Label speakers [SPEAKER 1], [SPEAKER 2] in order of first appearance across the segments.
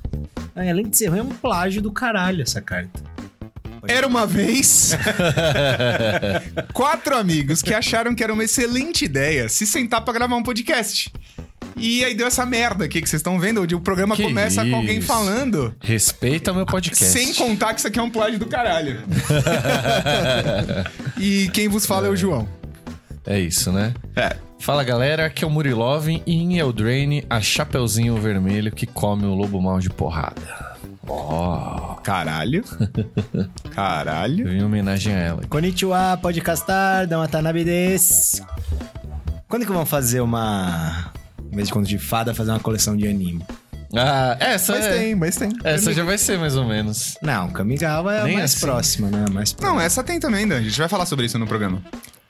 [SPEAKER 1] ruim. Além de ser ruim, é um plágio do caralho essa carta.
[SPEAKER 2] Era uma vez. quatro amigos que acharam que era uma excelente ideia se sentar pra gravar um podcast. E aí deu essa merda aqui que vocês estão vendo, onde o programa
[SPEAKER 3] Que
[SPEAKER 2] começa com alguém
[SPEAKER 3] isso?
[SPEAKER 2] falando.
[SPEAKER 3] Respeita meu podcast.
[SPEAKER 2] Sem contar que isso aqui é um plágio do caralho. e quem vos fala é o João.
[SPEAKER 3] É isso, né?
[SPEAKER 2] É.
[SPEAKER 3] Fala galera, aqui é o Murilovin e em Eldraine a Chapeuzinho Vermelho que come o lobo mal de porrada. Ó,
[SPEAKER 2] Caralho. Caralho.
[SPEAKER 3] eu vim em homenagem a ela.
[SPEAKER 1] Konnichiwa, podcastar, dá uma tanabe des. Quando é que vão fazer uma... Em vez de conto de fada, fazer uma coleção de anime?
[SPEAKER 3] Ah, essa
[SPEAKER 2] Mas
[SPEAKER 3] é.
[SPEAKER 2] tem, mas tem.
[SPEAKER 3] Essa já vai ser mais ou menos.
[SPEAKER 1] Não, Kamigawa é a
[SPEAKER 3] Nem
[SPEAKER 1] mais
[SPEAKER 3] assim.
[SPEAKER 1] próxima, né? A Mais
[SPEAKER 2] Não,
[SPEAKER 1] próxima.
[SPEAKER 2] essa tem também, Dan. A gente vai falar sobre isso no programa.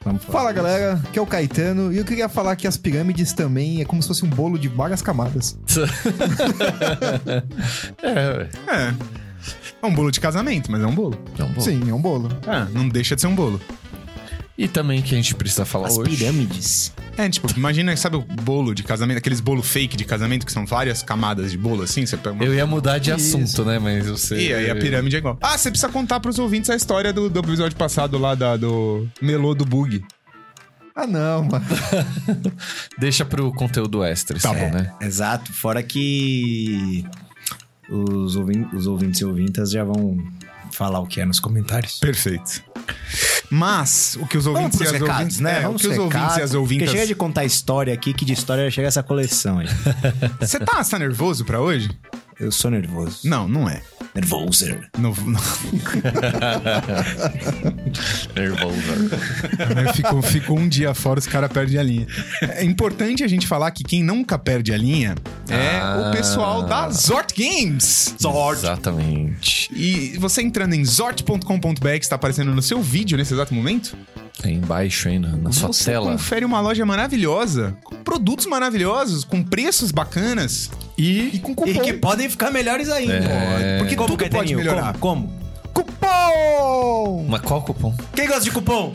[SPEAKER 1] Vamos falar.
[SPEAKER 4] Fala galera, aqui é o Caetano e eu queria falar que as pirâmides também é como se fosse um bolo de várias camadas.
[SPEAKER 3] É, ué.
[SPEAKER 2] É. É um bolo de casamento, mas é um bolo.
[SPEAKER 3] Então, bom.
[SPEAKER 4] Sim, é um bolo.
[SPEAKER 2] É, não deixa de ser um bolo.
[SPEAKER 3] E também que a gente precisa falar
[SPEAKER 1] As
[SPEAKER 3] hoje.
[SPEAKER 1] pirâmides.
[SPEAKER 2] É, tipo, imagina, sabe o bolo de casamento, aqueles bolo fake de casamento que são várias camadas de bolo assim, você pega uma...
[SPEAKER 3] Eu ia mudar de
[SPEAKER 4] Isso.
[SPEAKER 3] assunto, né? Mas você.
[SPEAKER 2] E aí a pirâmide é igual. Ah, você precisa contar pros ouvintes a história do, do episódio passado lá da, do melô do bug.
[SPEAKER 4] Ah não, mano.
[SPEAKER 3] Deixa pro conteúdo extra,
[SPEAKER 2] Tá
[SPEAKER 3] isso aí,
[SPEAKER 2] bom.
[SPEAKER 3] né?
[SPEAKER 1] É, Exato, fora que os, ouvin- os ouvintes e ouvintas já vão falar o que é nos comentários.
[SPEAKER 2] Perfeito. Mas o que os
[SPEAKER 1] Vamos
[SPEAKER 2] ouvintes
[SPEAKER 1] pros
[SPEAKER 2] e as
[SPEAKER 1] recados,
[SPEAKER 2] ouvintes,
[SPEAKER 1] né?
[SPEAKER 2] é,
[SPEAKER 1] Vamos
[SPEAKER 2] o que os
[SPEAKER 1] pros
[SPEAKER 2] ouvintes e
[SPEAKER 1] recados,
[SPEAKER 2] as ouvintas.
[SPEAKER 1] Porque chega de contar história aqui, que de história já chega essa coleção aí.
[SPEAKER 2] Você tá, tá nervoso pra hoje?
[SPEAKER 1] Eu sou nervoso.
[SPEAKER 2] Não, não é.
[SPEAKER 1] Nervoso.
[SPEAKER 2] Não, não.
[SPEAKER 3] Nervoso.
[SPEAKER 2] Né? Ficou, ficou um dia fora, os caras perdem a linha. É importante a gente falar que quem nunca perde a linha é
[SPEAKER 3] Ah.
[SPEAKER 2] o pessoal da Zort Games.
[SPEAKER 3] Exatamente.
[SPEAKER 2] E você entrando em zort.com.br, que está aparecendo no seu vídeo nesse exato momento,
[SPEAKER 3] Aí Tá embaixo aí na, na sua
[SPEAKER 2] você
[SPEAKER 3] tela.
[SPEAKER 2] confere uma loja maravilhosa, com produtos maravilhosos, com preços bacanas e
[SPEAKER 3] E
[SPEAKER 2] com
[SPEAKER 1] E
[SPEAKER 2] cupom.
[SPEAKER 1] que podem ficar melhores ainda.
[SPEAKER 3] É.
[SPEAKER 1] Porque
[SPEAKER 2] Como
[SPEAKER 1] tudo
[SPEAKER 2] que pode
[SPEAKER 1] Caetano,
[SPEAKER 2] melhorar?
[SPEAKER 1] Como? como?
[SPEAKER 4] Cupom!
[SPEAKER 3] mas qual cupom?
[SPEAKER 1] Quem gosta de cupom?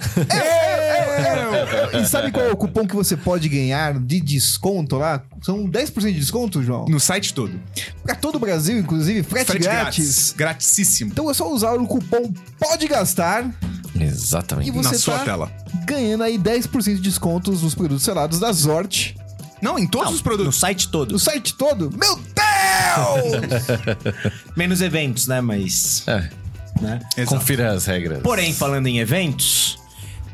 [SPEAKER 4] E sabe qual é o cupom que você pode ganhar de desconto lá? São 10% de desconto, João?
[SPEAKER 2] No site todo.
[SPEAKER 4] Pra todo o Brasil, inclusive, frete, grátis.
[SPEAKER 2] Gratisíssimo.
[SPEAKER 4] Então é só usar o cupom PODE GASTAR
[SPEAKER 3] Exatamente.
[SPEAKER 4] E você
[SPEAKER 2] na sua
[SPEAKER 4] tá-
[SPEAKER 2] tela.
[SPEAKER 4] ganhando aí 10% de descontos nos produtos selados da Zort.
[SPEAKER 2] Não, em todos
[SPEAKER 1] Não,
[SPEAKER 2] os
[SPEAKER 1] No
[SPEAKER 2] produtos.
[SPEAKER 1] site
[SPEAKER 4] O
[SPEAKER 1] todo.
[SPEAKER 4] site todo? Meu Deus!
[SPEAKER 1] Menos eventos, né? Mas.
[SPEAKER 3] É,
[SPEAKER 1] né?
[SPEAKER 2] Exato.
[SPEAKER 3] confira as regras.
[SPEAKER 1] Porém, falando em eventos,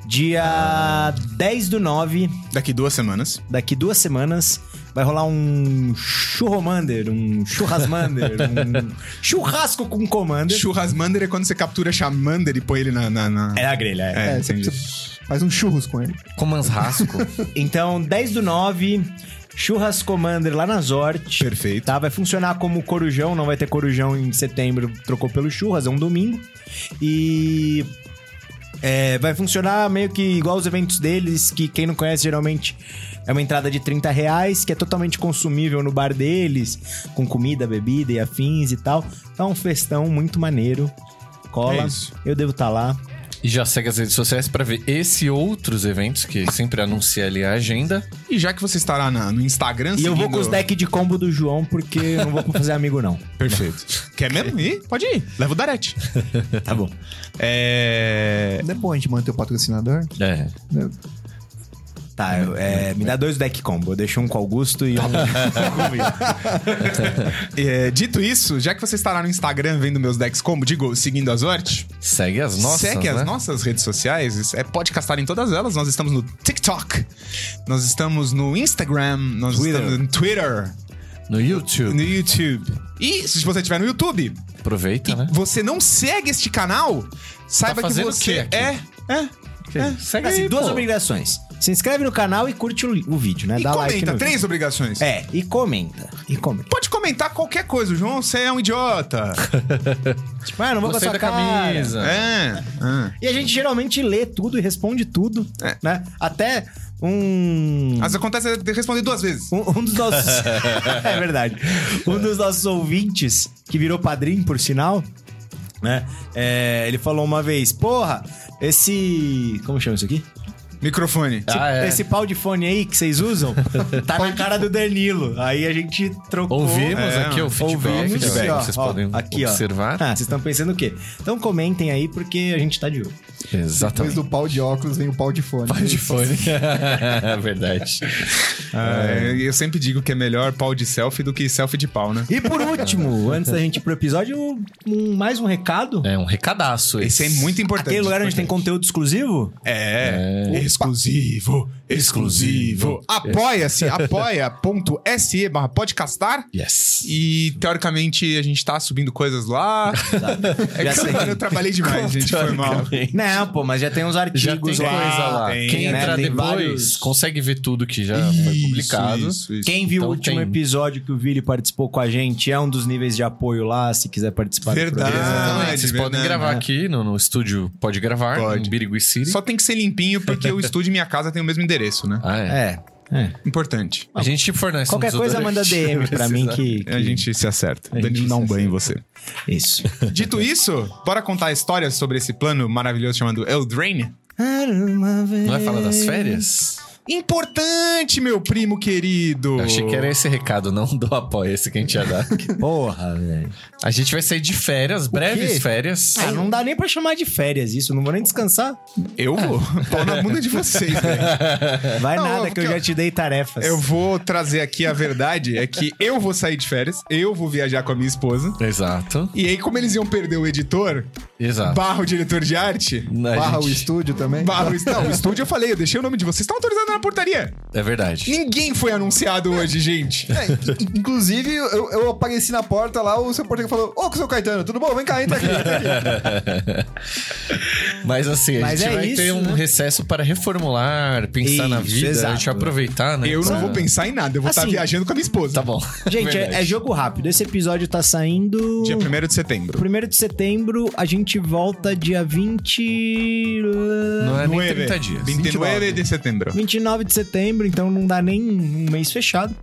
[SPEAKER 1] dia 10 do 9
[SPEAKER 2] Daqui duas semanas.
[SPEAKER 1] daqui duas semanas vai rolar um churromander, um churrasmander, um churrasco com commander.
[SPEAKER 2] Churrasmander é quando você captura Chamander e põe ele na. na- na-
[SPEAKER 1] É a grelha, é.
[SPEAKER 2] É,
[SPEAKER 4] É, você
[SPEAKER 2] entendi.
[SPEAKER 4] você faz um churros com ele.
[SPEAKER 3] Com mansrasco.
[SPEAKER 1] Então, 10 do 9, churras commander lá na Zort.
[SPEAKER 2] Perfeito.
[SPEAKER 1] Tá, vai funcionar como corujão, não vai ter corujão em setembro, trocou pelo churras, é um domingo. E é, vai funcionar meio que igual os eventos deles, que quem não conhece geralmente é uma entrada de 30 reais, que é totalmente consumível no bar deles, com comida, bebida e afins e tal. Então é um festão muito maneiro. Cola,
[SPEAKER 2] É isso.
[SPEAKER 1] eu devo estar lá.
[SPEAKER 3] e já segue as redes sociais pra ver esse e outros eventos que sempre anuncia ali a agenda.
[SPEAKER 2] E já que você estará na- no Instagram,
[SPEAKER 1] E eu vou
[SPEAKER 2] seguindo-
[SPEAKER 1] com os decks de combo do João, porque eu não vou fazer amigo, não.
[SPEAKER 2] Perfeito. Quer mesmo ir? Pode ir. Leva o Darete.
[SPEAKER 1] Tá bom.
[SPEAKER 2] É.
[SPEAKER 4] Não é bom a gente manter o patrocinador?
[SPEAKER 3] É.
[SPEAKER 4] né?
[SPEAKER 1] Tá, eu- é, me dá dois deck combo. Eu deixo um com o Augusto e um comigo.
[SPEAKER 2] É, dito isso, já que você estará no Instagram vendo meus decks como, digo, seguindo a Zort,
[SPEAKER 3] Segue as nossas.
[SPEAKER 2] segue
[SPEAKER 3] né?
[SPEAKER 2] as nossas redes sociais, é podcastar em todas elas. Nós estamos no TikTok, nós estamos no Instagram, nós
[SPEAKER 1] Twitter.
[SPEAKER 2] estamos no Twitter,
[SPEAKER 3] No YouTube.
[SPEAKER 2] no YouTube. E se você estiver no YouTube,
[SPEAKER 1] Tá
[SPEAKER 3] Aproveita, né?
[SPEAKER 2] você não segue este canal, saiba que
[SPEAKER 3] fazendo o quê
[SPEAKER 2] você
[SPEAKER 3] aqui?
[SPEAKER 2] é. É.
[SPEAKER 3] Segue
[SPEAKER 1] Assim, duas
[SPEAKER 3] Tá pô.
[SPEAKER 1] obrigações. Se inscreve no canal e curte o, o vídeo, né?
[SPEAKER 2] E
[SPEAKER 1] dá like
[SPEAKER 2] comenta,
[SPEAKER 1] no
[SPEAKER 2] três
[SPEAKER 1] vídeo.
[SPEAKER 2] obrigações.
[SPEAKER 1] É, e comenta. E comenta.
[SPEAKER 2] Pode comentar qualquer coisa, João, você é um idiota.
[SPEAKER 1] Tipo, ah, não vou
[SPEAKER 3] Gostei
[SPEAKER 1] com a
[SPEAKER 3] da
[SPEAKER 1] sua cara.
[SPEAKER 3] camisa.
[SPEAKER 2] é. é.
[SPEAKER 1] E a gente geralmente lê tudo e responde tudo,
[SPEAKER 2] É.
[SPEAKER 1] né? Até um...
[SPEAKER 2] Mas acontece de responder duas vezes.
[SPEAKER 1] Um, um dos nossos. é verdade. Um dos nossos ouvintes, que virou padrinho, por sinal, né? É, ele falou uma vez: Porra, esse. Como chama isso aqui?
[SPEAKER 2] Microfone.
[SPEAKER 3] Ah, é.
[SPEAKER 1] Esse pau de fone aí que vocês usam tá na cara do Danilo. Aí a gente trocou.
[SPEAKER 3] Ouvimos
[SPEAKER 2] É,
[SPEAKER 3] aqui o feedback,
[SPEAKER 1] Ouvimos,
[SPEAKER 3] feedback,
[SPEAKER 1] aqui, ó,
[SPEAKER 3] vocês
[SPEAKER 1] ó,
[SPEAKER 3] podem
[SPEAKER 1] aqui, ó.
[SPEAKER 3] observar.
[SPEAKER 1] Ah, vocês estão pensando o quê? Então comentem aí porque a gente tá de olho.
[SPEAKER 4] Depois
[SPEAKER 3] Exatamente.
[SPEAKER 4] do pau de óculos vem o pau de fone.
[SPEAKER 3] Pau de fone. é verdade.
[SPEAKER 2] Ah, é, Eu sempre digo que é melhor pau de selfie do que selfie de pau, né?
[SPEAKER 1] E por último, antes da gente ir pro episódio, um- mais um recado.
[SPEAKER 3] É um recadaço
[SPEAKER 2] Esse
[SPEAKER 3] esse.
[SPEAKER 2] é muito importante.
[SPEAKER 1] Aquele lugar onde tem conteúdo exclusivo?
[SPEAKER 2] É. Exclusivo, exclusivo. Apoia-se, apoia.se barra podcastar.
[SPEAKER 3] Yes.
[SPEAKER 2] E, teoricamente, a gente tá subindo coisas lá. É
[SPEAKER 1] Já
[SPEAKER 2] que
[SPEAKER 1] sei.
[SPEAKER 2] eu, eu trabalhei demais, gente. Foi mal.
[SPEAKER 1] Não, pô, mas já tem uns artigos
[SPEAKER 3] Já tem
[SPEAKER 1] lá.
[SPEAKER 3] coisa lá.
[SPEAKER 2] tem,
[SPEAKER 3] Quem
[SPEAKER 1] né,
[SPEAKER 3] entrar
[SPEAKER 1] tem
[SPEAKER 3] depois
[SPEAKER 1] vários-
[SPEAKER 3] consegue ver tudo que já foi publicado.
[SPEAKER 2] Isso, isso.
[SPEAKER 1] Quem viu
[SPEAKER 3] Então
[SPEAKER 1] o último
[SPEAKER 3] tem.
[SPEAKER 1] episódio que o Vili participou com a gente é um dos níveis de apoio lá, se quiser participar. do
[SPEAKER 2] Verdade.
[SPEAKER 1] programa.
[SPEAKER 2] Ah,
[SPEAKER 3] Exatamente.
[SPEAKER 2] de
[SPEAKER 3] Vocês podem
[SPEAKER 2] verdade, é.
[SPEAKER 3] gravar
[SPEAKER 1] né?
[SPEAKER 3] aqui no, no estúdio. Pode gravar
[SPEAKER 2] Pode.
[SPEAKER 3] em Birigui City.
[SPEAKER 2] Só tem que ser limpinho, porque o estúdio e minha casa tem o mesmo endereço, né?
[SPEAKER 3] Ah, é.
[SPEAKER 1] É. é.
[SPEAKER 2] Importante.
[SPEAKER 3] A gente fornece um
[SPEAKER 1] Qualquer coisa
[SPEAKER 3] desodorante.
[SPEAKER 1] manda DM pra mim
[SPEAKER 3] Precisa.
[SPEAKER 1] que, que-
[SPEAKER 2] A gente se acerta.
[SPEAKER 1] gente
[SPEAKER 2] Danilo dá um
[SPEAKER 1] se
[SPEAKER 2] banho em você.
[SPEAKER 3] É.
[SPEAKER 1] Isso.
[SPEAKER 2] Dito isso, bora contar histórias sobre esse plano maravilhoso chamado Eldraine?
[SPEAKER 3] Não vai falar das férias?
[SPEAKER 2] Importante, meu primo querido!
[SPEAKER 3] Eu achei que era esse recado, não do apoio esse que a gente ia dar.
[SPEAKER 1] Porra, velho.
[SPEAKER 3] A gente vai sair de férias, breves férias.
[SPEAKER 1] Ah, não dá nem pra chamar de férias isso, não vou nem descansar.
[SPEAKER 2] Eu vou. Pau na bunda de vocês, velho.
[SPEAKER 1] Vai
[SPEAKER 2] Não,
[SPEAKER 1] nada
[SPEAKER 2] eu-
[SPEAKER 1] que eu já te dei tarefas.
[SPEAKER 2] Eu vou trazer aqui a verdade, é que eu vou sair de férias, eu vou viajar com a minha esposa.
[SPEAKER 3] Exato,
[SPEAKER 2] E aí, como eles iam perder o editor,
[SPEAKER 3] exato.
[SPEAKER 2] barra o diretor de arte,
[SPEAKER 3] A
[SPEAKER 4] Barra o
[SPEAKER 3] gente-
[SPEAKER 4] estúdio também.
[SPEAKER 2] barra o... Não, o estúdio eu falei, eu deixei o nome de vocês. Estão autorizados na portaria.
[SPEAKER 3] É verdade.
[SPEAKER 2] Ninguém foi anunciado hoje, gente.
[SPEAKER 4] É, in- Inclusive, eu, eu apareci na porta lá, o seu porteiro falou: Ô, seu Caetano, tudo bom? Vem cá, entra aqui. entra aqui."
[SPEAKER 3] Mas assim, a
[SPEAKER 1] Mas
[SPEAKER 3] gente
[SPEAKER 1] é
[SPEAKER 3] vai
[SPEAKER 1] isso,
[SPEAKER 3] ter um
[SPEAKER 1] né?
[SPEAKER 3] recesso para reformular, pensar na
[SPEAKER 1] Isso,
[SPEAKER 3] vida, a
[SPEAKER 1] exato.
[SPEAKER 3] gente vai aproveitar, né?
[SPEAKER 2] Eu não
[SPEAKER 3] Pra-
[SPEAKER 2] vou pensar em nada, eu vou estar
[SPEAKER 1] Assim,
[SPEAKER 2] viajando com a minha esposa.
[SPEAKER 3] Tá bom.
[SPEAKER 1] Gente,
[SPEAKER 3] Verdade.
[SPEAKER 1] é, é jogo rápido. Esse episódio tá saindo.
[SPEAKER 2] Dia 1 de setembro.
[SPEAKER 1] 1 de setembro, a gente volta dia 20.
[SPEAKER 3] Não é nem
[SPEAKER 2] Nueve.
[SPEAKER 3] 30 dias.
[SPEAKER 2] 29 de setembro.
[SPEAKER 1] 29 de setembro, então não dá nem um mês fechado,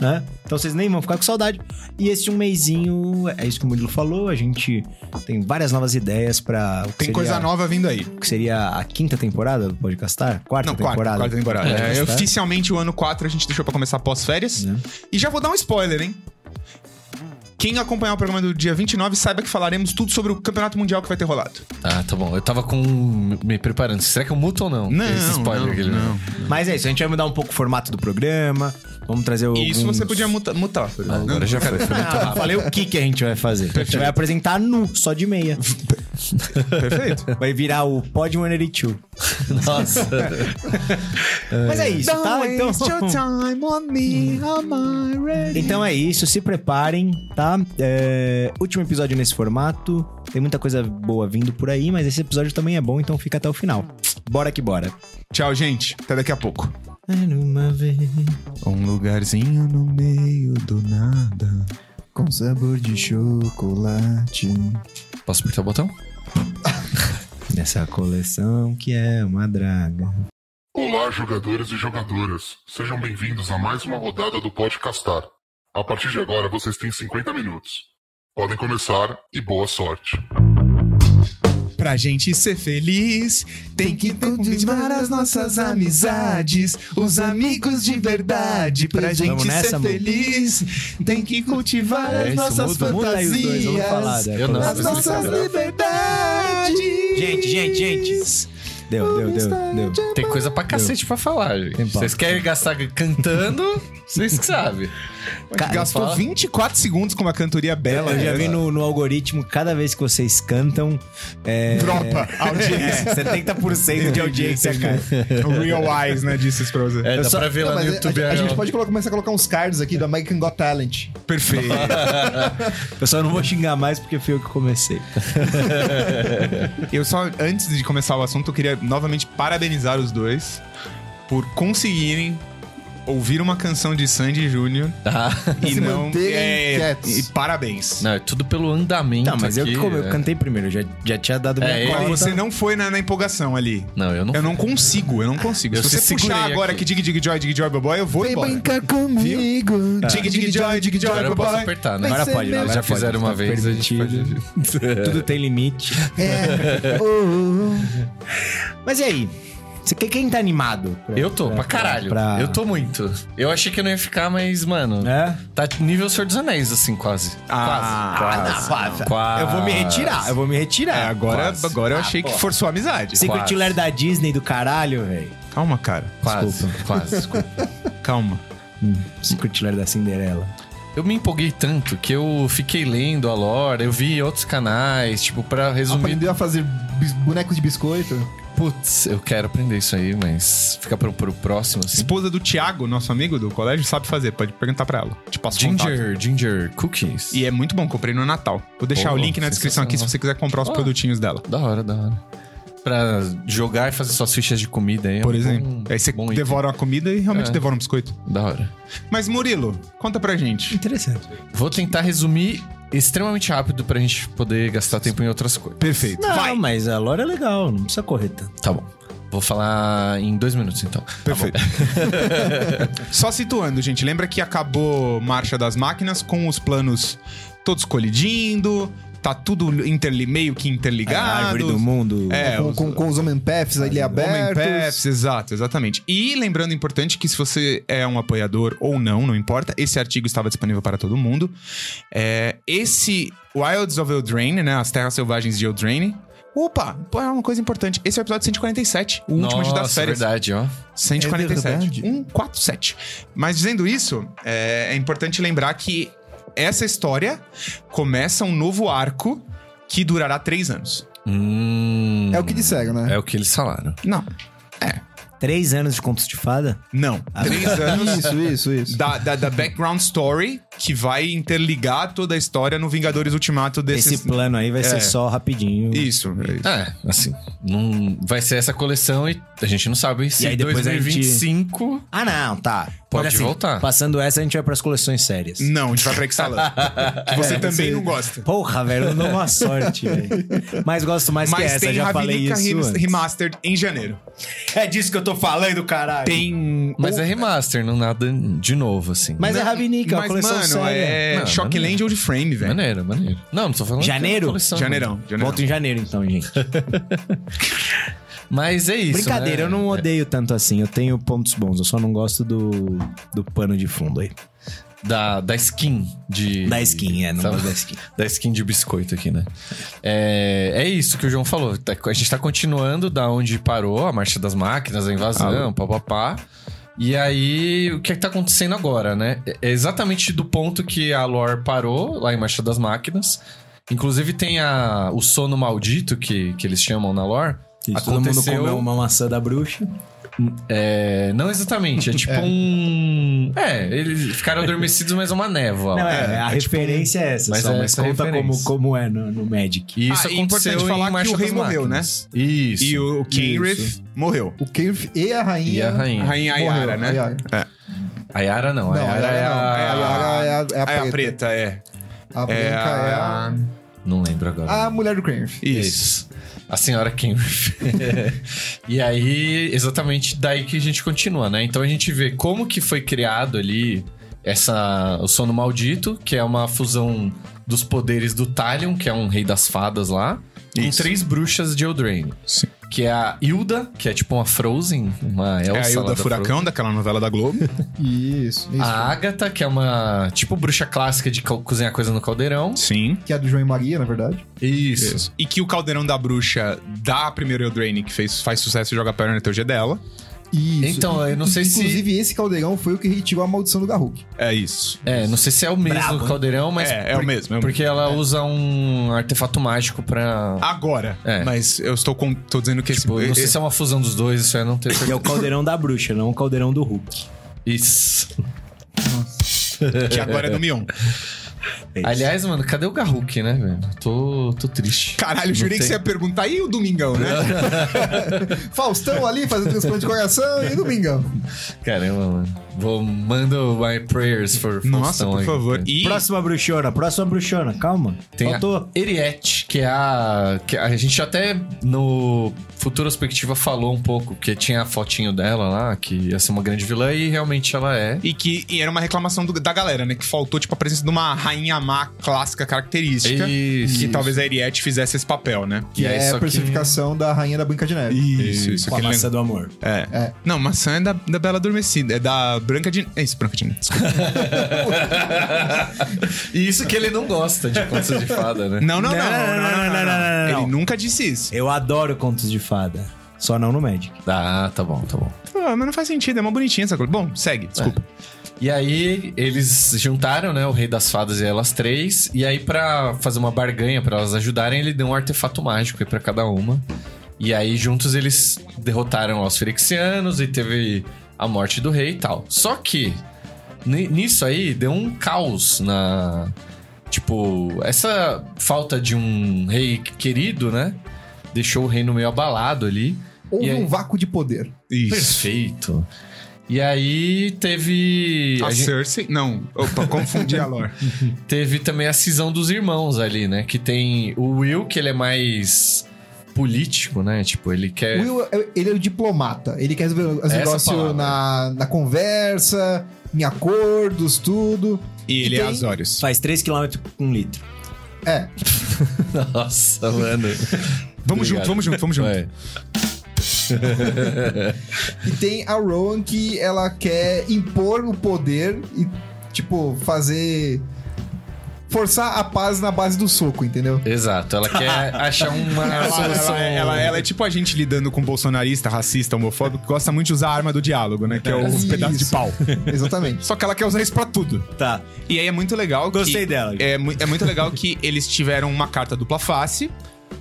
[SPEAKER 1] né? Então vocês nem vão ficar com saudade. E esse um mêsinho, é isso que o Murilo falou, a gente tem várias novas ideias pra... o que
[SPEAKER 2] Tem
[SPEAKER 1] seria-
[SPEAKER 2] coisa nova vindo aí.
[SPEAKER 1] o Que seria a quinta temporada do Podcastar? Quarta
[SPEAKER 2] Não, quarta,
[SPEAKER 1] temporada?
[SPEAKER 2] quarta temporada.
[SPEAKER 1] do
[SPEAKER 2] É,
[SPEAKER 1] Podcastar.
[SPEAKER 2] oficialmente o ano 4 a gente deixou pra começar pós-férias.
[SPEAKER 1] Né?
[SPEAKER 2] E já vou dar um spoiler, hein? Quem acompanhar o programa do dia 29 saiba que falaremos tudo sobre o campeonato mundial que vai ter rolado.
[SPEAKER 3] Ah, tá bom. Eu tava com. me preparando. Será que eu muto ou não? Esse spoiler que ele
[SPEAKER 1] Mas é isso, a gente vai mudar um pouco o formato do programa, vamos trazer o.
[SPEAKER 2] Isso você podia muta- mutar.
[SPEAKER 3] Ah, agora já foi. foi muito
[SPEAKER 1] Ah, falei o que, que a gente vai fazer. A gente vai apresentar nu, só de meia.
[SPEAKER 2] Perfeito.
[SPEAKER 1] Vai virar o Pod 182.
[SPEAKER 3] Nossa.
[SPEAKER 1] Mas é isso, tá? Então...
[SPEAKER 2] time on me, on my
[SPEAKER 1] Então é isso, se preparem, tá? É, último episódio nesse formato. Tem muita coisa boa vindo por aí, mas esse episódio também é bom, então fica até o final. Bora que bora.
[SPEAKER 2] Tchau, gente. Até daqui a pouco.
[SPEAKER 1] Era uma vez.
[SPEAKER 2] Um lugarzinho no meio do nada.
[SPEAKER 4] Com sabor de chocolate.
[SPEAKER 3] Posso apertar o botão?
[SPEAKER 1] Nessa coleção que é uma draga.
[SPEAKER 5] Olá, jogadores e jogadoras. Sejam bem-vindos a mais uma rodada do Podcastar. A partir de agora, vocês têm 50 minutos. Podem começar e boa sorte.
[SPEAKER 2] Pra gente ser feliz, tem que cultivar as nossas amizades, os amigos de verdade. Pra gente
[SPEAKER 1] Vamos nessa,
[SPEAKER 2] ser
[SPEAKER 1] amor?
[SPEAKER 2] feliz, tem que cultivar
[SPEAKER 1] É
[SPEAKER 2] as
[SPEAKER 1] isso,
[SPEAKER 2] nossas
[SPEAKER 1] muda- muda aí os dois, vamos falar,
[SPEAKER 2] fantasias,
[SPEAKER 1] né?
[SPEAKER 3] Eu não.
[SPEAKER 2] as
[SPEAKER 3] Vamos
[SPEAKER 2] nossas
[SPEAKER 3] lembrar.
[SPEAKER 2] liberdades.
[SPEAKER 1] Gente, gente, gente. Deu, deu, deu, deu.
[SPEAKER 3] Tem coisa pra cacete pra falar, gente.
[SPEAKER 1] Tem papo.
[SPEAKER 3] Vocês querem gastar cantando? Vocês que sabem.
[SPEAKER 1] Cara, É,
[SPEAKER 2] Gastou
[SPEAKER 3] fala.
[SPEAKER 2] 24 segundos com uma cantoria bela.
[SPEAKER 1] Eu já
[SPEAKER 2] né?
[SPEAKER 1] vi no, no algoritmo, cada vez que vocês cantam. É,
[SPEAKER 2] Dropa, audiência.
[SPEAKER 1] é, 70% de audiência, cara.
[SPEAKER 2] É, Real Eyes, né? Disse isso pra você.
[SPEAKER 3] É, dá
[SPEAKER 1] só-
[SPEAKER 3] pra ver lá
[SPEAKER 4] Não,
[SPEAKER 3] no
[SPEAKER 4] mas
[SPEAKER 3] YouTube.
[SPEAKER 4] a, a
[SPEAKER 3] é,
[SPEAKER 4] gente
[SPEAKER 3] ó.
[SPEAKER 4] pode colo- começar a colocar uns cards aqui do American Got Talent.
[SPEAKER 2] Perfeito.
[SPEAKER 1] Eu só não vou xingar mais porque fui eu que comecei.
[SPEAKER 2] Eu só, antes de começar o assunto, eu queria novamente parabenizar os dois por conseguirem ouvir uma canção de Sandy Júnior
[SPEAKER 3] Ah.
[SPEAKER 2] e
[SPEAKER 4] Se
[SPEAKER 2] não. É,
[SPEAKER 4] manterem quietos.
[SPEAKER 2] e parabéns.
[SPEAKER 3] Não, é tudo pelo andamento.
[SPEAKER 1] Não, Tá, mas eu
[SPEAKER 3] aqui,
[SPEAKER 1] que come- eu
[SPEAKER 3] é.
[SPEAKER 1] cantei primeiro, já, já tinha dado minha
[SPEAKER 3] É,
[SPEAKER 1] conta.
[SPEAKER 2] Quando você não foi na, na empolgação ali.
[SPEAKER 3] Não, eu não.
[SPEAKER 2] Eu não consigo, eu não consigo.
[SPEAKER 3] Eu
[SPEAKER 2] Se
[SPEAKER 3] se
[SPEAKER 2] você puxar
[SPEAKER 3] segurei
[SPEAKER 2] agora
[SPEAKER 3] aqui.
[SPEAKER 2] que dig dig joy, dig joy, boboy, eu vou embora.
[SPEAKER 4] comigo.
[SPEAKER 2] Dig dig joy, dig joy,
[SPEAKER 3] Agora eu posso
[SPEAKER 2] boboy.
[SPEAKER 3] apertar, né?
[SPEAKER 4] Mas
[SPEAKER 1] Agora
[SPEAKER 4] Você
[SPEAKER 1] pode,
[SPEAKER 4] mesmo.
[SPEAKER 1] agora
[SPEAKER 3] já
[SPEAKER 1] pode,
[SPEAKER 3] fizeram uma
[SPEAKER 1] tá
[SPEAKER 3] vez, a gente
[SPEAKER 1] permitido.
[SPEAKER 3] pode...
[SPEAKER 1] Tudo tem limite.
[SPEAKER 4] É. Oh, oh, oh.
[SPEAKER 1] Mas e aí? Você quer quem tá animado? pra-
[SPEAKER 3] Eu tô, pra, caralho.
[SPEAKER 1] pra-
[SPEAKER 3] Eu tô muito. Eu achei que eu não ia ficar, mas, mano,
[SPEAKER 1] É?
[SPEAKER 3] tá nível Senhor dos Anéis, assim, quase.
[SPEAKER 1] Ah,
[SPEAKER 3] quase.
[SPEAKER 1] quase.
[SPEAKER 3] Quase.
[SPEAKER 1] Eu vou me retirar, eu vou me retirar.
[SPEAKER 2] É, agora,
[SPEAKER 3] Quase.
[SPEAKER 2] agora eu achei que forçou a amizade.
[SPEAKER 1] Secret
[SPEAKER 3] quase.
[SPEAKER 1] Lair da Disney do caralho, velho.
[SPEAKER 2] Calma, cara.
[SPEAKER 3] Quase, quase, desculpa.
[SPEAKER 2] Calma.
[SPEAKER 1] Secret Lair da Cinderela.
[SPEAKER 3] Eu me empolguei tanto que eu fiquei lendo a lore, eu vi outros canais, tipo, pra resumir.
[SPEAKER 4] Aprendeu a fazer bis- bonecos de biscoito.
[SPEAKER 3] Putz, eu quero aprender isso aí, mas fica pro, pro próximo, assim.
[SPEAKER 2] Esposa do Thiago, nosso amigo do colégio, sabe fazer. Pode perguntar pra ela. Te passo o contato.
[SPEAKER 3] Ginger, Ginger Cookies.
[SPEAKER 2] E é muito bom, comprei no Natal. Vou deixar
[SPEAKER 3] Pô,
[SPEAKER 2] o link na descrição aqui se
[SPEAKER 3] sensacional.
[SPEAKER 2] você quiser comprar os
[SPEAKER 3] Ah.
[SPEAKER 2] produtinhos dela.
[SPEAKER 3] Da hora, da hora. Pra jogar e fazer suas fichas de comida aí. é
[SPEAKER 2] Por
[SPEAKER 3] um
[SPEAKER 2] exemplo.
[SPEAKER 3] bom-
[SPEAKER 2] Aí você
[SPEAKER 3] bom item.
[SPEAKER 2] devora uma comida e realmente
[SPEAKER 3] É.
[SPEAKER 2] devora um biscoito.
[SPEAKER 3] Da hora.
[SPEAKER 2] Mas Murilo, conta pra gente.
[SPEAKER 1] Interessante.
[SPEAKER 3] Vou tentar resumir extremamente rápido pra gente poder gastar tempo em outras coisas.
[SPEAKER 2] Perfeito.
[SPEAKER 1] Não,
[SPEAKER 2] Vai.
[SPEAKER 1] mas a lore é legal, não precisa correr tanto.
[SPEAKER 3] Tá bom. Vou falar em dois minutos, então.
[SPEAKER 2] Perfeito. Só situando, gente. Lembra que acabou Marcha das Máquinas com os planos todos colidindo, tá tudo interli meio
[SPEAKER 3] É,
[SPEAKER 1] a
[SPEAKER 2] que
[SPEAKER 1] árvore do
[SPEAKER 2] interligado.
[SPEAKER 1] mundo.
[SPEAKER 2] É,
[SPEAKER 4] com,
[SPEAKER 2] os-
[SPEAKER 4] com, com os homem paths ali abertos.
[SPEAKER 2] Paths, exato, exatamente. E lembrando, importante, que se você é um apoiador ou não, não importa, esse artigo estava disponível para todo mundo. É, esse Wilds of Eldraine, né, as terras selvagens de Eldraine... Opa, pô, é uma coisa importante. Esse é o episódio 147, o último de das
[SPEAKER 3] Nossa,
[SPEAKER 2] férias.
[SPEAKER 3] verdade, ó.
[SPEAKER 2] 147.
[SPEAKER 4] É verdade.
[SPEAKER 2] 147. Mas dizendo isso, é, é importante lembrar que essa história começa um novo arco que durará três anos.
[SPEAKER 3] Hum,
[SPEAKER 4] É o que disseram, né?
[SPEAKER 3] é o que eles falaram.
[SPEAKER 2] Não.
[SPEAKER 1] Três anos de contos de fada?
[SPEAKER 2] Não.
[SPEAKER 4] Ah.
[SPEAKER 2] Três anos
[SPEAKER 4] Isso, isso, isso.
[SPEAKER 2] Hum. da, da, da background story que vai interligar toda a história no Vingadores Ultimato desse.
[SPEAKER 1] Esse plano aí vai
[SPEAKER 2] É.
[SPEAKER 1] ser só rapidinho.
[SPEAKER 2] Isso. é
[SPEAKER 3] É, assim, não vai ser essa coleção e a gente não sabe se
[SPEAKER 1] E aí
[SPEAKER 3] em
[SPEAKER 1] depois a gente-
[SPEAKER 3] 2025
[SPEAKER 1] Ah, não, tá.
[SPEAKER 3] Pode
[SPEAKER 1] Mas,
[SPEAKER 3] voltar.
[SPEAKER 1] Passando essa, a gente vai pras coleções sérias.
[SPEAKER 2] isso. Não, a gente vai pra Exalan. que você também não gosta.
[SPEAKER 1] Porra, velho, eu não dou uma sorte, velho. Mas gosto mais que
[SPEAKER 2] Mas
[SPEAKER 1] essa,
[SPEAKER 2] tem
[SPEAKER 1] já falei
[SPEAKER 2] Ravenica
[SPEAKER 1] isso.
[SPEAKER 2] Remas-
[SPEAKER 1] antes.
[SPEAKER 2] Remastered em janeiro.
[SPEAKER 1] É disso que eu tô falando, caralho.
[SPEAKER 2] Tem.
[SPEAKER 3] Mas é remaster, não nada de novo, assim.
[SPEAKER 1] Mas é
[SPEAKER 2] Não,
[SPEAKER 1] Ravenica, a
[SPEAKER 2] mas,
[SPEAKER 1] coleção
[SPEAKER 2] mano,
[SPEAKER 1] séria.
[SPEAKER 2] é
[SPEAKER 3] Mano,
[SPEAKER 2] Shockland Old Frame, velho.
[SPEAKER 3] Maneiro, maneiro. Não, não tô falando. que é
[SPEAKER 1] é. Janeiro?
[SPEAKER 3] coleção,
[SPEAKER 2] Janeirão, janeirão.
[SPEAKER 1] Volto em janeiro, então, gente.
[SPEAKER 3] não. Mas é isso.
[SPEAKER 1] Brincadeira,
[SPEAKER 3] né?
[SPEAKER 1] eu não
[SPEAKER 3] É.
[SPEAKER 1] odeio tanto assim. Eu tenho pontos bons, eu só não gosto do, do pano de fundo aí.
[SPEAKER 3] Da, da skin de.
[SPEAKER 1] Da skin, é, não
[SPEAKER 3] Sabe?
[SPEAKER 1] gosto da skin.
[SPEAKER 3] Da skin de biscoito aqui, né? É, é isso que o João falou. Tá- A gente tá continuando da onde parou a marcha das máquinas, a
[SPEAKER 2] Ah.
[SPEAKER 3] invasão, papapá. E aí, o que é que tá acontecendo agora, né? É exatamente do ponto que a lore parou, lá em Marcha das Máquinas. Inclusive tem a, o sono maldito, que, que eles chamam na lore.
[SPEAKER 1] Isso, Todo mundo
[SPEAKER 3] Aconteceu-
[SPEAKER 1] comeu uma maçã da bruxa.
[SPEAKER 3] É, não exatamente, é tipo um... É, eles ficaram adormecidos, mas é uma névoa.
[SPEAKER 1] Não,
[SPEAKER 3] lá.
[SPEAKER 1] é, a referência é essa,
[SPEAKER 3] mas
[SPEAKER 1] só,
[SPEAKER 3] é
[SPEAKER 1] mas
[SPEAKER 3] essa
[SPEAKER 1] conta como,
[SPEAKER 3] referência.
[SPEAKER 1] como é no, no Magic.
[SPEAKER 3] E isso
[SPEAKER 2] Ah, e
[SPEAKER 3] aconteceu
[SPEAKER 2] importante falar
[SPEAKER 3] em
[SPEAKER 2] que
[SPEAKER 3] Marcha
[SPEAKER 2] o rei
[SPEAKER 3] das
[SPEAKER 2] morreu, né?
[SPEAKER 3] Máquinas. Isso.
[SPEAKER 2] E o Kenrith morreu.
[SPEAKER 4] O Keirf e a rainha.
[SPEAKER 3] E a rainha.
[SPEAKER 2] A rainha
[SPEAKER 4] morreram,
[SPEAKER 2] Ayara, né?
[SPEAKER 4] a Yara.
[SPEAKER 3] A Yara não, a
[SPEAKER 4] Não, a
[SPEAKER 3] Yara é
[SPEAKER 4] Yara
[SPEAKER 3] a...
[SPEAKER 4] não. A Yara é a, é a
[SPEAKER 2] É
[SPEAKER 4] preta.
[SPEAKER 2] a preta, é.
[SPEAKER 4] A branca
[SPEAKER 2] É
[SPEAKER 4] é a...
[SPEAKER 2] a-
[SPEAKER 3] Não lembro agora.
[SPEAKER 4] a mulher do Keirf.
[SPEAKER 2] Isso.
[SPEAKER 3] A senhora Kenrith. e aí, exatamente daí que a gente continua, né? Então a gente vê como que foi criado ali essa o sono maldito, que é uma fusão dos poderes do Talion, que é um rei das fadas lá, com
[SPEAKER 2] Isso.
[SPEAKER 3] três bruxas de Eldraine.
[SPEAKER 2] Sim.
[SPEAKER 3] Que é a Hilda, que é tipo uma Frozen, uma Elsa
[SPEAKER 2] É a
[SPEAKER 3] lá
[SPEAKER 2] Hilda
[SPEAKER 3] da Frozen.
[SPEAKER 2] Furacão, daquela novela da Globo.
[SPEAKER 4] Isso, isso.
[SPEAKER 3] A Agatha, que é uma tipo bruxa clássica de co- cozinhar coisa no caldeirão.
[SPEAKER 2] Sim.
[SPEAKER 4] Que é do João e Maria, na verdade.
[SPEAKER 3] Isso.
[SPEAKER 2] E que o Caldeirão da Bruxa da primeira Eldraine, que fez, faz sucesso e joga perna na TG dela.
[SPEAKER 4] Isso.
[SPEAKER 3] Então, eu não sei se-
[SPEAKER 4] Inclusive, esse caldeirão foi o que retirou a maldição do Garruk.
[SPEAKER 2] É isso.
[SPEAKER 3] É, não sei se é o mesmo
[SPEAKER 1] Brabo, hein?
[SPEAKER 3] caldeirão, mas.
[SPEAKER 2] É, é o mesmo, é Ah, o
[SPEAKER 3] Porque ela usa um artefato mágico pra.
[SPEAKER 2] Agora.
[SPEAKER 3] É.
[SPEAKER 2] Mas eu estou com- tô dizendo que
[SPEAKER 3] Tipo,
[SPEAKER 2] esse.
[SPEAKER 3] não sei se é uma fusão dos dois, isso aí eu não tenho
[SPEAKER 1] Que é
[SPEAKER 3] certeza.
[SPEAKER 1] o caldeirão da bruxa, não o caldeirão do Hulk.
[SPEAKER 3] Isso.
[SPEAKER 2] Que agora é do Mion.
[SPEAKER 1] É isso.
[SPEAKER 3] Aliás, mano, cadê o Garruk, né, velho? Tô, tô triste.
[SPEAKER 2] Caralho,
[SPEAKER 3] Não
[SPEAKER 2] jurei que
[SPEAKER 3] tem.
[SPEAKER 2] você ia perguntar. E o Domingão, né?
[SPEAKER 4] Faustão ali fazendo transplante de coração e Domingão.
[SPEAKER 3] Caramba, mano. Vou manda my prayers for
[SPEAKER 2] Nossa,
[SPEAKER 3] Faustão
[SPEAKER 2] por
[SPEAKER 3] aí.
[SPEAKER 2] favor. E
[SPEAKER 1] Próxima bruxona, próxima bruxona, calma.
[SPEAKER 3] Tem
[SPEAKER 1] Faltou.
[SPEAKER 3] a Eriette, que é a. Que a gente até no Futurospectiva falou um pouco, porque tinha a fotinho dela lá, que ia ser uma grande vilã, e realmente ela é.
[SPEAKER 2] E que e era uma reclamação do- da galera, né? Que faltou, tipo, a presença de uma rainha má clássica característica.
[SPEAKER 3] Isso,
[SPEAKER 2] que
[SPEAKER 3] isso.
[SPEAKER 2] talvez a Ariete fizesse esse papel, né?
[SPEAKER 4] Que
[SPEAKER 3] E aí,
[SPEAKER 4] é
[SPEAKER 3] só
[SPEAKER 4] a
[SPEAKER 3] que-
[SPEAKER 4] personificação da rainha da Branca de Neve.
[SPEAKER 2] Isso, isso.
[SPEAKER 1] Com a
[SPEAKER 2] aquele
[SPEAKER 1] massa do amor.
[SPEAKER 2] É. Não, maçã é da, da Bela Adormecida. É da Branca de... É isso, Branca de Neve. desculpa.
[SPEAKER 3] E isso que ele não gosta de contos de fada, né?
[SPEAKER 2] Não, não, não.
[SPEAKER 1] Não,
[SPEAKER 2] Não, não, não, não,
[SPEAKER 1] não, não.
[SPEAKER 2] Ele nunca disse isso.
[SPEAKER 1] Eu adoro contos de fada. Só não no Magic.
[SPEAKER 3] Ah, tá bom, tá bom.
[SPEAKER 2] Ah, mas não faz sentido. É uma bonitinha essa coisa. Bom, segue. Desculpa.
[SPEAKER 3] E aí eles juntaram, né, o Rei das Fadas e elas três, e aí pra fazer uma barganha pra elas ajudarem, ele deu um artefato mágico aí para cada uma. E aí juntos eles derrotaram lá os Ferixianos e teve a morte do rei e tal. Só que ni- nisso aí deu um caos na tipo, essa falta de um rei querido, né? Deixou o reino meio abalado ali.
[SPEAKER 4] Houve
[SPEAKER 3] E aí?
[SPEAKER 4] um vácuo de poder.
[SPEAKER 1] É.
[SPEAKER 2] Isso.
[SPEAKER 3] Perfeito. E aí teve
[SPEAKER 2] A
[SPEAKER 3] a gente-
[SPEAKER 2] Cersei... Não. Opa, confundi a lore.
[SPEAKER 3] teve também a cisão dos irmãos ali, né? Que tem o Will, que ele é mais político, né? Tipo, ele quer.
[SPEAKER 4] Will, é- ele é o diplomata. Ele quer resolver os
[SPEAKER 3] Essa
[SPEAKER 4] negócios
[SPEAKER 3] palavra.
[SPEAKER 4] na, na conversa, em acordos, tudo.
[SPEAKER 2] E ele é
[SPEAKER 4] Tem-
[SPEAKER 2] Azorius.
[SPEAKER 1] Faz 3km com um litro.
[SPEAKER 4] É,
[SPEAKER 3] Nossa, mano. É,
[SPEAKER 2] Vamos junto,
[SPEAKER 3] Obrigado.
[SPEAKER 2] vamos junto, vamos junto.
[SPEAKER 3] Vai.
[SPEAKER 4] E tem a Rowan que ela quer impor o poder e, tipo, fazer. Forçar a paz na base do soco, entendeu?
[SPEAKER 3] Exato, ela quer achar uma
[SPEAKER 2] Ela,
[SPEAKER 3] solução.
[SPEAKER 2] ela, ela- ela é tipo a gente lidando com bolsonarista, racista, homofóbico, que gosta muito de usar a arma do diálogo, né? Que é o
[SPEAKER 4] Isso.
[SPEAKER 2] pedaço de pau.
[SPEAKER 4] Exatamente.
[SPEAKER 2] Só que ela quer usar isso pra tudo.
[SPEAKER 1] Tá.
[SPEAKER 2] E aí é muito legal que-
[SPEAKER 1] Gostei dela.
[SPEAKER 2] É, mu- é muito legal que eles tiveram uma carta dupla face,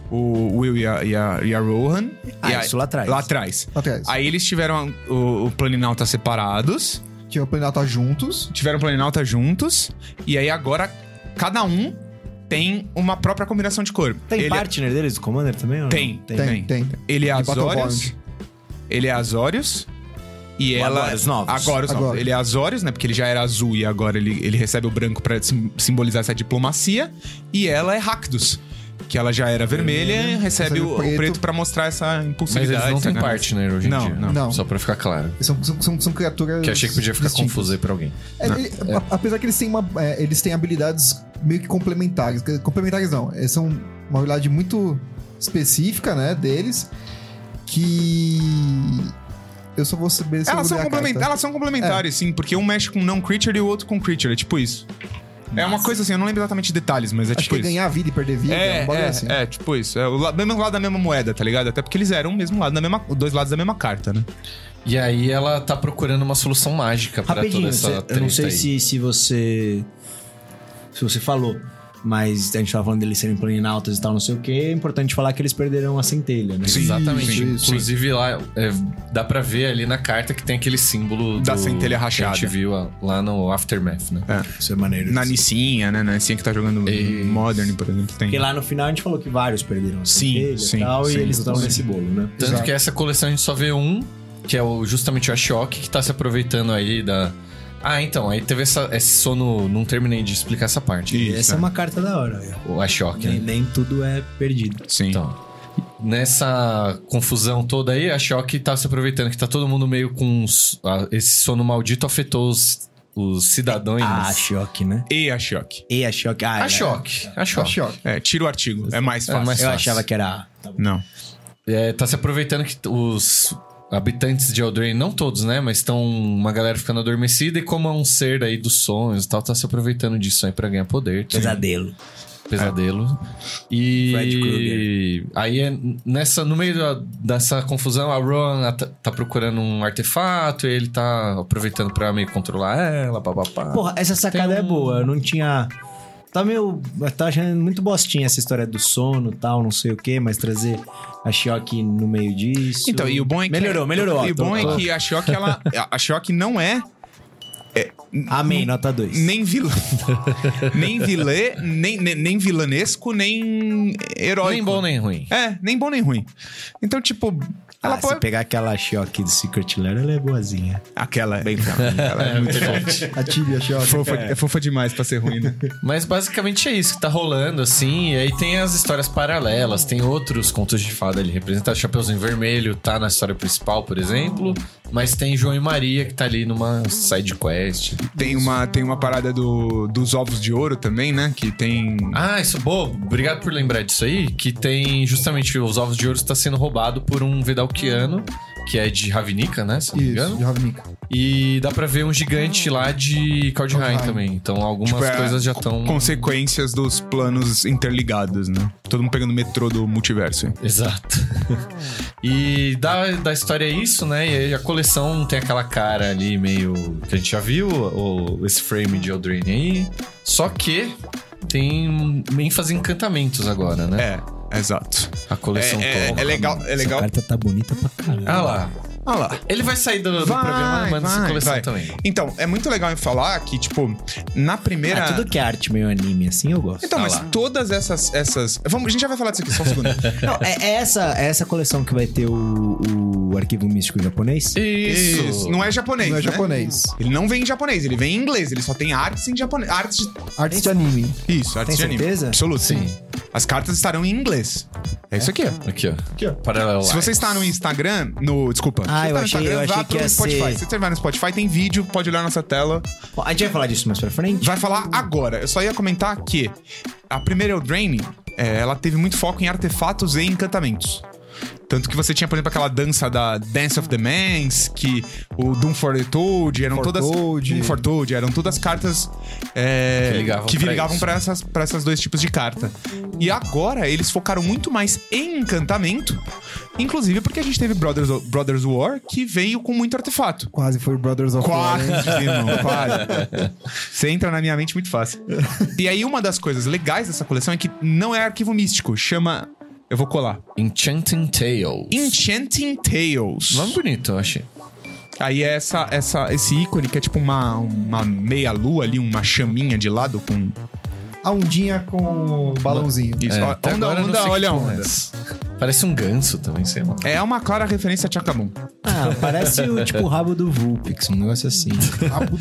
[SPEAKER 2] o Will e a, e a, e a Rohan.
[SPEAKER 1] Ah,
[SPEAKER 2] e a-
[SPEAKER 1] isso lá atrás.
[SPEAKER 2] Lá atrás.
[SPEAKER 4] Atrás.
[SPEAKER 2] Aí eles tiveram o, o Planinauta separados,
[SPEAKER 4] Tinha o Planalto juntos.
[SPEAKER 2] tiveram o Planinauta juntos, e aí agora cada um tem uma própria combinação de cor.
[SPEAKER 1] Tem
[SPEAKER 2] Ele- é-
[SPEAKER 1] partner deles, o Commander também? ou não?
[SPEAKER 2] Tem,
[SPEAKER 4] Tem,
[SPEAKER 2] Tem.
[SPEAKER 4] tem.
[SPEAKER 2] Ele é
[SPEAKER 4] De
[SPEAKER 2] Azorius.
[SPEAKER 4] Battleborn.
[SPEAKER 2] Ele é Azorius. E
[SPEAKER 1] Ou
[SPEAKER 2] ela.
[SPEAKER 1] Agora, os novos.
[SPEAKER 2] Agora os novos.
[SPEAKER 4] Agora.
[SPEAKER 2] Ele é Azorius, né? Porque ele já era azul e agora ele, ele recebe o branco pra sim- simbolizar essa diplomacia. E ela é Rakdos. Que ela já era vermelha e recebe,
[SPEAKER 4] recebe
[SPEAKER 2] o, o
[SPEAKER 4] preto.
[SPEAKER 2] preto. pra mostrar essa
[SPEAKER 3] Mas
[SPEAKER 2] impulsividade.
[SPEAKER 3] eles não têm
[SPEAKER 2] sacanagem.
[SPEAKER 3] partner hoje em
[SPEAKER 2] né? Não,
[SPEAKER 3] dia.
[SPEAKER 2] não.
[SPEAKER 4] Não.
[SPEAKER 3] Só pra ficar claro.
[SPEAKER 4] São, são, são, são criaturas.
[SPEAKER 3] Que eu achei que podia ficar
[SPEAKER 4] distintas.
[SPEAKER 3] confuso aí pra alguém.
[SPEAKER 4] É,
[SPEAKER 2] Ah.
[SPEAKER 4] ele- a- Apesar que eles têm, uma, é, eles têm habilidades meio que complementares. Quer dizer, Complementares não, é, são uma habilidade muito específica, né, deles. Que. Eu só vou saber se
[SPEAKER 2] Elas são,
[SPEAKER 4] eu vou ler a
[SPEAKER 2] complemen-
[SPEAKER 4] carta. É.
[SPEAKER 2] elas são complementares, sim, porque um mexe com não creature e o outro com creature. É tipo isso. É uma coisa assim, eu não lembro exatamente detalhes, mas é
[SPEAKER 4] Acho
[SPEAKER 2] tipo
[SPEAKER 4] que é
[SPEAKER 2] isso.
[SPEAKER 4] ganhar vida e perder vida.
[SPEAKER 2] É,
[SPEAKER 4] um bagulho
[SPEAKER 2] é,
[SPEAKER 4] assim.
[SPEAKER 2] é, tipo isso. É o la- mesmo lado da mesma moeda, tá ligado? Até porque eles eram o mesmo lado da mesma, dois lados da mesma carta, né?
[SPEAKER 3] E aí ela tá procurando uma solução mágica pra toda
[SPEAKER 1] Rapidinho,
[SPEAKER 3] essa
[SPEAKER 1] você- eu
[SPEAKER 3] treta
[SPEAKER 1] não sei
[SPEAKER 3] aí.
[SPEAKER 1] se, se você. Se você falou, mas a gente tava falando deles serem planinautas e tal, não sei o que. É importante falar que eles perderam a centelha, né?
[SPEAKER 3] Exatamente.
[SPEAKER 4] Sim, sim.
[SPEAKER 3] Inclusive lá, é, dá pra ver ali na carta que tem aquele símbolo
[SPEAKER 2] Da
[SPEAKER 3] do-
[SPEAKER 2] centelha rachada.
[SPEAKER 3] Que a gente viu a- lá no Aftermath, né?
[SPEAKER 1] Isso é maneiro.
[SPEAKER 2] Na Nissinha, né? Na Nissinha que tá jogando
[SPEAKER 3] Isso.
[SPEAKER 2] Modern, por exemplo, tem.
[SPEAKER 1] Porque lá no final a gente falou que vários perderam a
[SPEAKER 2] Sim,
[SPEAKER 1] centelha
[SPEAKER 2] sim,
[SPEAKER 1] e tal,
[SPEAKER 2] sim,
[SPEAKER 1] e eles estão
[SPEAKER 2] sim.
[SPEAKER 1] nesse bolo, né?
[SPEAKER 3] Tanto
[SPEAKER 4] Exato.
[SPEAKER 3] que essa coleção a gente só vê um, que é o, justamente o Ashok, que tá se aproveitando aí da. Ah, então, aí teve essa, esse sono. Não terminei de explicar essa parte.
[SPEAKER 2] Isso,
[SPEAKER 1] Essa é uma carta da hora. velho.
[SPEAKER 3] O Ashok,
[SPEAKER 1] Nem,
[SPEAKER 3] né?
[SPEAKER 1] nem tudo é perdido.
[SPEAKER 2] Sim.
[SPEAKER 3] Então. Nessa confusão toda aí, a Ashok tá se aproveitando que tá todo mundo meio com. os- a- esse sono maldito afetou os, os cidadãos.
[SPEAKER 1] Ah, a choque, né?
[SPEAKER 2] E a Shock.
[SPEAKER 1] E a choque. Ah,
[SPEAKER 3] é. a
[SPEAKER 1] é.
[SPEAKER 3] Ashok. A
[SPEAKER 4] Só
[SPEAKER 3] Ashok.
[SPEAKER 4] choque.
[SPEAKER 2] É, tira o artigo. É mais
[SPEAKER 3] É
[SPEAKER 2] fácil.
[SPEAKER 3] mais
[SPEAKER 1] Eu
[SPEAKER 3] fácil.
[SPEAKER 1] achava que era. A.
[SPEAKER 2] Não.
[SPEAKER 3] É, tá se aproveitando que os habitantes de Eldraine, não todos, né? Mas estão uma galera ficando adormecida e como é um ser aí dos sonhos e tal, tá se aproveitando disso aí pra ganhar poder. tá?
[SPEAKER 1] Pesadelo.
[SPEAKER 3] Pesadelo.
[SPEAKER 1] Fred
[SPEAKER 3] E
[SPEAKER 1] Krueger.
[SPEAKER 3] aí, é nessa, no meio da- dessa confusão, a Ron tá, tá procurando um artefato e ele tá aproveitando pra meio controlar ela, papapá.
[SPEAKER 1] Porra, essa sacada
[SPEAKER 3] Tem um-
[SPEAKER 1] é boa. Eu não tinha. Tá meio. Eu tava achando muito bostinha essa história do sono e tal, não sei o que, mas trazer a Shock no meio disso.
[SPEAKER 2] Então, e o bom é que.
[SPEAKER 1] Melhorou, melhorou.
[SPEAKER 2] E o
[SPEAKER 1] ó, tô-
[SPEAKER 2] bom é
[SPEAKER 1] ó.
[SPEAKER 2] que a Shock, ela. A Shock não é
[SPEAKER 1] Amém, nota 2.
[SPEAKER 2] nem vilã. nem vilã, nem, nem, nem vilanesco, nem herói.
[SPEAKER 3] nem bom nem ruim.
[SPEAKER 2] É, nem bom nem ruim. Então, tipo,
[SPEAKER 1] Ela
[SPEAKER 2] Ela
[SPEAKER 1] ah, se
[SPEAKER 2] pode-
[SPEAKER 1] pegar aquela Shock do Secret Lair, ela é boazinha.
[SPEAKER 2] Aquela. Bem, ela é muito forte.
[SPEAKER 4] A Tibia,
[SPEAKER 2] É
[SPEAKER 4] choca.
[SPEAKER 2] fofa, é fofa demais pra ser ruim, né?
[SPEAKER 3] Mas basicamente é isso que tá rolando, assim. E aí tem as histórias paralelas, tem outros contos de fada ali representados. Chapeuzinho Vermelho tá na história principal, por exemplo. Mas tem João e Maria que tá ali numa side quest.
[SPEAKER 2] Tem uma, tem uma parada do, dos ovos de ouro também, né? Que tem.
[SPEAKER 3] Ah, isso, boa. Obrigado por lembrar disso aí. Que tem justamente os ovos de ouro está sendo roubado por um Vedalquiano, que é de Ravnica, né? Se
[SPEAKER 2] Tá
[SPEAKER 3] eu não me
[SPEAKER 4] Isso,
[SPEAKER 3] engano.
[SPEAKER 4] de Ravnica.
[SPEAKER 3] E dá pra ver um gigante lá de Kaldheim
[SPEAKER 4] Kaldheim.
[SPEAKER 3] também. Então algumas
[SPEAKER 2] tipo, é,
[SPEAKER 3] coisas já estão.
[SPEAKER 2] Consequências dos planos interligados, né? Todo mundo pegando o metrô do multiverso. hein?
[SPEAKER 3] Exato. e da, da história é isso, né? E aí a coleção tem aquela cara ali meio. que a gente já viu, o, esse frame de Eldraine aí. Só que tem ênfase em encantamentos agora, né?
[SPEAKER 2] É, exato.
[SPEAKER 3] A coleção
[SPEAKER 2] É, é,
[SPEAKER 3] toda.
[SPEAKER 2] é legal, é legal.
[SPEAKER 1] Essa carta tá bonita pra caramba.
[SPEAKER 3] Ah lá.
[SPEAKER 2] Ah lá.
[SPEAKER 3] Ele vai sair do, do
[SPEAKER 2] Vai,
[SPEAKER 3] programa, mas essa
[SPEAKER 2] vai,
[SPEAKER 3] coleção
[SPEAKER 2] vai.
[SPEAKER 3] também.
[SPEAKER 2] Então, é muito legal em falar que, tipo, na primeira.
[SPEAKER 1] Ah, tudo que é arte meio anime, assim, eu gosto.
[SPEAKER 2] Então,
[SPEAKER 3] Ah
[SPEAKER 2] mas
[SPEAKER 3] lá.
[SPEAKER 2] todas essas. essas... Vamos, a gente já vai falar disso aqui, só um segundo.
[SPEAKER 1] Não, é, é essa, é essa coleção que vai ter o, o arquivo místico japonês?
[SPEAKER 3] Isso.
[SPEAKER 2] Não é japonês.
[SPEAKER 4] Não é
[SPEAKER 2] né?
[SPEAKER 4] japonês.
[SPEAKER 2] Ele não vem em japonês, ele vem em inglês, ele só tem artes em japonês. Artes de.
[SPEAKER 4] Artes de anime.
[SPEAKER 2] Isso, artes de
[SPEAKER 1] Tem
[SPEAKER 2] anime.
[SPEAKER 1] certeza?
[SPEAKER 2] Absoluto.
[SPEAKER 3] Sim.
[SPEAKER 2] As cartas estarão em inglês. É isso aqui, ó.
[SPEAKER 3] Aqui, ó.
[SPEAKER 2] Aqui, ó.
[SPEAKER 3] Paralelo.
[SPEAKER 2] Se você está no Instagram, no. Desculpa.
[SPEAKER 1] Ah,
[SPEAKER 2] se você
[SPEAKER 1] eu
[SPEAKER 2] está no
[SPEAKER 1] achei-
[SPEAKER 2] Instagram,
[SPEAKER 1] eu
[SPEAKER 2] vá
[SPEAKER 1] achei que
[SPEAKER 2] pro
[SPEAKER 1] ia
[SPEAKER 2] Spotify.
[SPEAKER 1] ser-
[SPEAKER 2] Se você vai no Spotify, tem vídeo, pode olhar nossa tela.
[SPEAKER 1] Bom, A gente vai falar disso mais pra frente.
[SPEAKER 2] Vai falar agora. Eu só ia comentar que a primeira Eldraine, é, ela teve muito foco em artefatos e encantamentos. Tanto que você tinha, por exemplo, aquela dança da Dance of the Mans, que o Doom for the Toad, eram todas.
[SPEAKER 4] Foretold.
[SPEAKER 2] Doom for Toad, eram todas cartas é,
[SPEAKER 3] Que ligavam
[SPEAKER 2] que
[SPEAKER 3] pra
[SPEAKER 2] ligavam
[SPEAKER 3] isso.
[SPEAKER 2] para essas, pra essas dois tipos de carta. E agora eles focaram muito mais em encantamento, inclusive porque a gente teve Brothers, Brothers War, que veio com muito artefato.
[SPEAKER 4] Quase foi o Brothers of
[SPEAKER 2] Quase,
[SPEAKER 4] War, hein?
[SPEAKER 2] irmão, quase. Você entra na minha mente muito fácil. E aí, uma das coisas legais dessa coleção é que não é arquivo místico, chama. Eu vou colar.
[SPEAKER 3] Enchanting Tales.
[SPEAKER 2] Enchanting Tales.
[SPEAKER 3] Nome bonito, eu achei.
[SPEAKER 2] Aí é essa, essa, esse ícone que é tipo uma, uma meia-lua ali, uma chaminha de lado com.
[SPEAKER 4] A ondinha com o balãozinho.
[SPEAKER 2] Isso.
[SPEAKER 3] É,
[SPEAKER 2] Ó,
[SPEAKER 3] até
[SPEAKER 2] onda,
[SPEAKER 3] agora eu não sei
[SPEAKER 2] onda,
[SPEAKER 3] que
[SPEAKER 2] olha a
[SPEAKER 3] porra é
[SPEAKER 2] onda.
[SPEAKER 3] essa. Parece um ganso também, sei lá.
[SPEAKER 2] É uma clara referência a Chacamon.
[SPEAKER 1] Ah, parece o tipo o rabo do Vulpix, um negócio assim.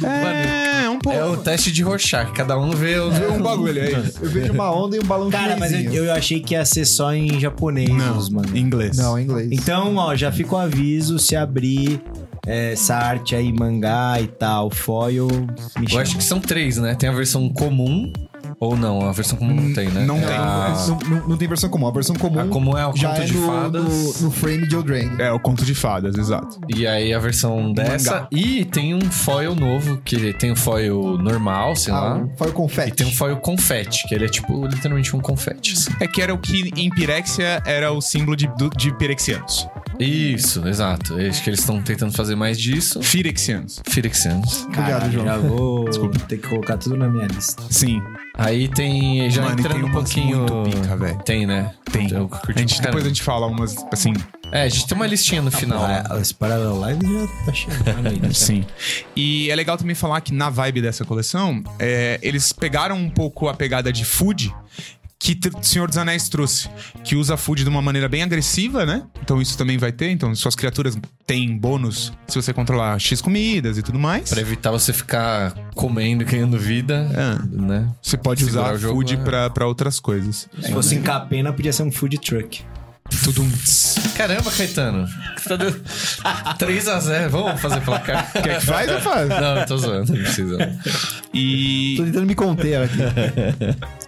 [SPEAKER 2] É, um pouco.
[SPEAKER 3] É o teste de Rorschach, cada um vê o...
[SPEAKER 2] um bagulho, é isso.
[SPEAKER 4] Eu vejo uma onda e um balão
[SPEAKER 1] Cara,
[SPEAKER 4] de
[SPEAKER 1] mas
[SPEAKER 4] narizinho.
[SPEAKER 1] eu, eu achei que ia ser só em japonês os
[SPEAKER 2] Em
[SPEAKER 1] mangás.
[SPEAKER 2] inglês.
[SPEAKER 4] Não, em inglês.
[SPEAKER 1] Então, ó, já fica o aviso, se abrir é, essa arte aí, mangá e tal, foil, me
[SPEAKER 3] Eu
[SPEAKER 1] chama.
[SPEAKER 3] acho que são três, né? Tem a versão comum, ou não, a versão comum não tem, né?
[SPEAKER 2] não
[SPEAKER 3] É
[SPEAKER 2] tem.
[SPEAKER 3] A...
[SPEAKER 4] Não, não- não tem versão comum. A versão comum
[SPEAKER 3] a comum é o
[SPEAKER 4] já
[SPEAKER 3] conto
[SPEAKER 4] é
[SPEAKER 3] de
[SPEAKER 4] no,
[SPEAKER 3] fadas.
[SPEAKER 4] no- no frame de Eldraine.
[SPEAKER 2] É o conto de fadas, exato.
[SPEAKER 3] E aí a versão dessa. E tem um foil novo, que tem o foil normal, sei
[SPEAKER 4] Ah,
[SPEAKER 3] É. lá.
[SPEAKER 4] foi o confete.
[SPEAKER 3] E tem um foil confete, que ele é tipo literalmente um confete. assim.
[SPEAKER 2] É que era o que em Pirexia era o símbolo de, do- de Pirexianos.
[SPEAKER 3] Isso, exato. Eu Acho que eles estão tentando fazer mais disso.
[SPEAKER 2] Firexianos.
[SPEAKER 3] Firexianos.
[SPEAKER 4] Obrigado,
[SPEAKER 1] Caralho,
[SPEAKER 4] tá João.
[SPEAKER 1] Já vou ter que colocar tudo na minha lista.
[SPEAKER 2] Sim.
[SPEAKER 3] Aí tem. Já
[SPEAKER 2] Mano, e
[SPEAKER 3] entrando
[SPEAKER 2] tem
[SPEAKER 3] um
[SPEAKER 2] umas
[SPEAKER 3] pouquinho.
[SPEAKER 2] muito pica, velho.
[SPEAKER 3] tem, né?
[SPEAKER 2] Tem.
[SPEAKER 3] Eu curti
[SPEAKER 2] A gente, depois
[SPEAKER 3] pra
[SPEAKER 2] Tá a
[SPEAKER 3] caramba.
[SPEAKER 2] gente fala umas, assim...
[SPEAKER 3] É, a gente tem uma listinha no final. né?
[SPEAKER 1] Ah, esse Parallel Live já tá chegando aí.
[SPEAKER 2] Sim. E é legal também falar que na vibe dessa coleção, é, eles pegaram um pouco a pegada de food que t- Senhor dos Anéis trouxe, que usa food de uma maneira bem agressiva, né? Então isso também vai ter. Então suas criaturas têm bônus se você controlar X comidas e tudo mais.
[SPEAKER 3] Pra evitar você ficar comendo e ganhando vida,
[SPEAKER 2] Ah.
[SPEAKER 3] né?
[SPEAKER 2] Você pode
[SPEAKER 3] Segurar
[SPEAKER 2] usar
[SPEAKER 3] o jogo,
[SPEAKER 2] food
[SPEAKER 3] né?
[SPEAKER 2] pra, pra outras coisas.
[SPEAKER 1] Se fosse em Capena, podia ser um food truck.
[SPEAKER 2] Tudum.
[SPEAKER 3] Caramba, Caetano. Tá dando 3x0. Vamos fazer placar.
[SPEAKER 2] Quer que faz ou faz?
[SPEAKER 3] Não, eu tô zoando, não precisa.
[SPEAKER 2] E
[SPEAKER 4] Tô tentando me conter aqui.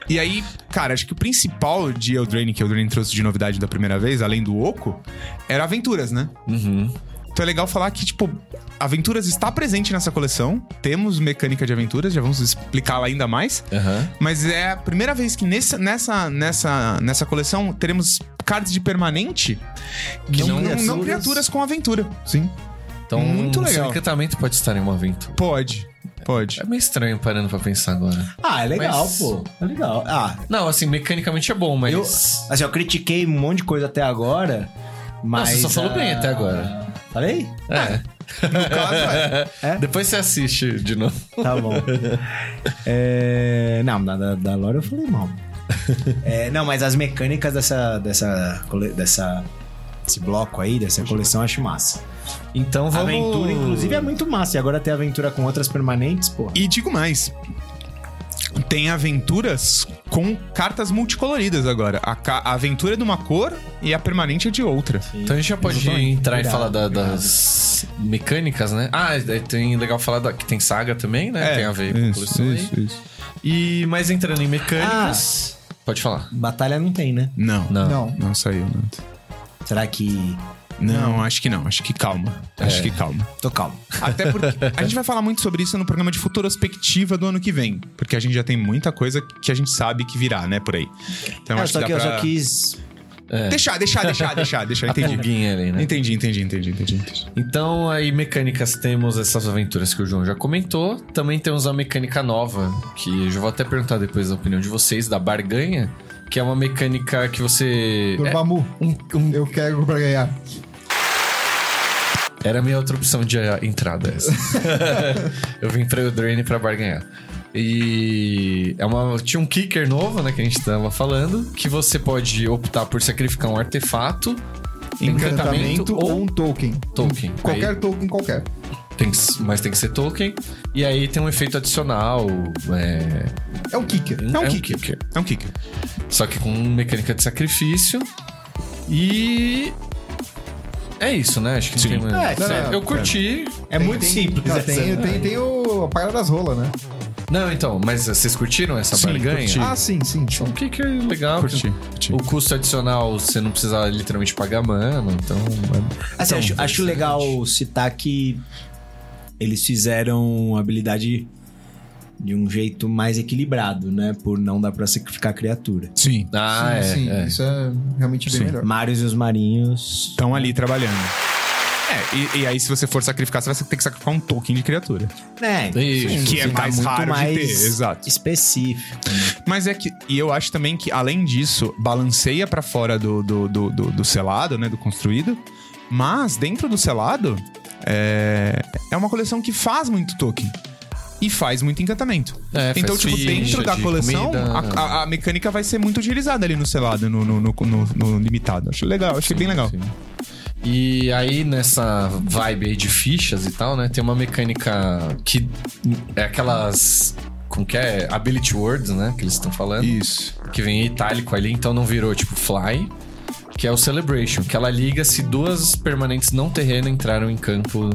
[SPEAKER 2] E aí, cara, acho que o principal de Eldraine que Eldraine trouxe de novidade da primeira vez, além do Oco, era aventuras, né?
[SPEAKER 3] Uhum.
[SPEAKER 2] Então é legal falar que, tipo, aventuras está presente nessa coleção. Temos mecânica de aventuras, já vamos explicá-la ainda mais.
[SPEAKER 3] Aham.
[SPEAKER 2] Mas é a primeira vez que nessa, nessa, nessa, nessa coleção teremos cards de permanente que
[SPEAKER 3] Não
[SPEAKER 2] não, não- não criaturas.
[SPEAKER 3] criaturas.
[SPEAKER 2] com aventura. Sim.
[SPEAKER 3] Então,
[SPEAKER 2] Muito
[SPEAKER 3] o
[SPEAKER 2] legal.
[SPEAKER 3] seu encantamento pode estar em uma aventura.
[SPEAKER 2] Pode. Pode.
[SPEAKER 3] É meio estranho parando pra pensar agora.
[SPEAKER 1] Ah, é legal,
[SPEAKER 3] Mas-
[SPEAKER 1] pô. É legal. Ah,
[SPEAKER 3] Não, assim, mecanicamente é bom, mas.
[SPEAKER 1] Eu- assim, eu critiquei um monte de coisa até agora, mas...
[SPEAKER 3] Nossa, só falou
[SPEAKER 1] ah,
[SPEAKER 3] bem até agora.
[SPEAKER 1] Falei?
[SPEAKER 3] É.
[SPEAKER 2] caso,
[SPEAKER 1] É?
[SPEAKER 3] Depois você assiste de novo.
[SPEAKER 1] Tá bom. É, não, da, da, da Lore eu falei mal. É, não, mas as mecânicas dessa, dessa, cole- dessa Esse bloco aí, dessa coleção, eu acho massa.
[SPEAKER 3] Então vamos.
[SPEAKER 1] Aventura, inclusive, é muito massa. E agora ter aventura com outras permanentes, pô.
[SPEAKER 2] E digo mais. Tem aventuras com cartas multicoloridas agora. A, ca- a aventura é de uma cor e a permanente é de outra.
[SPEAKER 3] Então a gente já pode
[SPEAKER 1] Exatamente.
[SPEAKER 3] entrar e
[SPEAKER 1] Irado,
[SPEAKER 3] falar da-
[SPEAKER 1] irado.
[SPEAKER 3] das mecânicas, né? Ah, é, tem legal falar da- que tem saga também, né? tem a ver com
[SPEAKER 2] É, isso,
[SPEAKER 3] coleção aí.
[SPEAKER 2] isso, isso.
[SPEAKER 3] E mas entrando em mecânicas, Ah, pode falar.
[SPEAKER 1] Batalha não tem, né?
[SPEAKER 2] Não, não,
[SPEAKER 3] Não.
[SPEAKER 4] Não.
[SPEAKER 2] saiu nada.
[SPEAKER 1] Será que.
[SPEAKER 2] Não, acho que não. Acho que calma. Acho que calma.
[SPEAKER 1] Tô calmo.
[SPEAKER 2] É. Até porque a gente vai falar muito sobre isso no programa de futurospectiva do ano que vem. Porque a gente já tem muita coisa que a gente sabe que virá, né, por aí. Então
[SPEAKER 1] Ah,
[SPEAKER 2] acho
[SPEAKER 1] só
[SPEAKER 2] que
[SPEAKER 1] que
[SPEAKER 2] dá
[SPEAKER 1] eu
[SPEAKER 2] pra...
[SPEAKER 1] só quis.
[SPEAKER 2] Deixar, deixar, deixar, deixar, deixar.
[SPEAKER 3] A
[SPEAKER 2] Entendi.
[SPEAKER 3] pulguinha ali, né?
[SPEAKER 2] Entendi, entendi, entendi, entendi. entendi.
[SPEAKER 3] Então, aí, mecânicas, temos essas aventuras que o João já comentou. Também temos a mecânica nova, que eu já vou até perguntar depois a opinião de vocês, da barganha, que é uma mecânica que você.
[SPEAKER 4] Por Bamu,
[SPEAKER 3] É, um- um-
[SPEAKER 4] eu quero pra ganhar.
[SPEAKER 3] era a minha outra opção de eh, entrada essa. eu vim pra Eldraine pra barganhar. E é uma, tinha um kicker novo, né, que a gente tava falando, que você pode optar por sacrificar um artefato, encantamento,
[SPEAKER 4] ou
[SPEAKER 3] ou
[SPEAKER 4] um token.
[SPEAKER 3] token. Aí-
[SPEAKER 4] Qualquer token, qualquer.
[SPEAKER 3] Tem que s- mas tem que ser token. E aí tem um efeito adicional. É,
[SPEAKER 4] É um kicker.
[SPEAKER 3] é um
[SPEAKER 2] kicker.
[SPEAKER 3] kicker.
[SPEAKER 2] É um kicker.
[SPEAKER 3] Só que com mecânica de sacrifício. E. É isso, né? Acho que não tem mais.
[SPEAKER 4] É,
[SPEAKER 3] Sério,
[SPEAKER 4] não,
[SPEAKER 3] eu curti.
[SPEAKER 1] É muito simples.
[SPEAKER 4] Ah,
[SPEAKER 1] essa.
[SPEAKER 4] tem, tem, tem o, a parada das rolas, né?
[SPEAKER 3] Não, então, mas vocês curtiram essa
[SPEAKER 2] Sim,
[SPEAKER 3] barganha?
[SPEAKER 2] curti.
[SPEAKER 4] Ah, sim, sim.
[SPEAKER 3] Um kicker legal.
[SPEAKER 2] Curti, curti.
[SPEAKER 3] O custo adicional você não precisa literalmente pagar mana, então.
[SPEAKER 1] Assim, acho, acho legal citar que eles fizeram a habilidade de um jeito mais equilibrado, né? Por não dar pra sacrificar a criatura.
[SPEAKER 2] Sim.
[SPEAKER 3] Ah,
[SPEAKER 4] sim,
[SPEAKER 3] é,
[SPEAKER 4] sim.
[SPEAKER 3] é.
[SPEAKER 4] Isso é realmente bem
[SPEAKER 2] Sim.
[SPEAKER 4] melhor.
[SPEAKER 1] Marios e os Marinhos.
[SPEAKER 2] Estão ali trabalhando. É, e, e aí se você for sacrificar, você vai ter que sacrificar um token de criatura.
[SPEAKER 1] É,
[SPEAKER 3] Isso,
[SPEAKER 2] que é
[SPEAKER 1] tá
[SPEAKER 2] mais
[SPEAKER 1] muito
[SPEAKER 2] raro de
[SPEAKER 1] mais
[SPEAKER 2] ter, exato.
[SPEAKER 1] Específico.
[SPEAKER 2] Mas é que. E eu acho também que, além disso, balanceia pra fora do, do, do, do- do selado, né? Do construído. Mas dentro do selado, é, é uma coleção que faz muito token. E faz muito encantamento.
[SPEAKER 3] É,
[SPEAKER 2] então,
[SPEAKER 3] faz
[SPEAKER 2] tipo,
[SPEAKER 3] ficha
[SPEAKER 2] dentro da
[SPEAKER 3] de
[SPEAKER 2] coleção, a,
[SPEAKER 3] comida. né?
[SPEAKER 2] a- a mecânica vai ser muito utilizada ali no selado, no, no, no- no- no limitado. Acho legal, achei bem legal.
[SPEAKER 3] Sim. E aí, nessa vibe aí de fichas e tal, né? Tem uma mecânica que é aquelas. Como que é? Ability Words, né? Que eles estão falando.
[SPEAKER 2] Isso.
[SPEAKER 3] Que vem em itálico ali, então não virou tipo fly. Que é o Celebration, que ela liga se duas permanentes não terreno entraram em campo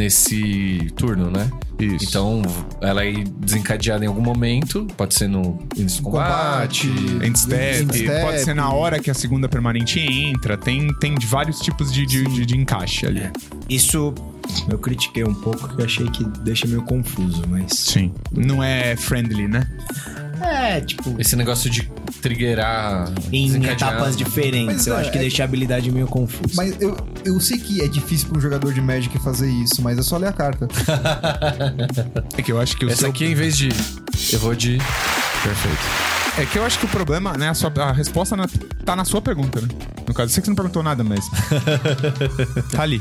[SPEAKER 3] nesse turno, né?
[SPEAKER 2] Isso.
[SPEAKER 3] Então ela é desencadeada em algum momento, pode ser no início do combate,
[SPEAKER 4] Combate,
[SPEAKER 2] Endstep,
[SPEAKER 4] Endstep.
[SPEAKER 2] pode ser na hora que a segunda permanente entra, tem, tem de vários tipos de, de, de- de encaixe
[SPEAKER 1] É,
[SPEAKER 2] ali.
[SPEAKER 1] Isso eu critiquei um pouco, que eu achei que deixa meio confuso, mas.
[SPEAKER 2] Sim. Não é friendly, né?
[SPEAKER 1] É, tipo,
[SPEAKER 3] Esse negócio de triggerar
[SPEAKER 1] em
[SPEAKER 3] desencadear.
[SPEAKER 1] etapas diferentes.
[SPEAKER 4] Mas
[SPEAKER 1] Eu
[SPEAKER 4] é,
[SPEAKER 1] acho que
[SPEAKER 4] é-
[SPEAKER 1] deixa a habilidade meio confusa.
[SPEAKER 4] Mas eu, eu sei que é difícil pra um jogador de Magic fazer isso, mas é só ler a carta.
[SPEAKER 2] É que eu acho que o
[SPEAKER 3] Essa
[SPEAKER 2] seu-
[SPEAKER 3] aqui, em vez de. Eu vou de. Perfeito.
[SPEAKER 2] É que eu acho que o problema, né? A, sua, a resposta na- tá na sua pergunta, né? No caso, eu sei que você não perguntou nada, mas. tá ali.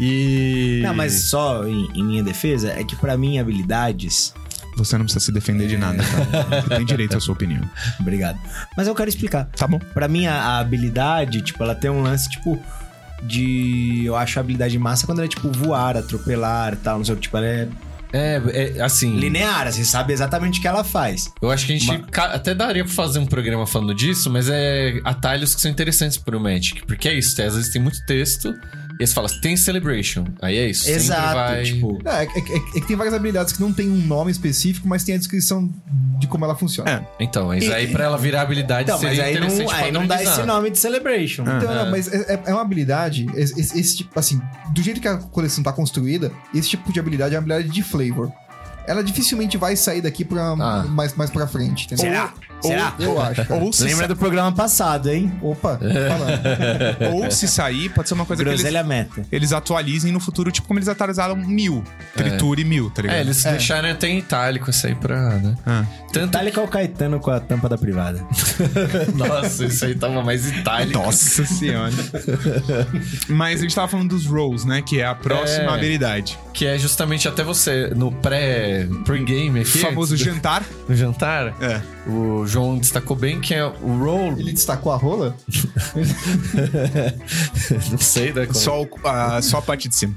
[SPEAKER 3] E.
[SPEAKER 1] Não, mas só em, em minha defesa, é que pra mim habilidades.
[SPEAKER 2] Você não precisa se defender
[SPEAKER 1] É.
[SPEAKER 2] de nada, tá? Você tem direito à sua opinião.
[SPEAKER 1] Obrigado. Mas eu quero explicar.
[SPEAKER 2] Tá bom.
[SPEAKER 1] Pra mim, a, a habilidade, tipo, ela tem um lance, tipo, de. Eu acho a habilidade massa quando ela é, tipo, voar, atropelar e tal, não sei o que. Tipo, ela é
[SPEAKER 3] É, é, assim.
[SPEAKER 1] linear, você sabe exatamente o que ela faz.
[SPEAKER 3] Eu acho que a gente
[SPEAKER 1] Ma-
[SPEAKER 3] ca- até daria pra fazer um programa falando disso, mas é atalhos que são interessantes pro Magic. Porque é isso, às vezes tem muito texto e você fala, tem Celebration. Aí é isso. sempre
[SPEAKER 1] Exato.
[SPEAKER 3] vai-
[SPEAKER 1] Tipo,
[SPEAKER 4] É, é- é- é que tem várias habilidades que não tem um nome específico, mas tem a descrição de como ela funciona.
[SPEAKER 2] É.
[SPEAKER 3] Então, mas aí pra ela virar habilidade
[SPEAKER 1] então,
[SPEAKER 3] seria
[SPEAKER 1] mas aí
[SPEAKER 3] interessante
[SPEAKER 1] não, aí não dá esse
[SPEAKER 3] padronizar.
[SPEAKER 1] nome de celebration.
[SPEAKER 4] Então, não, mas é, é- é uma habilidade, esse, esse- esse tipo, assim, do jeito que a coleção tá construída, esse tipo de habilidade é uma habilidade de flavor. Ela dificilmente vai sair daqui pra,
[SPEAKER 3] Ah.
[SPEAKER 4] mais, mais pra frente, entendeu?
[SPEAKER 1] Será? Será?
[SPEAKER 4] Eu acho. cara.
[SPEAKER 2] Ou se,
[SPEAKER 1] Lembra do programa passado, hein?
[SPEAKER 4] Opa, falando.
[SPEAKER 2] sa- ou se sair, pode ser uma coisa que eles,
[SPEAKER 1] Groselha meta.
[SPEAKER 2] eles atualizem no futuro, tipo como eles atualizaram mil. Triture mil, tá ligado?
[SPEAKER 3] É, eles deixaram até em itálico isso aí pra. Né?
[SPEAKER 2] Ah.
[SPEAKER 3] Tanto
[SPEAKER 1] né? Tá ali com o Caetano com a tampa da privada.
[SPEAKER 3] Nossa, isso aí tava mais itálico.
[SPEAKER 2] Nossa senhora. Mas a gente tava falando dos rolls, né? Que é a próxima
[SPEAKER 3] É.
[SPEAKER 2] habilidade.
[SPEAKER 3] Que é justamente até você, no pré- pré-game
[SPEAKER 2] O
[SPEAKER 3] aqui.
[SPEAKER 2] famoso
[SPEAKER 3] antes do-
[SPEAKER 2] jantar.
[SPEAKER 3] no jantar.
[SPEAKER 2] É.
[SPEAKER 3] O João destacou bem que é o roll.
[SPEAKER 4] ele destacou a rola?
[SPEAKER 3] Não sei, né? como-
[SPEAKER 2] Só, o- a- só a parte de cima.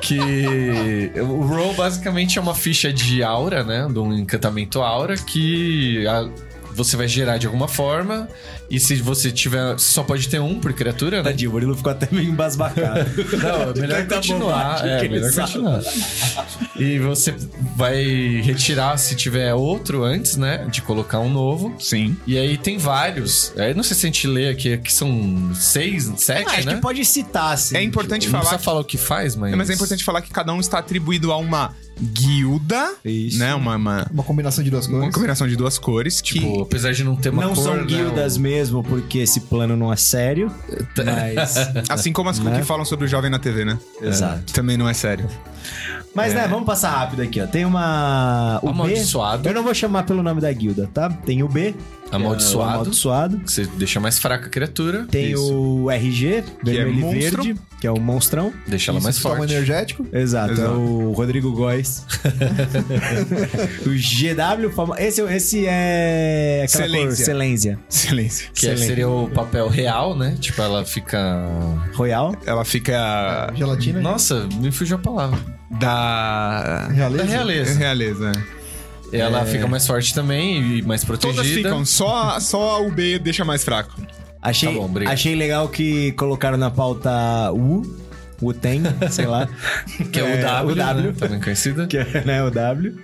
[SPEAKER 3] que o roll basicamente é uma ficha de aura, né, de um encantamento aura que a- você vai gerar de alguma forma e se você tiver, só pode ter um por criatura, né?
[SPEAKER 1] Tadinho, o Murilo ficou até meio embasbacado.
[SPEAKER 3] Não, é melhor
[SPEAKER 1] Tanta
[SPEAKER 3] continuar.
[SPEAKER 1] bobagem
[SPEAKER 3] É,
[SPEAKER 1] que ele
[SPEAKER 3] melhor
[SPEAKER 1] sabe.
[SPEAKER 3] continuar. E você vai retirar se tiver outro antes, né? De colocar um novo.
[SPEAKER 2] Sim.
[SPEAKER 3] E aí tem vários. É, não sei se a gente lê aqui, que são seis, sete,
[SPEAKER 1] Acho
[SPEAKER 3] né?
[SPEAKER 1] é que pode citar, assim.
[SPEAKER 2] É importante
[SPEAKER 3] Não
[SPEAKER 2] falar.
[SPEAKER 3] precisa falar o que faz, mas.
[SPEAKER 2] É, mas é importante falar que cada um está atribuído a uma guilda,
[SPEAKER 1] Isso.
[SPEAKER 2] né? Uma, uma,
[SPEAKER 4] Uma combinação de duas
[SPEAKER 2] uma
[SPEAKER 4] coisas.
[SPEAKER 2] combinação de duas cores.
[SPEAKER 3] Tipo,
[SPEAKER 2] que,
[SPEAKER 3] apesar de não ter uma
[SPEAKER 1] Não
[SPEAKER 3] cor,
[SPEAKER 1] são
[SPEAKER 3] né,
[SPEAKER 1] guildas mesmo, porque esse plano não é sério. Mas.
[SPEAKER 2] assim como as
[SPEAKER 1] né?
[SPEAKER 2] que falam sobre o jovem na TV, né?
[SPEAKER 1] Exato.
[SPEAKER 2] Também não é sério.
[SPEAKER 1] Mas, né, vamos passar rápido aqui, ó. Tem uma. O B.
[SPEAKER 3] É. Amaldiçoado.
[SPEAKER 1] Eu não vou chamar pelo nome da guilda, tá? Tem o B. que é o
[SPEAKER 3] Amaldiçoado.
[SPEAKER 1] amaldiçoado.
[SPEAKER 3] que Você deixa mais fraca a criatura.
[SPEAKER 1] Tem o RG,
[SPEAKER 3] é
[SPEAKER 1] vermelho e
[SPEAKER 2] monstro.
[SPEAKER 1] verde, que é o monstrão.
[SPEAKER 3] Deixa ela mais
[SPEAKER 4] Isso, toma
[SPEAKER 3] forte.
[SPEAKER 4] energético.
[SPEAKER 1] Exato, é
[SPEAKER 2] Exato.
[SPEAKER 1] o Rodrigo Góes. o GW, famo- esse, esse é aquela cor,
[SPEAKER 2] Celência.
[SPEAKER 1] Celência.
[SPEAKER 2] Silêncio.
[SPEAKER 3] Que é-
[SPEAKER 1] Excelente.
[SPEAKER 3] seria o papel real, né? Tipo, ela fica.
[SPEAKER 1] Royal.
[SPEAKER 2] Ela fica
[SPEAKER 1] né?
[SPEAKER 4] Gelatina.
[SPEAKER 3] Nossa, me fugiu a palavra.
[SPEAKER 2] da.
[SPEAKER 4] Realeza.
[SPEAKER 3] Da realeza.
[SPEAKER 2] Realeza.
[SPEAKER 1] É.
[SPEAKER 3] Ela fica mais forte também e mais protegida.
[SPEAKER 2] Todas ficam, só, só o B deixa mais fraco.
[SPEAKER 1] Achei,
[SPEAKER 3] Tá bom, obrigado.
[SPEAKER 1] achei legal que colocaram na pauta U, o tem, sei lá,
[SPEAKER 3] Que é,
[SPEAKER 1] É,
[SPEAKER 3] o W,
[SPEAKER 1] o W.
[SPEAKER 3] Né? também conhecida.
[SPEAKER 1] que é né, o W.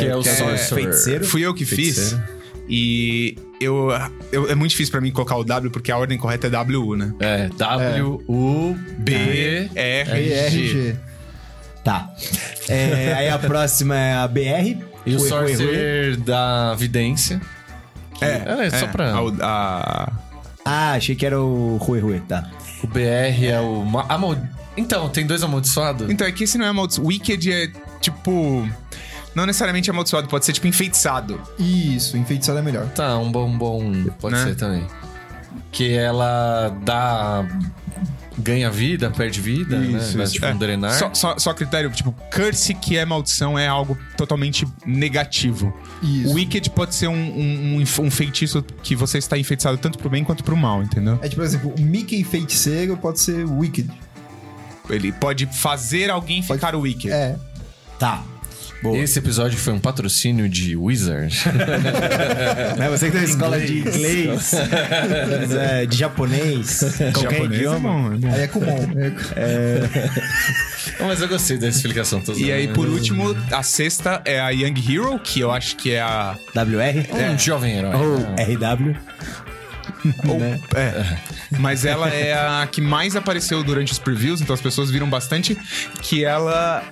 [SPEAKER 3] que é o
[SPEAKER 2] que é
[SPEAKER 3] sorcerer.
[SPEAKER 1] feiticeiro.
[SPEAKER 2] Fui eu que fiz.
[SPEAKER 3] Feiticeiro.
[SPEAKER 2] E eu, eu- É muito difícil pra mim colocar o W, porque a ordem correta é WU, né? É,
[SPEAKER 3] É, W, U, B.
[SPEAKER 1] É.
[SPEAKER 2] R, G.
[SPEAKER 4] BRG.
[SPEAKER 1] Tá. É, aí a próxima é a BR.
[SPEAKER 3] E o
[SPEAKER 1] Rui, Rui, Rui.
[SPEAKER 3] sorcerer da vidência.
[SPEAKER 2] É,
[SPEAKER 3] É, só pra-
[SPEAKER 2] A, a-
[SPEAKER 1] Ah, achei que era o Rui Rui, tá.
[SPEAKER 3] O BR é o. ma- amal- Então, tem dois amaldiçoados?
[SPEAKER 2] Então, é que esse não é amaldiçoado. Wicked é tipo. Não necessariamente amaldiçoado, pode ser tipo enfeitiçado.
[SPEAKER 4] Isso, enfeitiçado é melhor.
[SPEAKER 3] Tá, um bom bom pode
[SPEAKER 2] Né?
[SPEAKER 3] ser também. Que ela dá ganha vida, perde vida, né? Mas, tipo,
[SPEAKER 2] É.
[SPEAKER 3] um drenar.
[SPEAKER 2] Só, só, só critério, tipo, curse que é maldição é algo totalmente negativo.
[SPEAKER 4] Isso.
[SPEAKER 2] O Wicked pode ser um, um, um enf- um feitiço que você está enfeitiçado tanto pro bem quanto pro mal, entendeu?
[SPEAKER 4] É tipo, por exemplo, o Mickey feiticeiro pode ser Wicked.
[SPEAKER 2] Ele pode fazer alguém
[SPEAKER 4] Pode-
[SPEAKER 2] ficar Wicked.
[SPEAKER 4] É,
[SPEAKER 1] Tá. Boa.
[SPEAKER 3] Esse episódio foi um patrocínio de Wizard.
[SPEAKER 1] Né, você que tem escola de inglês, é, de japonês, qualquer
[SPEAKER 2] Japonês é
[SPEAKER 1] idioma.
[SPEAKER 2] bom, é bom.
[SPEAKER 4] aí é comum.
[SPEAKER 3] Mas eu gostei da explicação. Um tô
[SPEAKER 2] E
[SPEAKER 3] zoando.
[SPEAKER 2] aí, por último, a sexta é a Young Hero, que eu acho que é a.
[SPEAKER 1] WR
[SPEAKER 3] um
[SPEAKER 2] é.
[SPEAKER 3] jovem herói.
[SPEAKER 1] ou
[SPEAKER 2] Oh.
[SPEAKER 3] né?
[SPEAKER 1] RW.
[SPEAKER 2] ou- é. Mas ela é a que mais apareceu durante os previews, então as pessoas viram bastante que ela.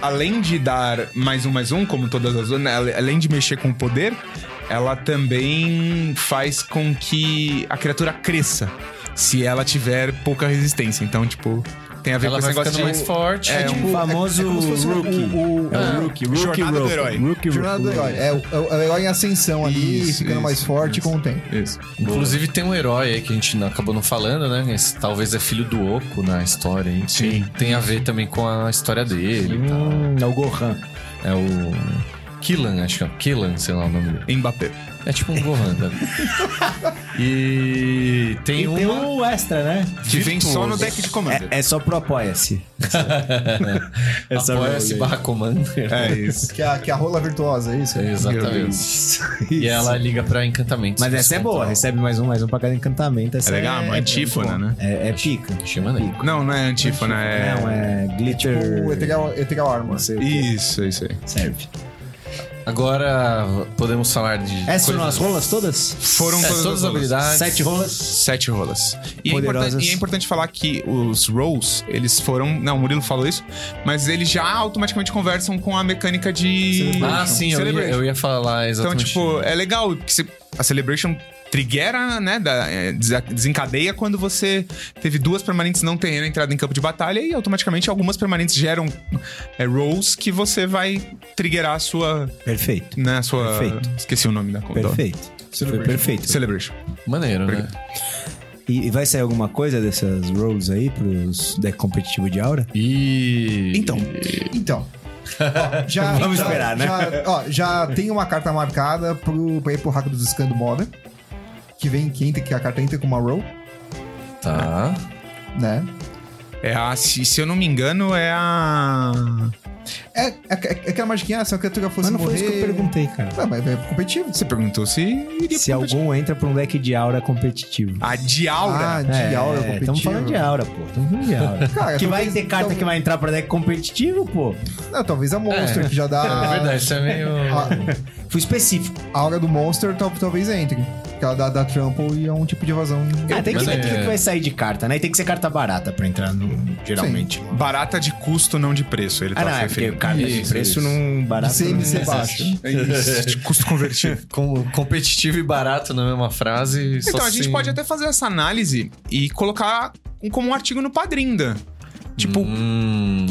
[SPEAKER 2] Além de dar mais um, mais um, como todas as outras, né, ale- além de mexer com o poder, ela também faz com que a criatura cresça. Se ela tiver pouca resistência. Então, tipo, tem a ver
[SPEAKER 3] Ela
[SPEAKER 2] com
[SPEAKER 3] vai
[SPEAKER 2] esse negócio
[SPEAKER 3] ficando
[SPEAKER 2] de.
[SPEAKER 3] mais forte.
[SPEAKER 2] É,
[SPEAKER 1] É
[SPEAKER 2] um
[SPEAKER 1] o famoso
[SPEAKER 4] é como se fosse o-
[SPEAKER 1] rookie.
[SPEAKER 4] o- o-
[SPEAKER 1] é o rookie, rookie
[SPEAKER 2] Jornada do
[SPEAKER 1] rookie,
[SPEAKER 2] herói.
[SPEAKER 1] Rookie,
[SPEAKER 4] Jornada do
[SPEAKER 1] rookie.
[SPEAKER 4] herói. tipo, É, o, é o- é o herói em ascensão ali,
[SPEAKER 2] Isso,
[SPEAKER 4] ficando
[SPEAKER 2] isso,
[SPEAKER 4] mais forte
[SPEAKER 2] isso.
[SPEAKER 4] com o tempo.
[SPEAKER 2] Isso.
[SPEAKER 3] Inclusive tem um herói aí que a gente não- acabou não falando, né? Esse talvez é filho do Oco na história, hein?
[SPEAKER 2] Sim.
[SPEAKER 3] Tem a ver também com a história dele e tal.
[SPEAKER 1] Hum, é o Gohan.
[SPEAKER 3] É o. Killan, acho que é. Killan, sei lá o nome dele.
[SPEAKER 2] Mbappé.
[SPEAKER 3] É tipo um Gohan, né? E tem
[SPEAKER 1] E
[SPEAKER 3] uma.
[SPEAKER 1] tem o extra, né?
[SPEAKER 2] Que vem só no deck de comando.
[SPEAKER 1] É, é só pro apoia-se. É Essa
[SPEAKER 3] Apoia-se
[SPEAKER 1] rola
[SPEAKER 3] barra commander.
[SPEAKER 2] É isso.
[SPEAKER 4] Que é, a- que é a rola virtuosa, é isso?
[SPEAKER 1] aí.
[SPEAKER 3] Exatamente.
[SPEAKER 1] Isso,
[SPEAKER 3] E
[SPEAKER 1] isso.
[SPEAKER 3] ela liga pra encantamentos.
[SPEAKER 1] Mas essa é boa,
[SPEAKER 3] Essa...
[SPEAKER 1] recebe mais um, mais um pra cada encantamento. Essa
[SPEAKER 2] É legal,
[SPEAKER 1] é,
[SPEAKER 2] uma antífona,
[SPEAKER 1] muito bom.
[SPEAKER 2] né?
[SPEAKER 1] É, é pica.
[SPEAKER 3] Chama nem.
[SPEAKER 2] Não, não é antífona, é.
[SPEAKER 1] Não, é glitter.
[SPEAKER 4] O Ethereal, Ethereal Armor.
[SPEAKER 1] Não sei o que
[SPEAKER 2] Isso, é isso aí.
[SPEAKER 1] serve.
[SPEAKER 3] Agora podemos falar de.
[SPEAKER 1] Essas
[SPEAKER 3] coisas-
[SPEAKER 1] foram as rolas todas?
[SPEAKER 2] Foram
[SPEAKER 3] É,
[SPEAKER 2] todas, as rolas.
[SPEAKER 3] habilidades.
[SPEAKER 1] Sete rolas?
[SPEAKER 2] Sete rolas. E é,
[SPEAKER 1] Poderosas.
[SPEAKER 2] importante, e é importante falar que os rolls, eles foram. Não, o Murilo falou isso, mas eles já automaticamente conversam com a mecânica de.
[SPEAKER 3] Ah, sim, eu ia,
[SPEAKER 2] Celebration.
[SPEAKER 3] eu ia falar
[SPEAKER 2] Então,
[SPEAKER 3] exatamente.
[SPEAKER 2] tipo, é legal que se- a Celebration triggera, né? da- é, desa- desencadeia quando você teve duas permanentes não terreno entrada em campo de batalha e automaticamente algumas permanentes geram é, rolls que você vai triggerar a sua.
[SPEAKER 1] Perfeito.
[SPEAKER 2] Né, a sua
[SPEAKER 1] Perfeito.
[SPEAKER 2] Esqueci o nome da conta.
[SPEAKER 1] Perfeito. Foi perfeito.
[SPEAKER 2] Celebration.
[SPEAKER 3] Maneiro, né?
[SPEAKER 1] E, e vai sair alguma coisa dessas rolls aí pros deck competitivo de aura?
[SPEAKER 3] E.
[SPEAKER 2] Então,
[SPEAKER 4] Então. ó, já,
[SPEAKER 1] Vamos
[SPEAKER 4] já-
[SPEAKER 1] esperar, né?
[SPEAKER 4] Já, ó, já tem uma carta marcada pro, pra ir pro hack dos Scan do Modern. Que vem, que, entra, que a carta entra com uma roll.
[SPEAKER 3] Tá.
[SPEAKER 4] né?
[SPEAKER 2] É a, se, se eu não me engano, é a.
[SPEAKER 4] É, é, é aquela magiquinha, ah, se a criatura fosse
[SPEAKER 1] Mas não foi
[SPEAKER 4] morrer...
[SPEAKER 1] isso que eu perguntei, cara.
[SPEAKER 4] Ah, mas é competitivo.
[SPEAKER 2] Você perguntou se iria
[SPEAKER 1] Se
[SPEAKER 2] pro-
[SPEAKER 1] algum entra pra um deck de aura competitivo.
[SPEAKER 2] A de
[SPEAKER 4] Ah,
[SPEAKER 2] aura.
[SPEAKER 4] de aura competitivo.
[SPEAKER 1] Estamos É, falando de aura, pô. Estamos falando de aura.
[SPEAKER 4] Cara,
[SPEAKER 1] que vai
[SPEAKER 4] talvez-
[SPEAKER 1] ter carta que vai entrar pra deck competitivo, pô.
[SPEAKER 4] Não, talvez a Monster, que já dá...
[SPEAKER 3] É verdade, isso é meio.
[SPEAKER 4] A,
[SPEAKER 1] Fui específico.
[SPEAKER 4] a aura do Monster tal- talvez entre. Que ela dá, dá trample e é um tipo de evasão.
[SPEAKER 1] Ah, tem que
[SPEAKER 3] mas
[SPEAKER 1] ver o que
[SPEAKER 3] é-
[SPEAKER 1] que vai sair de carta, né? E tem que ser carta barata pra entrar, no- geralmente.
[SPEAKER 2] Barata de custo, não de preço. Ele
[SPEAKER 1] Ah, não,
[SPEAKER 2] tá
[SPEAKER 1] é porque
[SPEAKER 2] referindo.
[SPEAKER 1] carta de
[SPEAKER 3] Isso,
[SPEAKER 1] preço
[SPEAKER 3] isso.
[SPEAKER 1] não barato.
[SPEAKER 4] De CMC
[SPEAKER 1] não
[SPEAKER 4] baixo.
[SPEAKER 1] existe.
[SPEAKER 2] Isso, de custo convertido.
[SPEAKER 3] com- competitivo e barato na mesma frase.
[SPEAKER 2] Então, a gente pode até fazer essa análise e colocar um- como um artigo no Padrinda. Tipo,
[SPEAKER 3] Hum,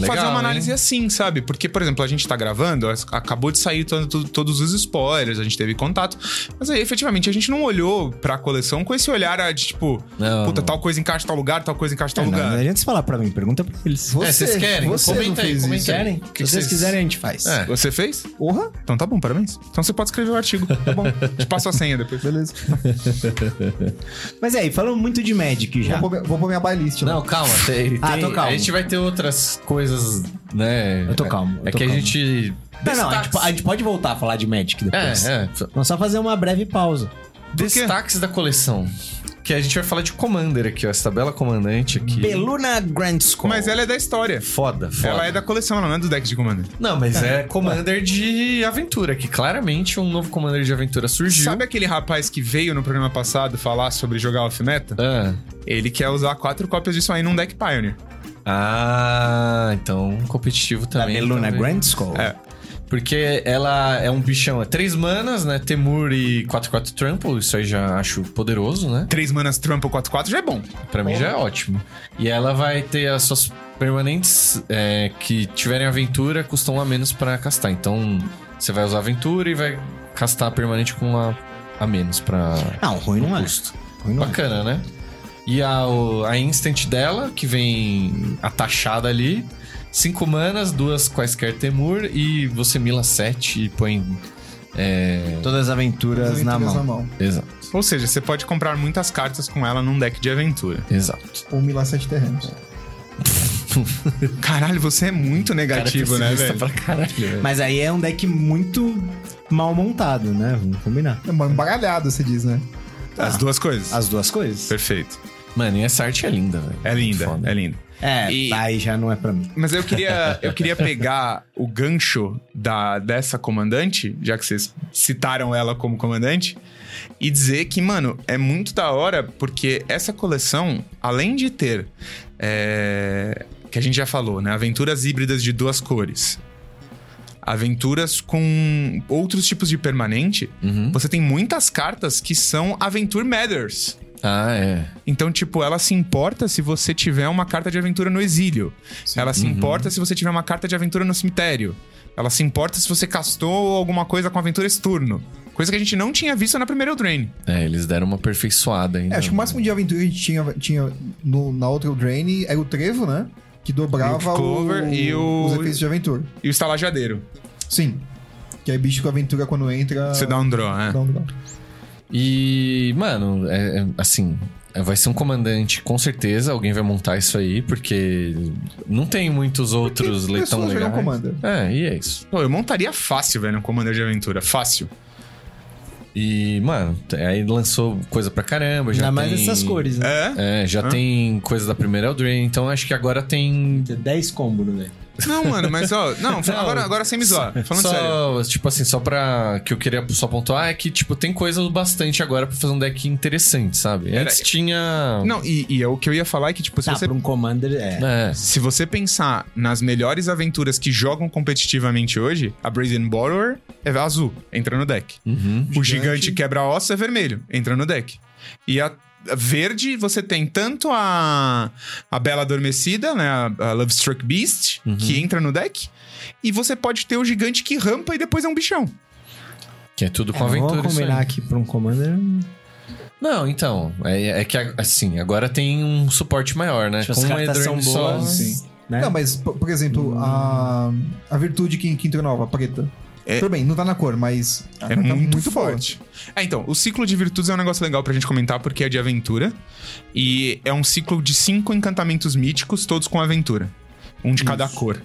[SPEAKER 2] fazer uma análise assim, sabe? Porque, por exemplo, a gente tá gravando, as- acabou de sair to- to- todos os spoilers, a gente teve contato. Mas aí, efetivamente, a gente não olhou pra coleção com esse olhar ah, de tipo,
[SPEAKER 3] Não,
[SPEAKER 2] puta,
[SPEAKER 3] não.
[SPEAKER 2] tal coisa encaixa em tal lugar, tal coisa encaixa em
[SPEAKER 1] É,
[SPEAKER 2] tal
[SPEAKER 1] não, não
[SPEAKER 2] lugar.
[SPEAKER 1] adianta você falar pra mim, pergunta pra eles.
[SPEAKER 4] Você,
[SPEAKER 3] É, vocês querem?
[SPEAKER 4] Você não
[SPEAKER 3] Comenta aí,
[SPEAKER 1] É,
[SPEAKER 4] fez
[SPEAKER 3] comenta
[SPEAKER 4] isso.
[SPEAKER 3] aí.
[SPEAKER 1] Querem?
[SPEAKER 3] O que
[SPEAKER 1] Se vocês
[SPEAKER 3] vocês-
[SPEAKER 1] quiserem, a gente faz.
[SPEAKER 3] É.
[SPEAKER 2] Você fez?
[SPEAKER 4] Porra,
[SPEAKER 2] Então tá bom, parabéns. Então você pode escrever o artigo, tá bom? Te passo a senha depois.
[SPEAKER 4] beleza.
[SPEAKER 1] Mas aí, falamos muito de Magic já.
[SPEAKER 4] Vou, pôr, minha- vou pôr minha buy list né? lá.
[SPEAKER 3] Não, calma. Tem,
[SPEAKER 1] Ah,
[SPEAKER 3] tem-
[SPEAKER 1] tô calmo.
[SPEAKER 3] A gente vai ter outras coisas, né?
[SPEAKER 1] Eu tô calmo, eu
[SPEAKER 3] É
[SPEAKER 1] tô
[SPEAKER 3] que a
[SPEAKER 1] calmo.
[SPEAKER 3] gente.
[SPEAKER 1] Não, não, a gente, tipo,
[SPEAKER 3] Destaques.
[SPEAKER 1] a gente pode voltar a falar de Magic depois.
[SPEAKER 3] É, é.
[SPEAKER 1] Vamos só fazer uma breve pausa.
[SPEAKER 3] Destaques da coleção. Que a gente vai falar de Commander aqui, ó. Essa tabela comandante aqui.
[SPEAKER 1] Beluna Grand School.
[SPEAKER 2] Mas ela é da história.
[SPEAKER 3] Foda, foda.
[SPEAKER 2] Ela é da coleção, ela não é do deck de comando.
[SPEAKER 3] Não, mas é Commander de aventura, que claramente um novo Commander de aventura surgiu.
[SPEAKER 2] Sabe aquele rapaz que veio no programa passado falar sobre jogar off-meta?
[SPEAKER 3] Ah.
[SPEAKER 2] Ele quer usar quatro cópias disso aí num deck Pioneer.
[SPEAKER 3] Ah, então competitivo
[SPEAKER 1] da
[SPEAKER 3] também.
[SPEAKER 1] Beluna
[SPEAKER 3] talvez.
[SPEAKER 1] Grand School.
[SPEAKER 2] É.
[SPEAKER 3] Porque ela é um bichão, é três manas, né? Temur e 4-4 Trample, isso aí já acho poderoso, né?
[SPEAKER 2] Três manas trampo 4-4 já é bom.
[SPEAKER 3] Pra mim já é ótimo. E ela vai ter as suas permanentes é, que tiverem aventura, custam a menos pra castar. Então você vai usar aventura e vai castar a permanente com uma a menos pra.
[SPEAKER 1] Não, ruim não é. Ruim não é.
[SPEAKER 3] Bacana, né? E a, o- a instant dela, que vem atachada ali. Cinco manas, duas quaisquer temur e você mila sete e põe.
[SPEAKER 1] é. Todas as aventuras,
[SPEAKER 4] As
[SPEAKER 1] na
[SPEAKER 4] aventuras
[SPEAKER 1] mão.
[SPEAKER 3] Exato.
[SPEAKER 2] Ou seja, você pode comprar muitas cartas com ela num deck de aventura.
[SPEAKER 3] Exato.
[SPEAKER 4] Ou milar sete terrenos.
[SPEAKER 2] Caralho, você é muito negativo, né, velho?
[SPEAKER 3] Pra caralho, velho.
[SPEAKER 1] Mas aí é um deck muito mal montado, né? Vamos combinar.
[SPEAKER 4] É uma embaralhada, você diz, né?
[SPEAKER 2] As duas coisas.
[SPEAKER 1] As duas coisas.
[SPEAKER 2] Perfeito.
[SPEAKER 3] Mano, e essa arte é linda, velho.
[SPEAKER 2] É linda,
[SPEAKER 3] Foda.
[SPEAKER 2] é linda.
[SPEAKER 1] É,
[SPEAKER 2] E-
[SPEAKER 1] aí já não é pra mim.
[SPEAKER 2] Mas eu queria, eu queria pegar o gancho da, dessa comandante, já que vocês citaram ela como comandante, e dizer que, mano, é muito da hora, porque essa coleção, além de ter. é, que a gente já falou, né? Aventuras híbridas de duas cores. Aventuras com outros tipos de permanente.
[SPEAKER 3] Uhum.
[SPEAKER 2] Você tem muitas cartas que são Aventure Matters.
[SPEAKER 3] Ah, é.
[SPEAKER 2] Então, tipo, ela se importa se você tiver uma carta de aventura no exílio. Ela se importa se você tiver uma carta de aventura no cemitério. Ela se importa se você castou alguma coisa com aventura esse turno. Coisa que a gente não tinha visto na primeira Eldraine.
[SPEAKER 3] É, eles deram uma aperfeiçoada ainda. né?
[SPEAKER 4] É, acho que o máximo de aventura que a gente tinha, tinha no, na outra Drain era o Trevo, né? Que dobrava
[SPEAKER 2] E o Clover
[SPEAKER 4] o-
[SPEAKER 2] e o-
[SPEAKER 4] os efeitos de aventura.
[SPEAKER 2] E o estalajadeiro.
[SPEAKER 4] Sim. Que é bicho com aventura quando entra.
[SPEAKER 2] Você dá um draw, né?
[SPEAKER 4] dá um grau.
[SPEAKER 3] E, mano, é, é, assim, é, vai ser um comandante, com certeza. Alguém vai montar isso aí, porque não tem muitos outros
[SPEAKER 4] Porque
[SPEAKER 3] leitão
[SPEAKER 4] pessoas jogam
[SPEAKER 3] legais.
[SPEAKER 4] Commander.
[SPEAKER 3] É, e é isso.
[SPEAKER 2] Pô, eu montaria fácil, velho, um comandante de aventura. Fácil.
[SPEAKER 3] E, mano, t- aí lançou coisa pra caramba. Já
[SPEAKER 1] Ainda mais
[SPEAKER 3] tem-
[SPEAKER 1] essas cores, né?
[SPEAKER 2] É?
[SPEAKER 3] É, já
[SPEAKER 2] Hã?
[SPEAKER 3] tem coisa da primeira Eldraine, então acho que agora tem.
[SPEAKER 2] É.
[SPEAKER 1] Tem 10 combos no deck.
[SPEAKER 2] Não, mano, mas ó. Não, agora, agora sem me zoar. Falando
[SPEAKER 3] só,
[SPEAKER 2] sério.
[SPEAKER 3] Tipo assim, só pra. Que eu queria só pontuar é que, tipo, tem coisa bastante agora pra fazer um deck interessante, sabe?
[SPEAKER 2] Era-
[SPEAKER 3] Antes tinha.
[SPEAKER 2] Não, e, e é o que eu ia falar é que, tipo, se
[SPEAKER 1] Tá,
[SPEAKER 2] você
[SPEAKER 1] pra um Commander, é.
[SPEAKER 3] É.
[SPEAKER 2] Se você pensar nas melhores aventuras que jogam competitivamente hoje, a Brazen Borrower é azul, entra no deck.
[SPEAKER 3] Uhum.
[SPEAKER 2] O Gigante Quebra-Osso é vermelho, entra no deck. E a a verde, você tem tanto a, a Bela Adormecida, né? A, a Love Struck Beast, que entra no deck. E você pode ter o gigante que rampa e depois é um bichão.
[SPEAKER 3] Que é tudo com
[SPEAKER 1] É,
[SPEAKER 3] aventura.
[SPEAKER 1] vamos
[SPEAKER 3] isso aí.
[SPEAKER 2] né?
[SPEAKER 1] combinar aqui pra um Commander.
[SPEAKER 3] Não, então. É, é que, assim, agora tem um suporte maior,
[SPEAKER 2] É,
[SPEAKER 3] né?
[SPEAKER 2] tipo,
[SPEAKER 1] Acho que
[SPEAKER 3] Com
[SPEAKER 1] tipo, as
[SPEAKER 3] uma
[SPEAKER 1] cartas são
[SPEAKER 3] Eldraine só.
[SPEAKER 1] boas.
[SPEAKER 2] sim.
[SPEAKER 1] Né?
[SPEAKER 4] Não, mas, por, por exemplo, a, a virtude que, que entrou nova, a preta.
[SPEAKER 2] É-
[SPEAKER 4] Tudo bem, não tá na cor, mas.
[SPEAKER 2] É
[SPEAKER 4] tá
[SPEAKER 2] muito,
[SPEAKER 3] Então,
[SPEAKER 4] boa.
[SPEAKER 2] forte. É, então, o ciclo de virtudes é um negócio legal pra gente comentar porque é de aventura. E é um ciclo de cinco encantamentos míticos, todos com aventura. Um de cada cor.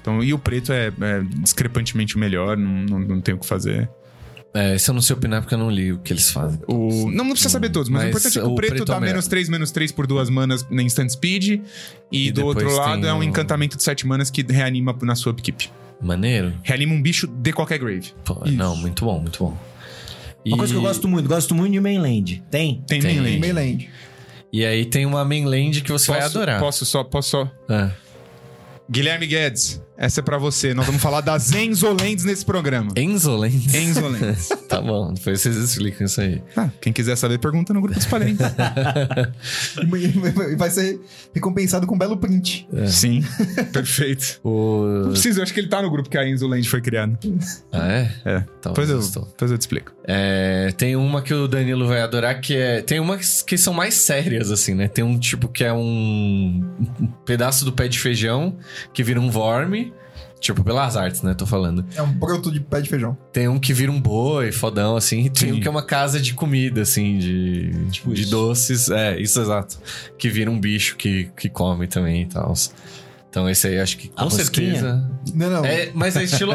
[SPEAKER 2] Então, e o preto é, é discrepantemente o melhor, não, não, não tem o que fazer.
[SPEAKER 3] É, isso eu não sei opinar porque eu não li o que eles fazem.
[SPEAKER 2] O, não, não precisa saber todos, mas,
[SPEAKER 3] Mas
[SPEAKER 2] o importante é que o
[SPEAKER 3] o
[SPEAKER 2] preto,
[SPEAKER 3] preto é
[SPEAKER 2] dá
[SPEAKER 3] o melhor.
[SPEAKER 2] menos 3, menos 3 por duas manas na instant speed. E,
[SPEAKER 3] E
[SPEAKER 2] do outro
[SPEAKER 3] depois
[SPEAKER 2] lado
[SPEAKER 3] tem
[SPEAKER 2] é um
[SPEAKER 3] o-
[SPEAKER 2] encantamento de 7 manas que reanima na sua upkeep.
[SPEAKER 3] Maneiro?
[SPEAKER 2] Reanima um bicho de qualquer grave.
[SPEAKER 3] Pô,
[SPEAKER 2] Isso.
[SPEAKER 3] não, muito bom, muito bom. E,
[SPEAKER 1] Uma coisa que eu gosto muito, gosto muito de Mainland. Tem?
[SPEAKER 2] Tem,
[SPEAKER 3] Tem.
[SPEAKER 2] melee.
[SPEAKER 4] Mainland.
[SPEAKER 3] e aí tem uma mainland que você vai
[SPEAKER 2] Posso-
[SPEAKER 3] adorar.
[SPEAKER 2] Posso só, posso só.
[SPEAKER 3] Ah.
[SPEAKER 2] Guilherme Guedes, essa é pra você. Nós vamos falar das Enzolands nesse programa.
[SPEAKER 3] Enzoland.
[SPEAKER 2] Enzolands.
[SPEAKER 3] tá bom, depois vocês explicam isso aí.
[SPEAKER 2] Ah, quem quiser saber, pergunta no grupo dos parentes.
[SPEAKER 4] E vai ser recompensado com um belo print.
[SPEAKER 3] É.
[SPEAKER 2] Sim, perfeito.
[SPEAKER 3] O...
[SPEAKER 2] Não precisa, eu acho que ele tá no grupo que a Enzoland foi criada.
[SPEAKER 3] Ah, é?
[SPEAKER 2] É.
[SPEAKER 3] Então,
[SPEAKER 2] Depois eu,
[SPEAKER 3] estou.
[SPEAKER 2] depois eu te explico.
[SPEAKER 3] É, tem uma que o Danilo vai adorar que é. Tem umas que são mais sérias, assim, né? Tem um tipo que é um, um pedaço do pé de feijão que vira um vorme. Tipo, pelas artes, né? Tô falando.
[SPEAKER 4] É um broto de pé de feijão.
[SPEAKER 3] Tem um que vira um boi, fodão, assim. E tem um que é uma casa de comida, assim, de,
[SPEAKER 2] Tipo
[SPEAKER 3] de doces. É, isso exato. Que vira um bicho que, que come também e tal. Então esse aí acho que com
[SPEAKER 1] A rosquinha?
[SPEAKER 3] certeza.
[SPEAKER 4] Não, não.
[SPEAKER 3] É, mas é estilo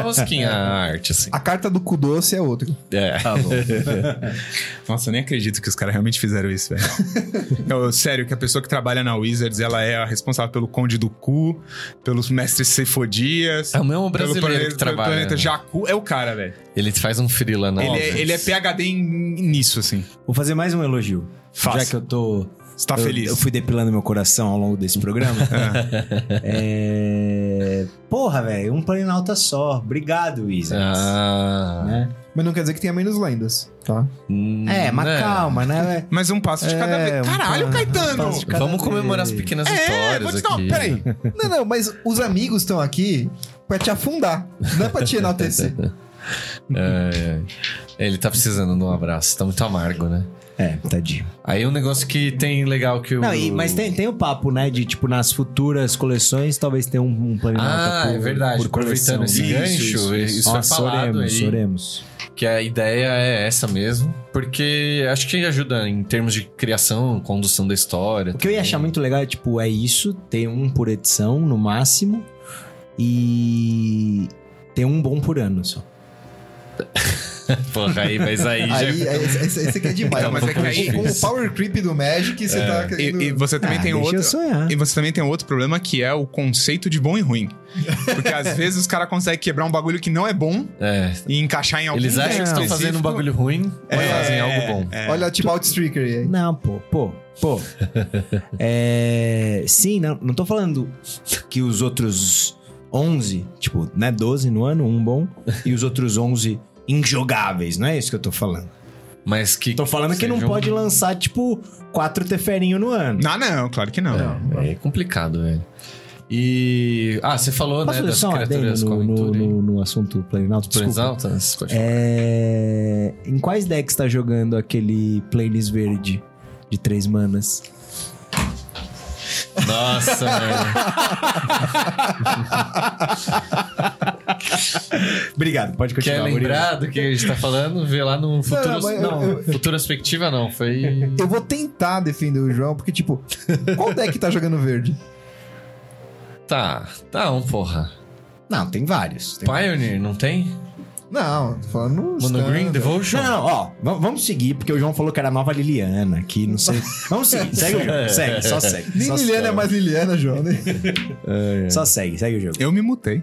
[SPEAKER 3] rosquinha a arte, assim.
[SPEAKER 4] A carta do cu doce é outra.
[SPEAKER 3] É.
[SPEAKER 2] Ah,
[SPEAKER 1] Tá bom.
[SPEAKER 2] Nossa, eu nem acredito que os caras realmente fizeram isso, velho. Eu- sério, que a pessoa que trabalha na Wizards, ela é a responsável pelo Conde do Cu, pelos Mestres Cefodias,
[SPEAKER 3] É o
[SPEAKER 2] pelo
[SPEAKER 3] mesmo brasileiro
[SPEAKER 2] planeta,
[SPEAKER 3] que trabalha. né?
[SPEAKER 2] pelo planeta Jacu. É o cara, velho.
[SPEAKER 3] Ele faz um frila na
[SPEAKER 2] Ele,
[SPEAKER 3] obra.
[SPEAKER 2] é, ele é PHD em- nisso, assim.
[SPEAKER 1] Vou fazer mais um elogio.
[SPEAKER 2] Faça.
[SPEAKER 1] Já que eu tô.
[SPEAKER 2] Você tá
[SPEAKER 1] eu,
[SPEAKER 2] feliz.
[SPEAKER 1] Eu fui depilando meu coração ao longo desse programa. É, Porra, velho, um planalta só. Obrigado, Wizards.
[SPEAKER 3] Ah.
[SPEAKER 1] Né?
[SPEAKER 4] Mas não quer dizer que tenha menos lendas, tá?
[SPEAKER 3] Hum,
[SPEAKER 1] É, mas
[SPEAKER 3] né?
[SPEAKER 1] calma, né? véi?
[SPEAKER 2] Mas um passo de
[SPEAKER 1] É,
[SPEAKER 2] cada
[SPEAKER 1] um
[SPEAKER 2] vez. Caralho,
[SPEAKER 1] pa-
[SPEAKER 2] Caetano!
[SPEAKER 1] um passo de cada
[SPEAKER 3] Vamos comemorar as
[SPEAKER 1] vez.
[SPEAKER 3] pequenas
[SPEAKER 2] É, vou
[SPEAKER 3] vitórias
[SPEAKER 2] te dar
[SPEAKER 3] aqui.
[SPEAKER 2] uma. Peraí.
[SPEAKER 4] Não, não, mas os amigos estão aqui pra te afundar, não é pra te enaltecer.
[SPEAKER 3] É, é. Ele tá precisando de um abraço. Tá muito amargo, né?
[SPEAKER 1] É, tadinho.
[SPEAKER 3] Aí um negócio que tem legal que o...
[SPEAKER 1] Não, e- mas tem, tem o papo, né? De, tipo, nas futuras coleções, talvez tenha um, um planalta
[SPEAKER 3] Ah,
[SPEAKER 1] por-
[SPEAKER 3] é verdade.
[SPEAKER 1] por coleção,
[SPEAKER 3] Aproveitando esse
[SPEAKER 1] né?
[SPEAKER 3] gancho, isso, é
[SPEAKER 1] Nossa,
[SPEAKER 3] falado
[SPEAKER 1] oremos,
[SPEAKER 3] aí.
[SPEAKER 1] oremos.
[SPEAKER 3] Que a ideia é essa mesmo. Porque acho que ajuda em termos de criação, condução da história.
[SPEAKER 1] O que eu ia achar muito legal é, tipo, é isso, tem um por edição, no máximo, e tem um bom por ano só.
[SPEAKER 3] Porra, aí, mas aí, já...
[SPEAKER 4] Aí, aí, esse, esse aqui é demais.
[SPEAKER 2] é Não, mas é que aí-
[SPEAKER 4] Com o power creep do Magic, você tá querendo...
[SPEAKER 2] E, e você também
[SPEAKER 1] Ah,
[SPEAKER 2] tem
[SPEAKER 1] deixa
[SPEAKER 2] outro.
[SPEAKER 1] eu sonhar.
[SPEAKER 2] E você também tem outro problema que é o conceito de bom e ruim. Porque às vezes os caras conseguem quebrar um bagulho que não é bom
[SPEAKER 3] É,
[SPEAKER 2] e encaixar em algum
[SPEAKER 3] eles acham
[SPEAKER 2] lugar
[SPEAKER 3] que estão
[SPEAKER 2] específico.
[SPEAKER 3] fazendo um bagulho ruim, mas
[SPEAKER 2] É,
[SPEAKER 3] fazem algo bom.
[SPEAKER 4] Olha a Tibalt Streaker aí.
[SPEAKER 1] Não, pô, pô, pô. É, sim, não, não tô falando que os outros 11, tipo, né, 12 no ano, um bom, e os outros 11 injogáveis, não é isso que eu tô falando.
[SPEAKER 3] Mas que.
[SPEAKER 1] Tô falando que não
[SPEAKER 3] seja um-
[SPEAKER 1] pode lançar, tipo, quatro teferinho no ano.
[SPEAKER 2] Não, não, claro que não.
[SPEAKER 3] Não, é complicado, velho. E. Ah, você
[SPEAKER 1] Posso
[SPEAKER 3] falou, né?
[SPEAKER 1] fazer
[SPEAKER 3] Das
[SPEAKER 1] só um adendo
[SPEAKER 3] criaturas com
[SPEAKER 1] no, no,
[SPEAKER 3] aventura.
[SPEAKER 1] no, no assunto Planalto?
[SPEAKER 3] Planes
[SPEAKER 1] Desculpa.
[SPEAKER 3] altas? Pode-
[SPEAKER 1] É... Em quais decks tá jogando aquele Planes Verde de três manas?
[SPEAKER 3] Nossa, velho.
[SPEAKER 1] Obrigado, pode
[SPEAKER 3] Quer
[SPEAKER 1] continuar.
[SPEAKER 3] lembrar do que a gente tá falando? Vê lá no Futuro.
[SPEAKER 4] Não, mas eu-
[SPEAKER 3] Não, Futura Perspectiva não. Foi.
[SPEAKER 4] Eu vou tentar defender o João, porque, tipo, qual deck tá jogando verde?
[SPEAKER 3] Tá, tá um porra.
[SPEAKER 1] Murilo. Não, tem vários. Tem...
[SPEAKER 3] Pioneer, não tem?
[SPEAKER 4] Não, tô falando no
[SPEAKER 3] Mono
[SPEAKER 4] standard.
[SPEAKER 3] Green Devotion?
[SPEAKER 1] Não, não, ó, v- vamos seguir, porque o João falou que era a nova Liliana aqui, não sei. Vamos seguir, segue o jogo, segue, só segue.
[SPEAKER 4] Nem
[SPEAKER 1] só
[SPEAKER 4] Liliana é
[SPEAKER 1] segue.
[SPEAKER 4] mais Liliana, João, né?
[SPEAKER 1] Só segue, segue o jogo.
[SPEAKER 2] Eu me mutei.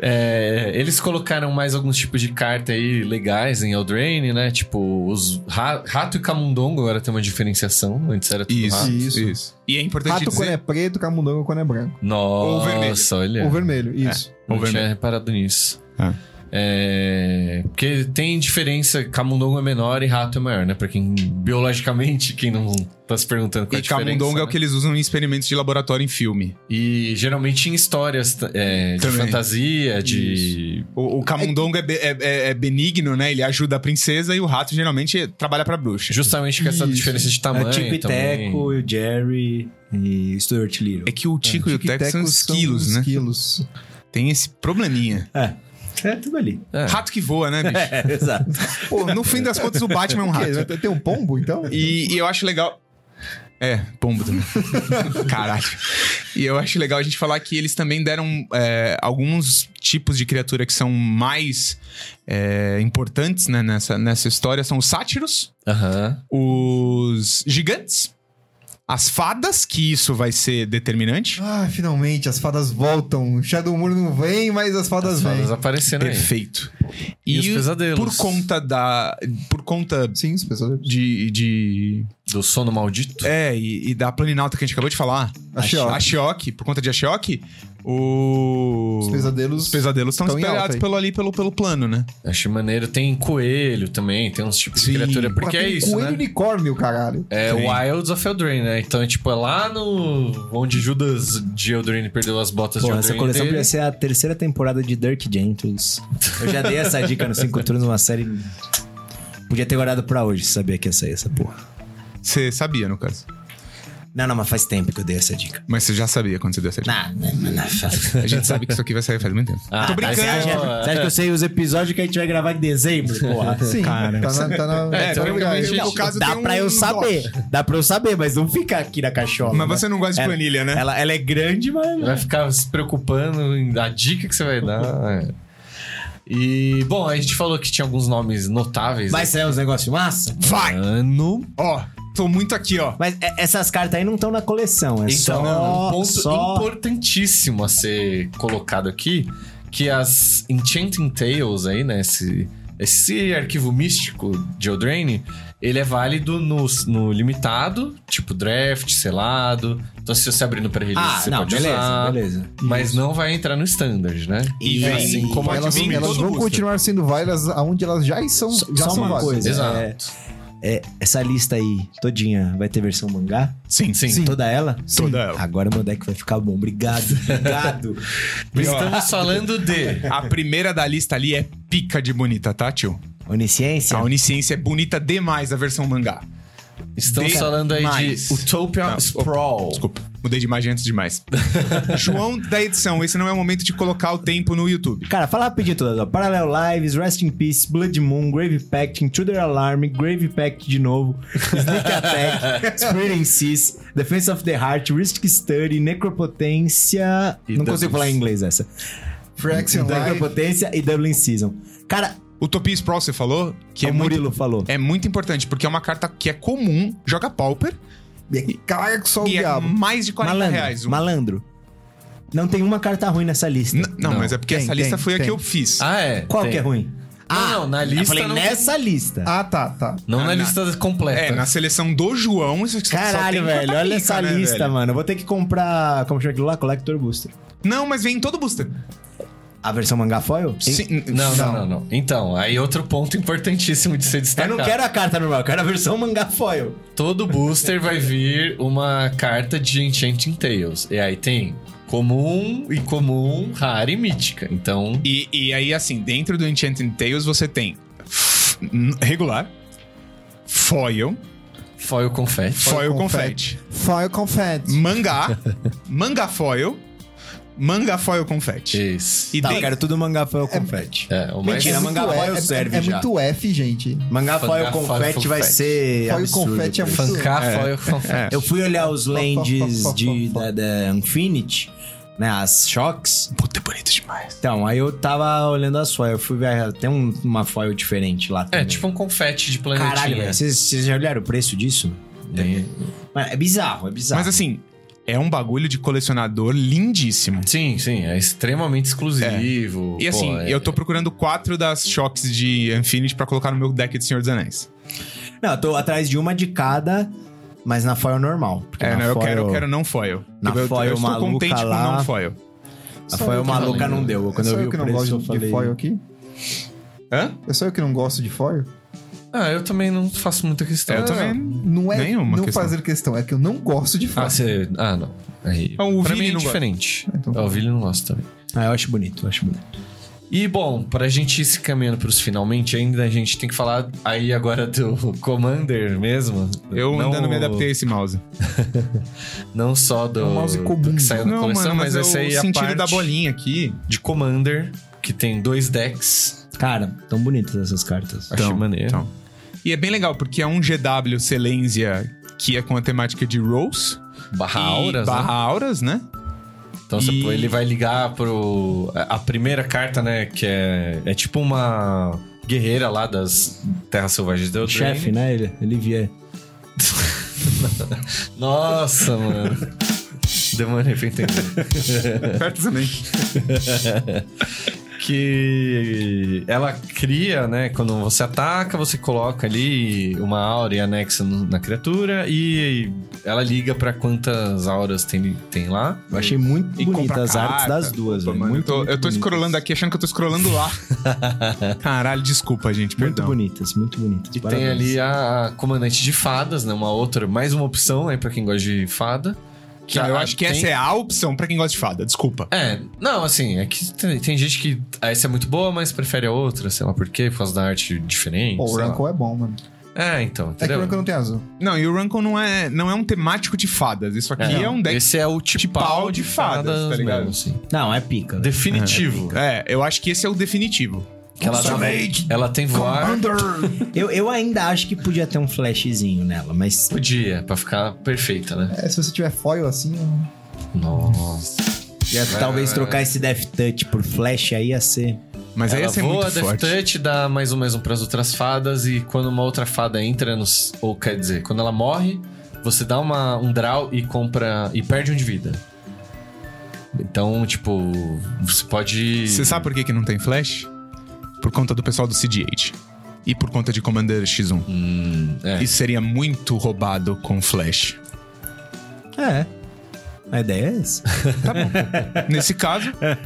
[SPEAKER 3] É, eles colocaram mais alguns tipos de carta aí legais em Eldraine, né? Tipo, os ra- rato e camundongo agora tem uma diferenciação. Antes era tudo
[SPEAKER 2] Isso,
[SPEAKER 3] rato.
[SPEAKER 2] isso.
[SPEAKER 4] isso.
[SPEAKER 2] E é importante
[SPEAKER 4] Rato quando
[SPEAKER 2] dizer...
[SPEAKER 4] é preto, camundongo quando é branco.
[SPEAKER 2] Ou vermelho.
[SPEAKER 3] Nossa, olha.
[SPEAKER 4] Ou
[SPEAKER 2] É,
[SPEAKER 4] vermelho, isso.
[SPEAKER 3] Não
[SPEAKER 2] Ou vermelho.
[SPEAKER 3] tinha reparado nisso.
[SPEAKER 2] Ah.
[SPEAKER 3] É, porque tem diferença, camundongo é menor e rato é maior, né? Pra quem, biologicamente, quem não tá se perguntando qual é a
[SPEAKER 2] E
[SPEAKER 3] diferença.
[SPEAKER 2] camundongo é o
[SPEAKER 3] né?
[SPEAKER 2] que eles usam em experimentos de laboratório em filme.
[SPEAKER 3] E geralmente em histórias é, de
[SPEAKER 2] Também.
[SPEAKER 3] fantasia, de...
[SPEAKER 2] O, o camundongo é, be- é- é- é benigno, né? Ele ajuda a princesa e o rato geralmente trabalha pra bruxa.
[SPEAKER 3] Justamente com essa
[SPEAKER 4] Isso.
[SPEAKER 3] diferença de
[SPEAKER 1] É
[SPEAKER 3] tamanho
[SPEAKER 1] o Tipo e
[SPEAKER 3] também.
[SPEAKER 1] Teco, e o Jerry e o Stuart Little.
[SPEAKER 2] É que o Tico e o Tex são
[SPEAKER 4] Tic-tecos
[SPEAKER 2] esquilos, né?
[SPEAKER 4] Esquilos.
[SPEAKER 2] Tem esse probleminha.
[SPEAKER 1] É. É tudo ali.
[SPEAKER 3] É.
[SPEAKER 2] Rato que voa, né, bicho?
[SPEAKER 1] É, exato.
[SPEAKER 2] Pô, no fim das contas, o Batman é um
[SPEAKER 4] O
[SPEAKER 2] rato.
[SPEAKER 4] quê? Vai ter um pombo, então?
[SPEAKER 2] E, e eu acho legal. É, pombo também. Caralho. E eu acho legal a gente falar que eles também deram é, alguns tipos de criatura que são mais é, importantes né, nessa, nessa história. São os sátiros,
[SPEAKER 3] Aham.
[SPEAKER 2] os gigantes, as fadas, que isso vai ser determinante.
[SPEAKER 4] Ah, finalmente, as fadas voltam. Shadow Moon não vem, mas as fadas
[SPEAKER 3] As fadas
[SPEAKER 4] vêm.
[SPEAKER 3] aparecendo aí.
[SPEAKER 2] Perfeito.
[SPEAKER 3] E os pesadelos.
[SPEAKER 2] Por conta da. Por conta
[SPEAKER 4] Sim, os pessoal.
[SPEAKER 2] de- de
[SPEAKER 3] Do sono maldito.
[SPEAKER 2] É, e, e da planinalta que a gente acabou de falar.
[SPEAKER 4] A Shioki.
[SPEAKER 2] A Shioki, por conta de Ashioki, o...
[SPEAKER 4] Os pesadelos
[SPEAKER 2] os pesadelos estão
[SPEAKER 4] estão em alta
[SPEAKER 2] espelhados
[SPEAKER 4] aí.
[SPEAKER 2] pelo ali, pelo, pelo plano, né?
[SPEAKER 3] Achei maneiro. Tem coelho também, tem uns tipos
[SPEAKER 2] Sim.
[SPEAKER 3] de criatura.
[SPEAKER 4] Pô,
[SPEAKER 3] Porque é
[SPEAKER 4] tem
[SPEAKER 3] isso,
[SPEAKER 4] coelho
[SPEAKER 3] né?
[SPEAKER 4] unicórnio, caralho.
[SPEAKER 3] É
[SPEAKER 2] Sim.
[SPEAKER 3] Wilds of Eldraine, né? Então é tipo, é lá no... Onde Judas de Eldraine perdeu as botas
[SPEAKER 1] Pô,
[SPEAKER 3] de
[SPEAKER 1] essa
[SPEAKER 3] Eldraine
[SPEAKER 1] coleção é
[SPEAKER 3] dele.
[SPEAKER 1] podia ser a terceira temporada de Dirk Gentles. Eu já dei essa dica no Cinco Turnos, uma série. Podia ter guardado pra hoje, sabia que ia sair essa porra.
[SPEAKER 2] Você sabia, no caso.
[SPEAKER 1] Não, não, mas faz tempo que eu dei essa dica.
[SPEAKER 2] Mas você já sabia quando você deu essa dica.
[SPEAKER 1] Não, não, não, não. Você
[SPEAKER 2] A gente sabe que isso aqui vai sair faz muito tempo.
[SPEAKER 3] Ah,
[SPEAKER 2] Tô
[SPEAKER 3] tá,
[SPEAKER 2] brincando.
[SPEAKER 3] você
[SPEAKER 1] acha, você acha que eu sei os episódios que a gente vai gravar em dezembro, porra?
[SPEAKER 4] Sim,
[SPEAKER 2] cara.
[SPEAKER 4] tá na... Tá na
[SPEAKER 3] É,
[SPEAKER 4] tá no lugar aí.
[SPEAKER 2] teoricamente,
[SPEAKER 1] Não,
[SPEAKER 2] No caso,
[SPEAKER 1] dá
[SPEAKER 2] tem
[SPEAKER 1] pra eu
[SPEAKER 2] um
[SPEAKER 1] saber. Dá pra eu saber, mas não fica aqui na caixola.
[SPEAKER 2] Mas
[SPEAKER 1] né?
[SPEAKER 2] você não gosta de
[SPEAKER 1] É.
[SPEAKER 2] planilha, né?
[SPEAKER 1] Ela, ela é grande, mas.
[SPEAKER 3] Vai ficar se preocupando em da dica que você vai dar. é. E, bom, a gente falou que tinha alguns nomes notáveis.
[SPEAKER 1] Vai sair é uns negócios massa.
[SPEAKER 2] Vai!
[SPEAKER 3] Ano.
[SPEAKER 2] Ó, tô muito aqui, ó.
[SPEAKER 1] Mas é- essas cartas aí não estão na coleção. É
[SPEAKER 3] Então,
[SPEAKER 1] só.
[SPEAKER 3] um ponto
[SPEAKER 1] só...
[SPEAKER 3] importantíssimo a ser colocado aqui, que as Enchanting Tales aí, né, esse, esse arquivo místico de Eldraine, ele é válido no, no limitado, tipo draft, selado. Então, se você abrir no pré-release,
[SPEAKER 1] Ah,
[SPEAKER 3] você
[SPEAKER 1] não,
[SPEAKER 3] pode
[SPEAKER 1] beleza,
[SPEAKER 3] usar.
[SPEAKER 1] beleza.
[SPEAKER 3] Mas não vai entrar no standard, né?
[SPEAKER 2] E vem
[SPEAKER 3] assim como a
[SPEAKER 4] Elas,
[SPEAKER 2] Pode vir,
[SPEAKER 3] Admin,
[SPEAKER 4] elas
[SPEAKER 2] todo
[SPEAKER 4] vão
[SPEAKER 2] custo.
[SPEAKER 4] continuar sendo válidas aonde elas já são, já
[SPEAKER 1] só
[SPEAKER 4] são
[SPEAKER 1] uma
[SPEAKER 4] válidas.
[SPEAKER 1] coisa.
[SPEAKER 3] Exato.
[SPEAKER 1] É, Essa lista aí, todinha, vai ter versão mangá?
[SPEAKER 2] Sim, sim.
[SPEAKER 1] Toda ela?
[SPEAKER 2] Toda ela.
[SPEAKER 1] Agora meu deck vai ficar bom. Obrigado, obrigado.
[SPEAKER 3] Estamos falando de.
[SPEAKER 2] A primeira da lista ali é pica de bonita, tá, tio?
[SPEAKER 1] Onisciência?
[SPEAKER 2] A Onisciência é bonita demais a versão mangá.
[SPEAKER 3] Estamos
[SPEAKER 2] De-
[SPEAKER 3] falando aí
[SPEAKER 2] mais.
[SPEAKER 3] de Utopia
[SPEAKER 2] Não,
[SPEAKER 3] Sprawl.
[SPEAKER 2] Desculpa, mudei de imagem antes demais. João da edição, esse não é o momento de colocar o tempo no YouTube.
[SPEAKER 1] Cara, fala rapidinho todas, ó. Parallel Lives, Rest in Peace, Blood Moon, Grave Pact, Intruder Alarm, Grave Pact de novo, Sneak Attack, Spirit Insist, Defense of the Heart, Risk Study, Necropotência...
[SPEAKER 3] E
[SPEAKER 1] não
[SPEAKER 3] Double-
[SPEAKER 1] consigo falar em inglês essa.
[SPEAKER 4] Fraction Life.
[SPEAKER 1] Necropotência e Dublin Season. Cara,
[SPEAKER 2] O Utopia Sprawl, você falou, que
[SPEAKER 1] que
[SPEAKER 2] é
[SPEAKER 1] o
[SPEAKER 2] muito,
[SPEAKER 1] Murilo falou.
[SPEAKER 2] é muito importante, porque é uma carta que é comum, joga Pauper,
[SPEAKER 4] E Caga que só o
[SPEAKER 2] e é
[SPEAKER 4] diabo.
[SPEAKER 2] mais de 40
[SPEAKER 1] malandro,
[SPEAKER 2] reais. um. o-
[SPEAKER 1] malandro. Não tem uma carta ruim nessa lista.
[SPEAKER 2] N- não,
[SPEAKER 3] Não,
[SPEAKER 2] mas é porque
[SPEAKER 4] tem,
[SPEAKER 2] essa lista
[SPEAKER 4] tem,
[SPEAKER 2] foi a
[SPEAKER 4] tem.
[SPEAKER 2] que eu fiz.
[SPEAKER 3] Ah, é.
[SPEAKER 1] Qual
[SPEAKER 3] tem. Ah,
[SPEAKER 1] que é ruim?
[SPEAKER 3] não, na
[SPEAKER 1] eu
[SPEAKER 3] lista
[SPEAKER 1] falei
[SPEAKER 3] não-
[SPEAKER 1] nessa lista.
[SPEAKER 4] Ah, tá, tá.
[SPEAKER 3] Não
[SPEAKER 2] Ah,
[SPEAKER 3] na,
[SPEAKER 2] na-
[SPEAKER 3] lista completa.
[SPEAKER 2] é, na seleção do João, isso aqui só- só
[SPEAKER 1] Caralho,
[SPEAKER 2] tem
[SPEAKER 1] velho,
[SPEAKER 2] carta
[SPEAKER 1] olha
[SPEAKER 2] pica,
[SPEAKER 1] essa
[SPEAKER 2] né,
[SPEAKER 1] lista,
[SPEAKER 2] velho?
[SPEAKER 1] mano. Eu vou ter que comprar, como chama aquilo lá? Collector Booster.
[SPEAKER 2] Não, mas vem em todo booster.
[SPEAKER 1] A versão manga foil?
[SPEAKER 2] Sim,
[SPEAKER 3] Não, não,
[SPEAKER 4] Não.
[SPEAKER 3] não, não. Então, aí outro ponto importantíssimo de ser
[SPEAKER 1] Eu
[SPEAKER 2] Tá.
[SPEAKER 3] destacado.
[SPEAKER 1] não quero a carta normal, eu quero a versão manga foil.
[SPEAKER 3] Todo booster vai vir uma carta de Enchanting Tales. E aí tem comum, incomum, rara e mítica. Então,
[SPEAKER 2] E, e aí, assim, dentro do Enchanted Tales você tem f- n- regular, foil,
[SPEAKER 3] foil confete.
[SPEAKER 2] foil, confete.
[SPEAKER 4] confete. Fire Confetti.
[SPEAKER 2] mangá, manga foil, manga foil confete.
[SPEAKER 3] Isso.
[SPEAKER 2] E
[SPEAKER 1] Tá,
[SPEAKER 2] dentro-
[SPEAKER 1] eu quero tudo manga foil confete.
[SPEAKER 3] É, o mais...
[SPEAKER 1] Mentira,
[SPEAKER 4] É muito
[SPEAKER 1] manga
[SPEAKER 4] F-
[SPEAKER 1] foil
[SPEAKER 4] é-
[SPEAKER 1] serve
[SPEAKER 4] É
[SPEAKER 1] já.
[SPEAKER 4] muito F, gente.
[SPEAKER 1] Manga
[SPEAKER 3] Manga
[SPEAKER 1] foil
[SPEAKER 3] foil
[SPEAKER 1] confete vai
[SPEAKER 3] confete.
[SPEAKER 1] ser
[SPEAKER 4] Foil
[SPEAKER 1] absurdo.
[SPEAKER 4] confete é
[SPEAKER 1] velho.
[SPEAKER 4] muito-
[SPEAKER 3] Fancar, foil confete.
[SPEAKER 1] Eu fui olhar os lands de, da, da Infinity, né, as shocks.
[SPEAKER 2] Puta, é bonito demais.
[SPEAKER 1] Então, aí eu tava olhando as foil, eu fui ver, tem um- uma foil diferente lá
[SPEAKER 3] É,
[SPEAKER 1] também.
[SPEAKER 3] tipo um confete de planetinha.
[SPEAKER 1] Caralho, velho, vocês vocês já olharam o preço disso? Mano, é bizarro, é bizarro.
[SPEAKER 2] Mas assim, é um bagulho de colecionador lindíssimo.
[SPEAKER 3] Sim, sim, é extremamente exclusivo.
[SPEAKER 2] E assim,
[SPEAKER 3] Pô, é-
[SPEAKER 2] eu tô procurando quatro das choques de Infinity pra colocar no meu deck de Senhor dos Anéis.
[SPEAKER 1] Não, eu tô atrás de uma de cada, mas na foil normal. porque
[SPEAKER 2] É,
[SPEAKER 1] na
[SPEAKER 2] não, eu
[SPEAKER 1] foil-
[SPEAKER 2] quero, eu quero não foil.
[SPEAKER 1] Na
[SPEAKER 2] eu, eu-
[SPEAKER 1] foil
[SPEAKER 2] eu estou
[SPEAKER 1] maluca
[SPEAKER 2] contente com
[SPEAKER 1] lá.
[SPEAKER 2] não foil.
[SPEAKER 1] A
[SPEAKER 4] Só
[SPEAKER 1] foil
[SPEAKER 2] um
[SPEAKER 4] eu que não
[SPEAKER 1] maluca
[SPEAKER 3] lembro.
[SPEAKER 1] não deu. Quando
[SPEAKER 4] é
[SPEAKER 1] eu
[SPEAKER 4] só
[SPEAKER 1] vi
[SPEAKER 4] eu que
[SPEAKER 1] o
[SPEAKER 4] não
[SPEAKER 1] preço,
[SPEAKER 4] gosto
[SPEAKER 1] eu
[SPEAKER 4] de
[SPEAKER 1] falei...
[SPEAKER 4] foil aqui?
[SPEAKER 2] Hã?
[SPEAKER 4] É só eu que não gosto de foil?
[SPEAKER 3] Ah, eu também não faço muita questão.
[SPEAKER 2] Eu
[SPEAKER 3] Ah,
[SPEAKER 2] também.
[SPEAKER 4] Não é
[SPEAKER 2] Nenhuma
[SPEAKER 4] não
[SPEAKER 2] questão.
[SPEAKER 4] fazer questão, é que eu não gosto de foil.
[SPEAKER 3] Ah, você. Ah, não. Aí,
[SPEAKER 2] Ah, o
[SPEAKER 3] pra
[SPEAKER 2] Vini
[SPEAKER 3] mim é
[SPEAKER 2] não gosta.
[SPEAKER 3] diferente.
[SPEAKER 4] Então-
[SPEAKER 3] Ah, o Vini não gosta também.
[SPEAKER 1] Ah, eu acho bonito, eu acho bonito.
[SPEAKER 3] E bom, pra gente ir se caminhando pros finalmente ainda, a gente tem que falar aí agora do Commander mesmo.
[SPEAKER 2] Eu
[SPEAKER 3] Não-
[SPEAKER 2] ainda não me adaptei a esse mouse.
[SPEAKER 3] Não só do,
[SPEAKER 4] É um mouse comum.
[SPEAKER 3] do que saiu na
[SPEAKER 2] Não,
[SPEAKER 3] coleção,
[SPEAKER 2] mano, mas,
[SPEAKER 3] mas, essa
[SPEAKER 2] é o
[SPEAKER 3] aí é a
[SPEAKER 2] sentido
[SPEAKER 3] parte
[SPEAKER 2] da bolinha aqui.
[SPEAKER 3] de Commander, que tem dois decks.
[SPEAKER 1] Cara, tão bonitas essas cartas.
[SPEAKER 3] Achei maneiro.
[SPEAKER 2] então. E é bem legal, porque é um GW Selenzia que é com a temática de Rose.
[SPEAKER 3] Barra
[SPEAKER 2] e
[SPEAKER 3] auras, né?
[SPEAKER 2] Barra Auras, né?
[SPEAKER 3] Então você-
[SPEAKER 2] E-
[SPEAKER 3] ele vai ligar pro. A a primeira carta, né? Que é. É tipo uma guerreira lá das Terras Selvagens de Eldraine.
[SPEAKER 1] Chefe, né? Ele, ele via.
[SPEAKER 4] né?
[SPEAKER 3] Nossa, mano. Demorei pra entender.
[SPEAKER 2] Certo também.
[SPEAKER 3] Que ela cria, né? Quando você ataca, você coloca ali uma aura e anexa no- na criatura e ela liga pra quantas auras tem, tem lá.
[SPEAKER 1] Eu achei muito
[SPEAKER 2] E compra
[SPEAKER 1] bonitas as artes
[SPEAKER 2] carta.
[SPEAKER 1] das duas,
[SPEAKER 2] Opa,
[SPEAKER 1] velho.
[SPEAKER 2] mano,
[SPEAKER 1] Muito,
[SPEAKER 2] eu tô,
[SPEAKER 1] muito
[SPEAKER 2] eu tô
[SPEAKER 1] bonitas.
[SPEAKER 2] scrollando aqui achando que eu tô scrollando lá. Caralho, desculpa, gente,
[SPEAKER 1] Muito
[SPEAKER 2] perdão.
[SPEAKER 1] bonitas, muito bonitas.
[SPEAKER 3] E tem
[SPEAKER 1] Parabéns.
[SPEAKER 3] ali a, a comandante de fadas, né? Uma outra, mais uma opção aí pra quem gosta de fada.
[SPEAKER 2] Que eu
[SPEAKER 3] a-
[SPEAKER 2] acho que
[SPEAKER 3] tem-
[SPEAKER 2] essa é a opção pra quem gosta de fada, desculpa.
[SPEAKER 3] É, não, assim, é que tem, tem gente que essa é muito boa, mas prefere a outra, sei lá por quê, por causa da arte diferente.
[SPEAKER 4] Pô, o
[SPEAKER 3] sei lá.
[SPEAKER 4] Rankle é bom, mano.
[SPEAKER 3] É, então,
[SPEAKER 4] É que o
[SPEAKER 3] entendeu?
[SPEAKER 4] Rankle não tem azul.
[SPEAKER 2] Não, e o Rankle não é, não é um temático de fadas. Isso aqui é,
[SPEAKER 3] não,
[SPEAKER 2] um deck.
[SPEAKER 3] Esse é o tipal,
[SPEAKER 2] tipal
[SPEAKER 3] de
[SPEAKER 2] de fadas,
[SPEAKER 3] fadas,
[SPEAKER 2] tá ligado?
[SPEAKER 3] mesmo, assim.
[SPEAKER 1] Não, é pica. velho.
[SPEAKER 3] Definitivo.
[SPEAKER 2] É, eu acho que esse é o definitivo.
[SPEAKER 3] Que ela, dá-
[SPEAKER 4] Ultimate
[SPEAKER 3] ela tem voar.
[SPEAKER 1] Eu, eu ainda acho que podia ter um flashzinho nela, mas.
[SPEAKER 3] Podia, pra ficar perfeita, né?
[SPEAKER 4] É, se você tiver foil assim, eu-
[SPEAKER 3] Nossa.
[SPEAKER 1] ia talvez trocar esse Death Touch por flash aí ia ser.
[SPEAKER 2] Mas aí
[SPEAKER 3] ela
[SPEAKER 2] ia ser
[SPEAKER 3] voa,
[SPEAKER 2] muito
[SPEAKER 3] Death
[SPEAKER 2] forte.
[SPEAKER 3] Touch, dá mais um mais um pras outras fadas, e quando uma outra fada entra nos. Ou quer dizer, quando ela morre, você dá uma, um draw e compra. e perde um de vida. Então, tipo, você pode.
[SPEAKER 2] Você sabe por que, que não tem flash? Por conta do pessoal do CD8. E por conta de Commander X1.
[SPEAKER 3] Hum, é.
[SPEAKER 2] Isso seria muito roubado com flash.
[SPEAKER 1] É. A ideia é essa.
[SPEAKER 2] Nesse caso,
[SPEAKER 3] É.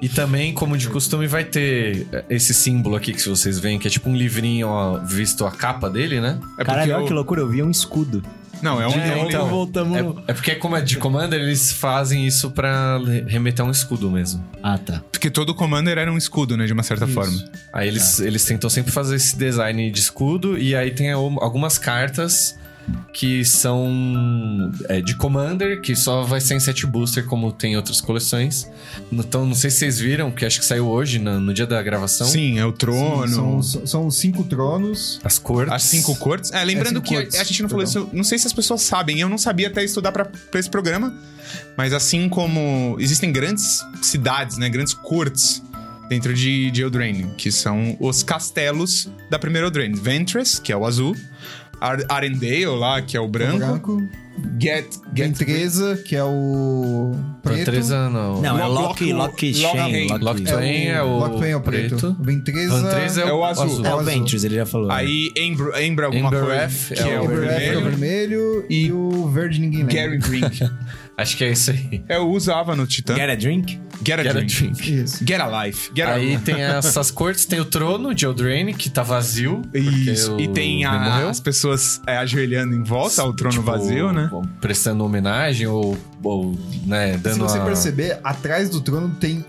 [SPEAKER 3] E também, como de costume, vai ter é, esse símbolo aqui que vocês veem, que é tipo um livrinho, ó, visto a capa dele, né?
[SPEAKER 2] é porque.
[SPEAKER 1] Caralho, olha
[SPEAKER 2] eu-
[SPEAKER 1] que loucura, eu vi um escudo.
[SPEAKER 2] Não, é um.
[SPEAKER 3] É,
[SPEAKER 2] é um-
[SPEAKER 3] então.
[SPEAKER 1] voltamos. no-
[SPEAKER 3] É, é porque, como é de Commander, eles fazem isso pra le- remeter a um escudo mesmo.
[SPEAKER 1] Ah, tá.
[SPEAKER 2] Porque todo Commander era um escudo, né? De uma certa forma.
[SPEAKER 3] Aí eles,
[SPEAKER 2] Ah.
[SPEAKER 3] eles tentam sempre fazer esse design de escudo, e aí tem al- algumas cartas que são é, de Commander, que só vai ser em set booster, como tem em outras coleções. Então, não sei se vocês viram, que acho que saiu hoje, na- no, dia da gravação.
[SPEAKER 2] Sim, é o trono.
[SPEAKER 4] são, são- são os cinco tronos.
[SPEAKER 3] As cores.
[SPEAKER 2] As cinco cortes. É, lembrando
[SPEAKER 4] É, cinco
[SPEAKER 2] que
[SPEAKER 4] cortes,
[SPEAKER 2] a gente não falou isso. Não sei se as pessoas sabem. Eu não sabia até estudar pra pra esse programa. Mas assim como existem grandes cidades, né? Grandes cortes dentro de, de Eldraine, que são os castelos da primeira Eldraine. Ventress, que é o azul. Ar Arendelle lá, que é o branco.
[SPEAKER 4] Branco.
[SPEAKER 2] Get, Get
[SPEAKER 4] Gentreza, que é o. Preto.
[SPEAKER 3] Ventreza, não.
[SPEAKER 1] Não, é
[SPEAKER 2] Lock-
[SPEAKER 1] Lock,
[SPEAKER 2] Lock-
[SPEAKER 1] Lock,
[SPEAKER 2] Lock-
[SPEAKER 1] Chain.
[SPEAKER 3] Lock-
[SPEAKER 1] é,
[SPEAKER 3] Twain é o
[SPEAKER 4] Lock Twain é o preto.
[SPEAKER 3] preto.
[SPEAKER 4] Ventreza.
[SPEAKER 3] Ventreza é o,
[SPEAKER 2] É o azul.
[SPEAKER 1] o
[SPEAKER 4] azul.
[SPEAKER 1] Ventures, ele já falou. né?
[SPEAKER 2] Aí Embra, Embra alguma
[SPEAKER 3] Ember
[SPEAKER 2] coisa,
[SPEAKER 3] Wrath
[SPEAKER 2] que
[SPEAKER 3] é
[SPEAKER 2] é o
[SPEAKER 4] Everett é o
[SPEAKER 2] vermelho.
[SPEAKER 4] vermelho. E,
[SPEAKER 2] E-
[SPEAKER 4] o verde ninguém lembra.
[SPEAKER 2] Gary Drink.
[SPEAKER 3] Acho que é isso aí.
[SPEAKER 2] Eu usava no Titã. Get,
[SPEAKER 1] Get a drink?
[SPEAKER 2] a
[SPEAKER 3] Get a
[SPEAKER 2] Drink.
[SPEAKER 3] drink.
[SPEAKER 4] Isso.
[SPEAKER 2] Get a Life. Get a
[SPEAKER 3] Aí tem essas cortes, tem o trono de Eldraine, que tá vazio. porque
[SPEAKER 2] Isso.
[SPEAKER 3] o-
[SPEAKER 2] E tem
[SPEAKER 3] ele
[SPEAKER 2] a,
[SPEAKER 3] morreu.
[SPEAKER 2] as pessoas é, ajoelhando em volta ao trono
[SPEAKER 3] Tipo,
[SPEAKER 2] vazio, né?
[SPEAKER 3] Prestando homenagem ou, ou né, dando
[SPEAKER 4] Se você
[SPEAKER 3] a-
[SPEAKER 4] perceber, atrás do trono tem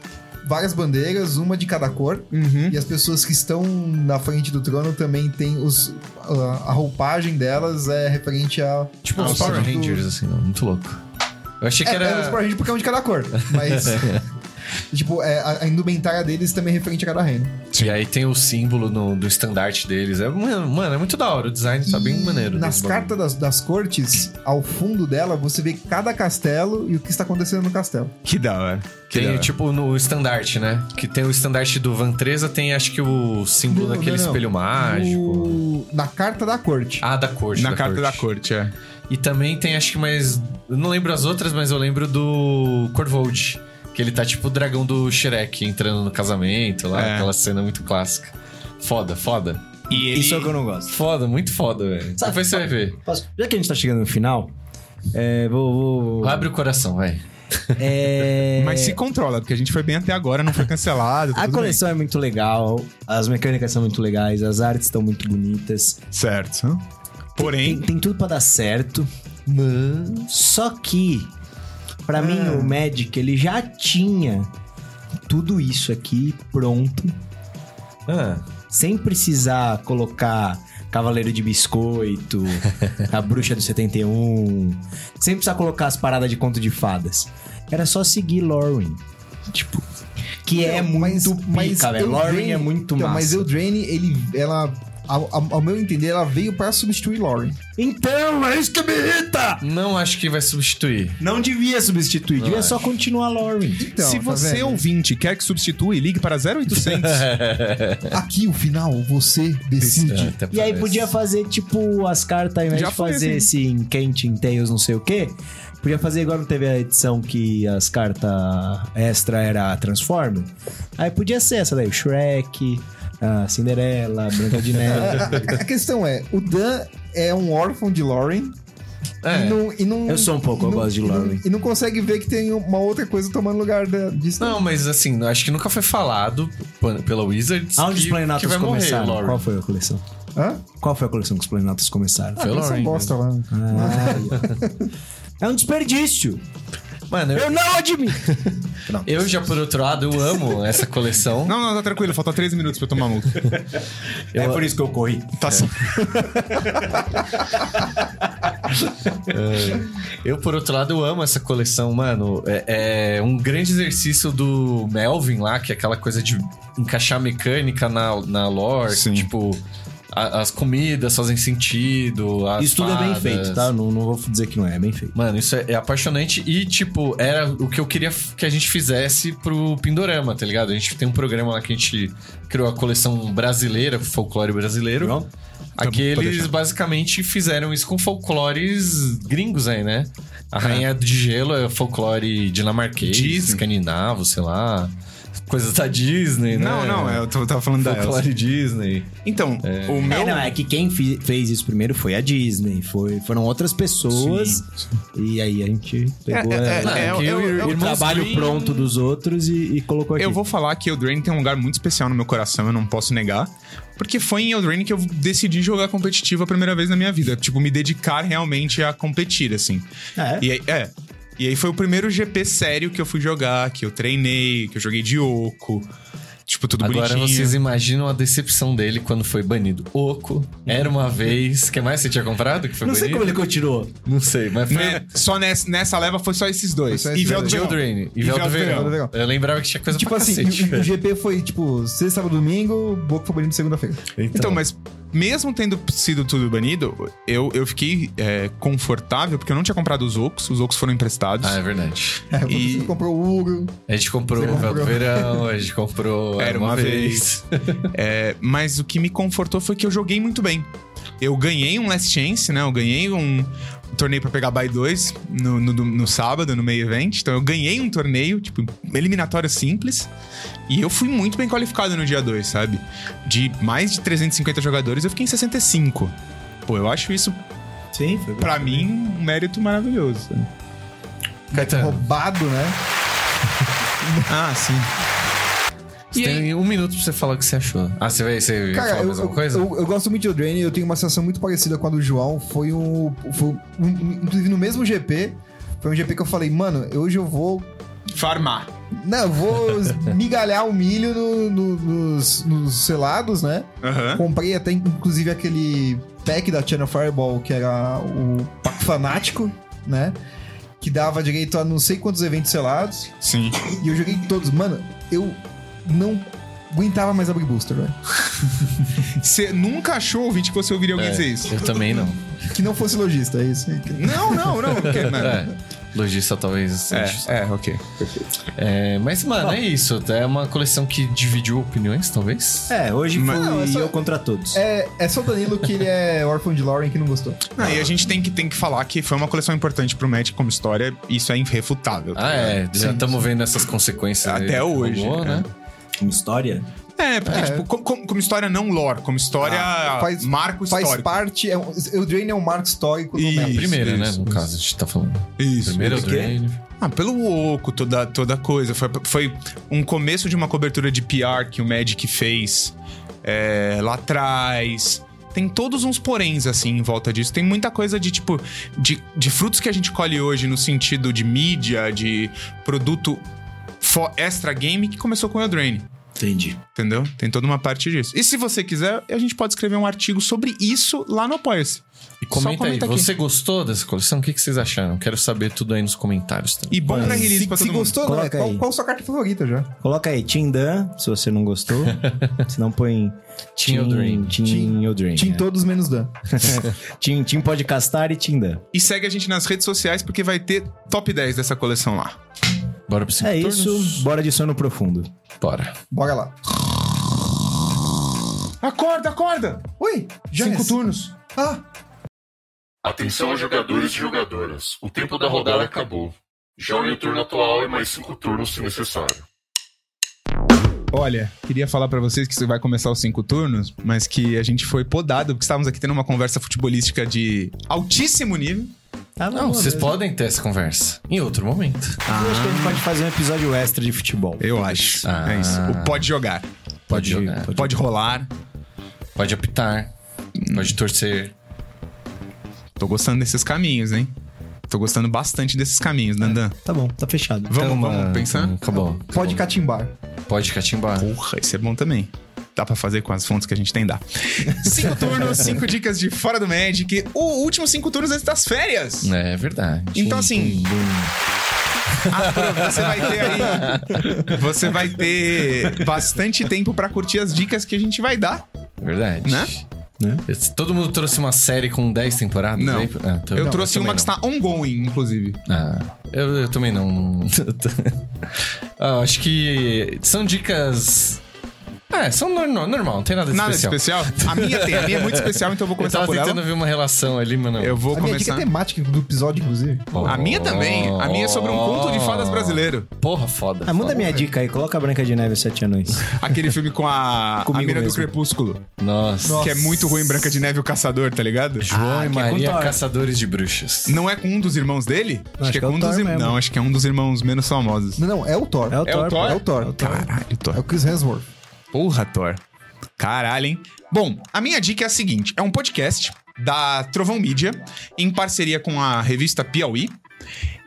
[SPEAKER 4] várias bandeiras, uma de cada cor.
[SPEAKER 2] Uhum.
[SPEAKER 4] E as pessoas que estão na frente do trono também tem os. ah, A a roupagem delas é referente a.
[SPEAKER 3] Tipo
[SPEAKER 4] ao
[SPEAKER 3] os Power
[SPEAKER 4] símbolo do-
[SPEAKER 3] Rangers, assim, ó, muito louco. Eu achei
[SPEAKER 4] É,
[SPEAKER 3] que
[SPEAKER 4] é os
[SPEAKER 3] era...
[SPEAKER 4] Power Rangers porque é um de cada cor. Mas. tipo, é, a, a indumentária deles também é referente a cada reino.
[SPEAKER 3] E aí tem o símbolo no- do estandarte deles. É, mano, mano, é muito da hora. O design tá bem
[SPEAKER 4] E
[SPEAKER 3] maneiro.
[SPEAKER 4] Nas
[SPEAKER 3] desse bagulho.
[SPEAKER 4] cartas das, das cortes, ao fundo dela, você vê cada castelo e o que está acontecendo no castelo.
[SPEAKER 2] Que da hora. Que da
[SPEAKER 3] Tem,
[SPEAKER 2] hora.
[SPEAKER 3] tipo, no estandarte, né? Que tem o estandarte do Vantreza, tem acho que o símbolo
[SPEAKER 4] Não,
[SPEAKER 3] daquele
[SPEAKER 4] não, não.
[SPEAKER 3] espelho mágico.
[SPEAKER 4] No- na carta da corte.
[SPEAKER 3] Ah, da corte.
[SPEAKER 2] na carta da corte, é.
[SPEAKER 3] E também tem, acho que mais. Eu não lembro as outras, mas eu lembro do Corvold. Que ele tá tipo o dragão do Shrek entrando no casamento lá,
[SPEAKER 2] É.
[SPEAKER 3] aquela cena muito clássica. Foda, foda.
[SPEAKER 2] E ele...
[SPEAKER 1] Isso é o que eu não gosto.
[SPEAKER 3] Foda, muito foda, velho.
[SPEAKER 1] Sabe-
[SPEAKER 3] Depois você vai ver.
[SPEAKER 1] Posso- Já que a gente tá chegando no final, é, vou. vou
[SPEAKER 3] Abre o coração, vai.
[SPEAKER 1] é,
[SPEAKER 2] Mas se controla, porque a gente foi bem até agora, não foi cancelado. tá
[SPEAKER 1] A
[SPEAKER 2] tudo bem.
[SPEAKER 1] coleção é muito legal, as mecânicas são muito legais, as artes estão muito bonitas.
[SPEAKER 2] Certo.
[SPEAKER 1] Tem,
[SPEAKER 2] Porém,
[SPEAKER 1] tem tudo pra dar certo.
[SPEAKER 4] Ah.
[SPEAKER 1] Só que, pra mim, o Magic ele já tinha tudo isso aqui pronto,
[SPEAKER 3] Ah,
[SPEAKER 1] sem precisar colocar Cavaleiro de Biscoito, A Bruxa do 71, sem precisar colocar as paradas de conto de fadas. Era só seguir Lauren. Tipo, que é
[SPEAKER 4] Não,
[SPEAKER 1] muito pica, velho. Lauren
[SPEAKER 4] Eldraine-
[SPEAKER 1] é muito
[SPEAKER 4] então,
[SPEAKER 1] massa.
[SPEAKER 4] Mas Eldraine, ele, ela, ao, ao- ao meu entender, ela veio pra substituir Lauren.
[SPEAKER 1] Então, é isso que me irrita!
[SPEAKER 3] não acho que vai substituir.
[SPEAKER 1] Não devia substituir, devia só continuar Lauren.
[SPEAKER 4] Então,
[SPEAKER 2] Se
[SPEAKER 4] tá
[SPEAKER 2] você
[SPEAKER 4] vendo?
[SPEAKER 2] ouvinte quer que substitui, ligue para 0800.
[SPEAKER 3] É.
[SPEAKER 4] Aqui, o final, você decide.
[SPEAKER 3] Até
[SPEAKER 1] E aí
[SPEAKER 3] parece.
[SPEAKER 1] podia fazer, tipo, as cartas, ao invés
[SPEAKER 2] Já
[SPEAKER 1] de
[SPEAKER 2] foi,
[SPEAKER 1] fazer esse em Quente, em Tails, não sei o quê, podia fazer igual não teve a edição que as cartas extra era Transformer. Aí podia ser essa daí, o Shrek, a Cinderela, a Branca de Neve.
[SPEAKER 4] A, a- a questão é, o Dan é um órfão de Lauren
[SPEAKER 3] É.
[SPEAKER 4] e,
[SPEAKER 3] Não...
[SPEAKER 4] não, e não-
[SPEAKER 1] Eu sou um pouco,
[SPEAKER 4] e
[SPEAKER 1] eu
[SPEAKER 4] não-
[SPEAKER 1] gosto de
[SPEAKER 4] e não-
[SPEAKER 1] Lauren.
[SPEAKER 4] E não consegue ver que tem uma outra coisa tomando lugar da, disso.
[SPEAKER 3] mas assim, acho que nunca foi falado p- pela Wizards
[SPEAKER 1] Aonde os
[SPEAKER 3] que, que
[SPEAKER 1] Planetas
[SPEAKER 3] vai morrer,
[SPEAKER 1] começaram?
[SPEAKER 3] Lauren.
[SPEAKER 1] Qual foi a coleção?
[SPEAKER 4] Hã?
[SPEAKER 1] Qual foi a coleção que os Planetas começaram?
[SPEAKER 3] Foi
[SPEAKER 4] Ah,
[SPEAKER 3] Lauren
[SPEAKER 4] são bosta lá.
[SPEAKER 1] Ah, é um desperdício!
[SPEAKER 3] Mano, eu,
[SPEAKER 1] Eu não admito!
[SPEAKER 3] eu já por outro lado, eu amo essa coleção.
[SPEAKER 2] não, não, tá tranquilo, falta 13 minutos pra eu tomar multa.
[SPEAKER 1] É por isso que eu corri.
[SPEAKER 2] Tá só.
[SPEAKER 3] Eu, por outro lado, eu amo essa coleção, mano. É, é um grande exercício do Melvin lá, que é aquela coisa de encaixar mecânica na, na lore.
[SPEAKER 2] Sim.
[SPEAKER 3] Tipo, a- as comidas fazem sentido. as
[SPEAKER 1] Isso tudo é bem
[SPEAKER 3] fadas.
[SPEAKER 1] feito, tá? Não, não vou dizer que não é, é bem feito.
[SPEAKER 3] Mano, isso é, é apaixonante e, tipo, era o que eu queria f- que a gente fizesse pro Pindorama, tá ligado? A gente tem um programa lá que a gente criou a coleção brasileira, folclore brasileiro.
[SPEAKER 1] Pronto.
[SPEAKER 3] Aqui
[SPEAKER 2] Tá bom, pode
[SPEAKER 3] eles
[SPEAKER 2] deixar.
[SPEAKER 3] basicamente fizeram isso com folclores gringos aí, né? A Rainha de Gelo é folclore dinamarquês,
[SPEAKER 2] Disney.
[SPEAKER 3] escandinavo, sei lá. Coisas da Disney, né?
[SPEAKER 2] Não, não, eu tô- tava falando da Elsa.
[SPEAKER 3] Folclore Disney.
[SPEAKER 2] Então, o meu.
[SPEAKER 1] É, não, é que quem fi- fez isso primeiro foi a Disney, foi, foram outras pessoas. E aí a gente pegou
[SPEAKER 2] É, é,
[SPEAKER 1] a-
[SPEAKER 2] é,
[SPEAKER 1] o-
[SPEAKER 2] é,
[SPEAKER 1] o-
[SPEAKER 2] é,
[SPEAKER 1] o
[SPEAKER 2] irmãos
[SPEAKER 1] trabalho
[SPEAKER 2] Grimm.
[SPEAKER 1] pronto dos outros e, e colocou aqui.
[SPEAKER 2] Eu vou falar que Eldraine tem um lugar muito especial no meu coração, eu não posso negar. Porque foi em Eldraine que eu decidi jogar competitivo a primeira vez na minha vida. Tipo, me dedicar realmente a competir, assim.
[SPEAKER 1] É.
[SPEAKER 2] E aí, é. E aí foi o primeiro GP sério que eu fui jogar, que eu treinei, que eu joguei de oco. Tipo, tudo
[SPEAKER 3] Agora
[SPEAKER 2] bonitinho.
[SPEAKER 3] vocês imaginam a decepção dele quando foi banido. Oco, era uma vez. O que mais você tinha comprado que foi
[SPEAKER 1] Não sei
[SPEAKER 3] banido?
[SPEAKER 1] como ele continuou.
[SPEAKER 3] Não sei, mas foi.
[SPEAKER 2] Né? Só nessa, nessa leva foi só esses dois.
[SPEAKER 4] Foi só
[SPEAKER 2] e
[SPEAKER 4] esses
[SPEAKER 2] Véu do
[SPEAKER 4] dois.
[SPEAKER 2] Verão.
[SPEAKER 3] Eldraine. E
[SPEAKER 2] Véu
[SPEAKER 3] Véu do
[SPEAKER 2] do
[SPEAKER 3] Verão.
[SPEAKER 4] Verão.
[SPEAKER 3] Eu lembrava que tinha coisa
[SPEAKER 4] Tipo
[SPEAKER 3] pra
[SPEAKER 4] assim,
[SPEAKER 3] cacete,
[SPEAKER 4] o, o
[SPEAKER 3] velho.
[SPEAKER 4] GP foi tipo sexta, sábado, domingo, Boca foi banido segunda-feira.
[SPEAKER 2] Então, mas mesmo tendo sido tudo banido, eu, eu fiquei é, confortável, porque eu não tinha comprado os ocos, os ocos foram emprestados.
[SPEAKER 3] Ah, é verdade.
[SPEAKER 4] É, quando
[SPEAKER 2] E-
[SPEAKER 4] Você comprou o Uro.
[SPEAKER 3] A gente comprou o Véu do
[SPEAKER 4] comprou.
[SPEAKER 3] Verão, a gente comprou.
[SPEAKER 2] Era uma vez. É, mas o que me confortou foi que eu joguei muito bem. Eu ganhei um Last Chance, né? Eu ganhei um torneio pra pegar by 2 no, no, no sábado, no meio evento. Então eu ganhei um torneio, tipo, eliminatório simples. E eu fui muito bem qualificado no dia 2, sabe? De mais de 350 jogadores, eu fiquei em 65. Pô, eu acho isso,
[SPEAKER 1] Sim, foi.
[SPEAKER 2] pra mim, um mérito maravilhoso. sabe?
[SPEAKER 3] Caetano,
[SPEAKER 4] Roubado, né?
[SPEAKER 2] Ah, sim.
[SPEAKER 3] você tem um minuto pra você falar o que você achou. Ah, você vai, você vai
[SPEAKER 4] Cara,
[SPEAKER 3] falar
[SPEAKER 4] eu,
[SPEAKER 3] mais alguma coisa?
[SPEAKER 4] eu- eu gosto muito de Eldraine, eu tenho uma sensação muito parecida com a do João. Foi um, foi um- um- Inclusive no mesmo GP, foi um GP que eu falei, mano, hoje eu vou.
[SPEAKER 2] Farmar.
[SPEAKER 4] Não, eu vou migalhar o milho no- no- nos, nos selados, né?
[SPEAKER 2] Aham.
[SPEAKER 4] Comprei até, inclusive, aquele pack da Channel Fireball, que era o pack fanático, né? Que dava direito a não sei quantos eventos selados.
[SPEAKER 2] Sim.
[SPEAKER 4] E eu joguei todos. Mano, eu não aguentava mais abrir booster, velho.
[SPEAKER 2] Você nunca achou, ouvinte, que você ouviria alguém
[SPEAKER 3] É,
[SPEAKER 2] dizer isso?
[SPEAKER 3] eu também não.
[SPEAKER 4] Que não fosse lojista, é isso.
[SPEAKER 2] Não, não, não. Porque, né?
[SPEAKER 3] É, logista talvez. seja-
[SPEAKER 2] É, é, ok.
[SPEAKER 3] É, mas, mano, é isso. É uma coleção que dividiu opiniões, talvez.
[SPEAKER 1] É, hoje
[SPEAKER 2] Mas-
[SPEAKER 1] foi
[SPEAKER 4] Não, é só-
[SPEAKER 1] eu contra todos.
[SPEAKER 4] É, é só o Danilo que ele é órfão de Lauren que não gostou.
[SPEAKER 2] Não, e a gente tem que, tem que falar que foi uma coleção importante pro Magic como história, isso é irrefutável. tá
[SPEAKER 3] Ah,
[SPEAKER 2] ligado?
[SPEAKER 3] é. Já estamos vendo essas consequências.
[SPEAKER 2] Até
[SPEAKER 3] aí que
[SPEAKER 2] hoje,
[SPEAKER 3] rolou,
[SPEAKER 2] é.
[SPEAKER 3] né?
[SPEAKER 1] Uma história.
[SPEAKER 2] É, Ah, porque, tipo, como, como- como história não lore, como história
[SPEAKER 4] faz-
[SPEAKER 2] marco
[SPEAKER 4] Faz
[SPEAKER 2] histórico.
[SPEAKER 4] parte. É um, Eldraine é um marco histórico do
[SPEAKER 2] Isso.
[SPEAKER 4] Magic.
[SPEAKER 3] Primeira, né?
[SPEAKER 2] isso,
[SPEAKER 3] No
[SPEAKER 2] isso.
[SPEAKER 3] caso, a gente tá falando.
[SPEAKER 2] Isso.
[SPEAKER 3] Primeira
[SPEAKER 1] Por quê?
[SPEAKER 3] Eldraine.
[SPEAKER 2] Ah, pelo oco, toda, toda coisa. Foi, foi um começo de uma cobertura de PR que o Magic fez é, lá atrás. Tem todos uns poréns, assim, em volta disso. Tem muita coisa de, tipo, de, de frutos que a gente colhe hoje no sentido de mídia, de produto fo- extra game que começou com o Eldraine.
[SPEAKER 6] Entendi.
[SPEAKER 2] Entendeu? Tem toda uma parte disso. E se você quiser, a gente pode escrever um artigo sobre isso lá no Apoia-se.
[SPEAKER 3] E comenta,
[SPEAKER 2] Só comenta
[SPEAKER 3] aí,
[SPEAKER 2] aqui.
[SPEAKER 3] você gostou dessa coleção? O que, que vocês acharam? Quero saber tudo aí nos comentários também.
[SPEAKER 2] E bom pra
[SPEAKER 4] Se,
[SPEAKER 2] release pra todo
[SPEAKER 4] se
[SPEAKER 2] mundo.
[SPEAKER 4] gostou, não, é,
[SPEAKER 1] Coloca
[SPEAKER 4] qual,
[SPEAKER 1] aí.
[SPEAKER 4] qual sua carta favorita já?
[SPEAKER 1] Coloca aí, Team Dan, se você não gostou. se não, põe...
[SPEAKER 3] Team Eldraine.
[SPEAKER 1] Team,
[SPEAKER 4] Team-
[SPEAKER 1] Eldraine,
[SPEAKER 4] Tinha
[SPEAKER 1] é.
[SPEAKER 4] todos menos Dan.
[SPEAKER 1] Team, Team Podcastar e Team Dan.
[SPEAKER 2] E segue a gente nas redes sociais, porque vai ter top 10 dessa coleção lá.
[SPEAKER 3] Bora pro cinco
[SPEAKER 1] É
[SPEAKER 3] turnos?
[SPEAKER 1] isso, bora de sono profundo.
[SPEAKER 3] Bora.
[SPEAKER 4] Bora lá.
[SPEAKER 2] Acorda, acorda!
[SPEAKER 4] Oi, já
[SPEAKER 2] Cinco
[SPEAKER 4] é-
[SPEAKER 2] turnos.
[SPEAKER 4] Ah,
[SPEAKER 5] Atenção, jogadores e jogadoras. O tempo da rodada acabou. Jogue o turno atual e mais cinco turnos se necessário.
[SPEAKER 2] Olha, queria falar pra vocês que isso vai começar os cinco turnos, mas que a gente foi podado, porque estávamos aqui tendo uma conversa futebolística de altíssimo nível.
[SPEAKER 1] Ah,
[SPEAKER 3] Não, vocês podem ter essa conversa em outro momento.
[SPEAKER 1] Eu acho que a gente pode fazer um episódio extra de futebol.
[SPEAKER 2] Eu acho.
[SPEAKER 3] Ah.
[SPEAKER 2] É isso. O pode jogar.
[SPEAKER 3] Pode jogar.
[SPEAKER 2] Pode, rolar.
[SPEAKER 3] Pode apitar. Pode torcer.
[SPEAKER 2] Tô gostando desses caminhos, hein? Tô gostando bastante desses caminhos, Dandan.
[SPEAKER 1] Tá bom, tá fechado.
[SPEAKER 2] Vamos,
[SPEAKER 3] Então,
[SPEAKER 2] vamos
[SPEAKER 3] ah,
[SPEAKER 2] pensar?
[SPEAKER 3] Acabou.
[SPEAKER 4] pode catimbar.
[SPEAKER 3] Pode catimbar.
[SPEAKER 2] Porra, isso é bom também. Dá pra fazer com as fontes que a gente tem, dá. Cinco turnos, cinco dicas de fora do Magic. O último cinco turnos antes das férias.
[SPEAKER 3] É verdade.
[SPEAKER 2] Então, assim, Você vai ter aí. Você vai ter bastante tempo pra curtir as dicas que a gente vai dar.
[SPEAKER 3] é Verdade.
[SPEAKER 2] Né?
[SPEAKER 1] Né?
[SPEAKER 3] Esse- Todo mundo trouxe uma série com 10 temporadas?
[SPEAKER 2] Não.
[SPEAKER 3] aí? Ah, tô-
[SPEAKER 2] eu
[SPEAKER 3] não,
[SPEAKER 2] trouxe
[SPEAKER 3] também
[SPEAKER 2] uma que
[SPEAKER 3] não.
[SPEAKER 2] está ongoing, inclusive.
[SPEAKER 3] Ah, eu, eu também não. não- Ah, acho que são dicas. É, são normal, normal não tem nada de
[SPEAKER 2] Nada
[SPEAKER 3] especial.
[SPEAKER 2] especial. A minha tem, a minha é muito especial, então eu vou
[SPEAKER 3] Eu
[SPEAKER 2] começar
[SPEAKER 3] tava
[SPEAKER 2] por
[SPEAKER 3] tentando
[SPEAKER 2] ela.
[SPEAKER 3] ver uma relação ali, mas não. Oh.
[SPEAKER 2] Eu vou
[SPEAKER 4] a minha dica
[SPEAKER 2] começar.
[SPEAKER 4] é temática do episódio, inclusive.
[SPEAKER 2] A minha também. A minha é sobre um conto de fadas brasileiro.
[SPEAKER 3] Porra, foda.
[SPEAKER 1] Ah, muda
[SPEAKER 3] foda.
[SPEAKER 1] minha dica aí, coloca a Branca de Neve e os Sete Anões.
[SPEAKER 2] Aquele filme com a, a
[SPEAKER 1] Comigo
[SPEAKER 2] Mira do
[SPEAKER 1] mesmo.
[SPEAKER 2] Crepúsculo.
[SPEAKER 3] Nossa.
[SPEAKER 2] Que é muito ruim, Branca de Neve e o Caçador, tá ligado?
[SPEAKER 3] João
[SPEAKER 1] Ah,
[SPEAKER 3] e
[SPEAKER 1] que é
[SPEAKER 3] Maria
[SPEAKER 1] com Thor.
[SPEAKER 3] Caçadores de Bruxas.
[SPEAKER 2] Não é com um dos irmãos dele? Acho, que é com um
[SPEAKER 1] Thor
[SPEAKER 2] dos irmãos.
[SPEAKER 1] mesmo.
[SPEAKER 2] Não, acho que é um dos irmãos menos famosos.
[SPEAKER 4] Não, não, é o Thor.
[SPEAKER 1] É o
[SPEAKER 2] É
[SPEAKER 1] Thor.
[SPEAKER 2] o Thor?
[SPEAKER 1] pô.
[SPEAKER 4] É o Thor. É o,
[SPEAKER 2] Caralho, Thor.
[SPEAKER 4] Chris Hemsworth.
[SPEAKER 2] Porra, Thor. Caralho, hein? Bom, a minha dica é a seguinte: é um podcast da Trovão Mídia, em parceria com a revista Piauí,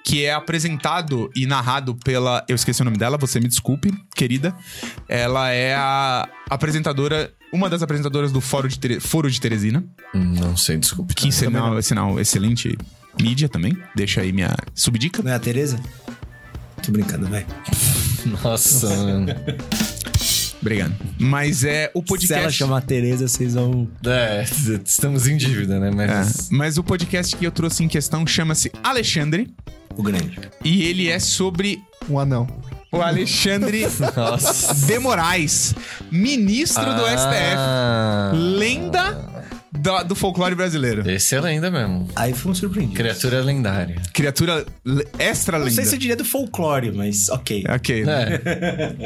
[SPEAKER 2] que é apresentado e narrado pela. Eu esqueci o nome dela, você me desculpe, querida. Ela é a apresentadora, uma das apresentadoras do Fórum de, Tere- Foro de Teresina,
[SPEAKER 3] Não sei, desculpe.
[SPEAKER 1] Ah,
[SPEAKER 2] que sinal, sinal excelente mídia também. Deixa aí minha subdica.
[SPEAKER 1] Não é a Tereza? Tô brincando, vai.
[SPEAKER 3] Nossa, mano.
[SPEAKER 2] Obrigado. Mas é o
[SPEAKER 1] Se ela
[SPEAKER 2] podcast.
[SPEAKER 1] chamar a Tereza, vocês vão...
[SPEAKER 3] É, estamos em dívida, né?
[SPEAKER 2] É,
[SPEAKER 3] Mas.
[SPEAKER 2] mas o podcast que eu trouxe em questão chama-se Alexandre.
[SPEAKER 1] O grande.
[SPEAKER 2] E ele é sobre
[SPEAKER 4] Um anão.
[SPEAKER 2] o Alexandre
[SPEAKER 3] Nossa.
[SPEAKER 2] de Moraes, ministro do
[SPEAKER 1] Ah.
[SPEAKER 2] STF. Lenda do, do folclore brasileiro.
[SPEAKER 3] Ah. Esse é lenda mesmo.
[SPEAKER 1] Aí foi um surpreendido.
[SPEAKER 3] Criatura lendária.
[SPEAKER 2] Criatura le- extra
[SPEAKER 1] Não
[SPEAKER 2] lenda.
[SPEAKER 1] sei se eu diria do folclore, mas ok.
[SPEAKER 2] Ok.
[SPEAKER 3] É,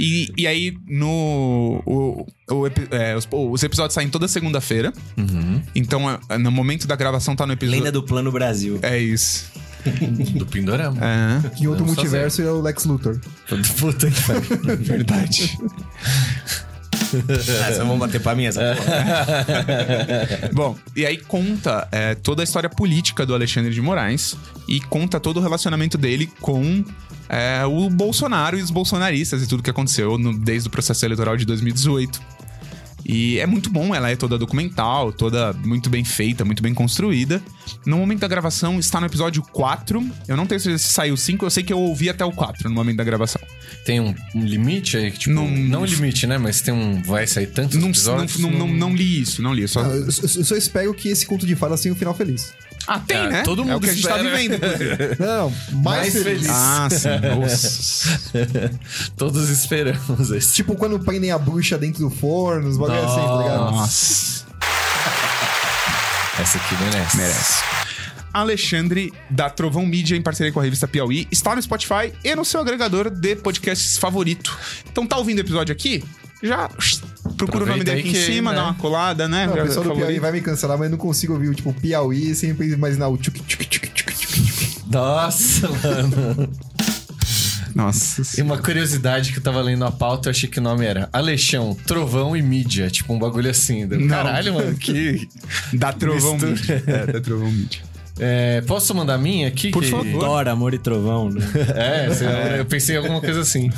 [SPEAKER 2] E, e aí, no. o- o epi- é, os, os episódios saem toda segunda-feira. Então, é- no momento da gravação, tá no episódio.
[SPEAKER 1] Uhum. Lenda do Plano Brasil.
[SPEAKER 2] É isso.
[SPEAKER 3] do Pindorama.
[SPEAKER 2] É.
[SPEAKER 4] Em outro
[SPEAKER 3] Vamos
[SPEAKER 4] multiverso é o Lex Luthor.
[SPEAKER 3] Puta que pariu.
[SPEAKER 2] Verdade.
[SPEAKER 1] Ah, vocês vão bater pra mim essa
[SPEAKER 3] É.
[SPEAKER 1] porra.
[SPEAKER 2] Bom, e aí conta é, toda a história política do Alexandre de Moraes e conta todo o relacionamento dele com é, o Bolsonaro e os bolsonaristas e tudo que aconteceu no- desde o processo eleitoral de 2018. E é muito bom, ela é toda documental, toda muito bem feita, muito bem construída. No momento da gravação está no episódio 4. Eu não tenho certeza se saiu 5, eu sei que eu ouvi até o 4 no momento da gravação.
[SPEAKER 3] Tem um um limite aí que, tipo.
[SPEAKER 2] Não-
[SPEAKER 3] não limite, né? Mas tem um. Vai sair tantos
[SPEAKER 2] Não,
[SPEAKER 3] episódios.
[SPEAKER 2] não, não, não, não li isso, não li. eu Só...
[SPEAKER 4] Ah, Eu, eu- eu só espero que esse conto de fadas tenha um final feliz.
[SPEAKER 2] Ah, tem,
[SPEAKER 3] Ah,
[SPEAKER 2] né?
[SPEAKER 3] todo
[SPEAKER 2] é o
[SPEAKER 3] mundo
[SPEAKER 2] que a gente tá
[SPEAKER 3] espera.
[SPEAKER 2] vivendo. inclusive.
[SPEAKER 4] Não, não, mais,
[SPEAKER 3] Mais
[SPEAKER 4] feliz.
[SPEAKER 3] feliz.
[SPEAKER 2] ah, sim. Nossa.
[SPEAKER 3] Todos esperamos esse.
[SPEAKER 4] Tipo quando prendem a bruxa dentro do forno, os bagulho assim, tá ligado?
[SPEAKER 2] Nossa.
[SPEAKER 3] Essa aqui merece.
[SPEAKER 2] Merece. Alexandre, da Trovão Mídia, em parceria com a revista Piauí, está no Spotify e no seu agregador de podcasts favorito. Então, tá ouvindo o episódio aqui? Já ush, procura o nome
[SPEAKER 3] Aproveita
[SPEAKER 2] dele
[SPEAKER 3] aí
[SPEAKER 2] aqui em
[SPEAKER 3] que-
[SPEAKER 2] cima,
[SPEAKER 3] né?
[SPEAKER 2] dá uma colada, né?
[SPEAKER 4] Não, Ah, o
[SPEAKER 2] Já
[SPEAKER 4] pessoal do
[SPEAKER 2] favorito.
[SPEAKER 4] Piauí vai me cancelar, mas eu não consigo ouvir o tipo Piauí sem imaginar o tchuc tchuc tchuc tchuc tchuc.
[SPEAKER 3] Nossa, mano.
[SPEAKER 2] Nossa.
[SPEAKER 3] E uma curiosidade que eu tava lendo a pauta, eu achei que o nome era Alexão, Trovão e Mídia. Tipo, um bagulho assim. Deu,
[SPEAKER 2] Não.
[SPEAKER 3] Caralho, mano, que.
[SPEAKER 2] Da Trovão
[SPEAKER 3] Mistura.
[SPEAKER 2] Mídia. É, da Trovão Mídia.
[SPEAKER 3] É, posso mandar a minha aqui?
[SPEAKER 2] Por
[SPEAKER 3] que-
[SPEAKER 2] favor.
[SPEAKER 1] Dora, amor e trovão, né?
[SPEAKER 3] É, sei lá, eu pensei em alguma coisa assim.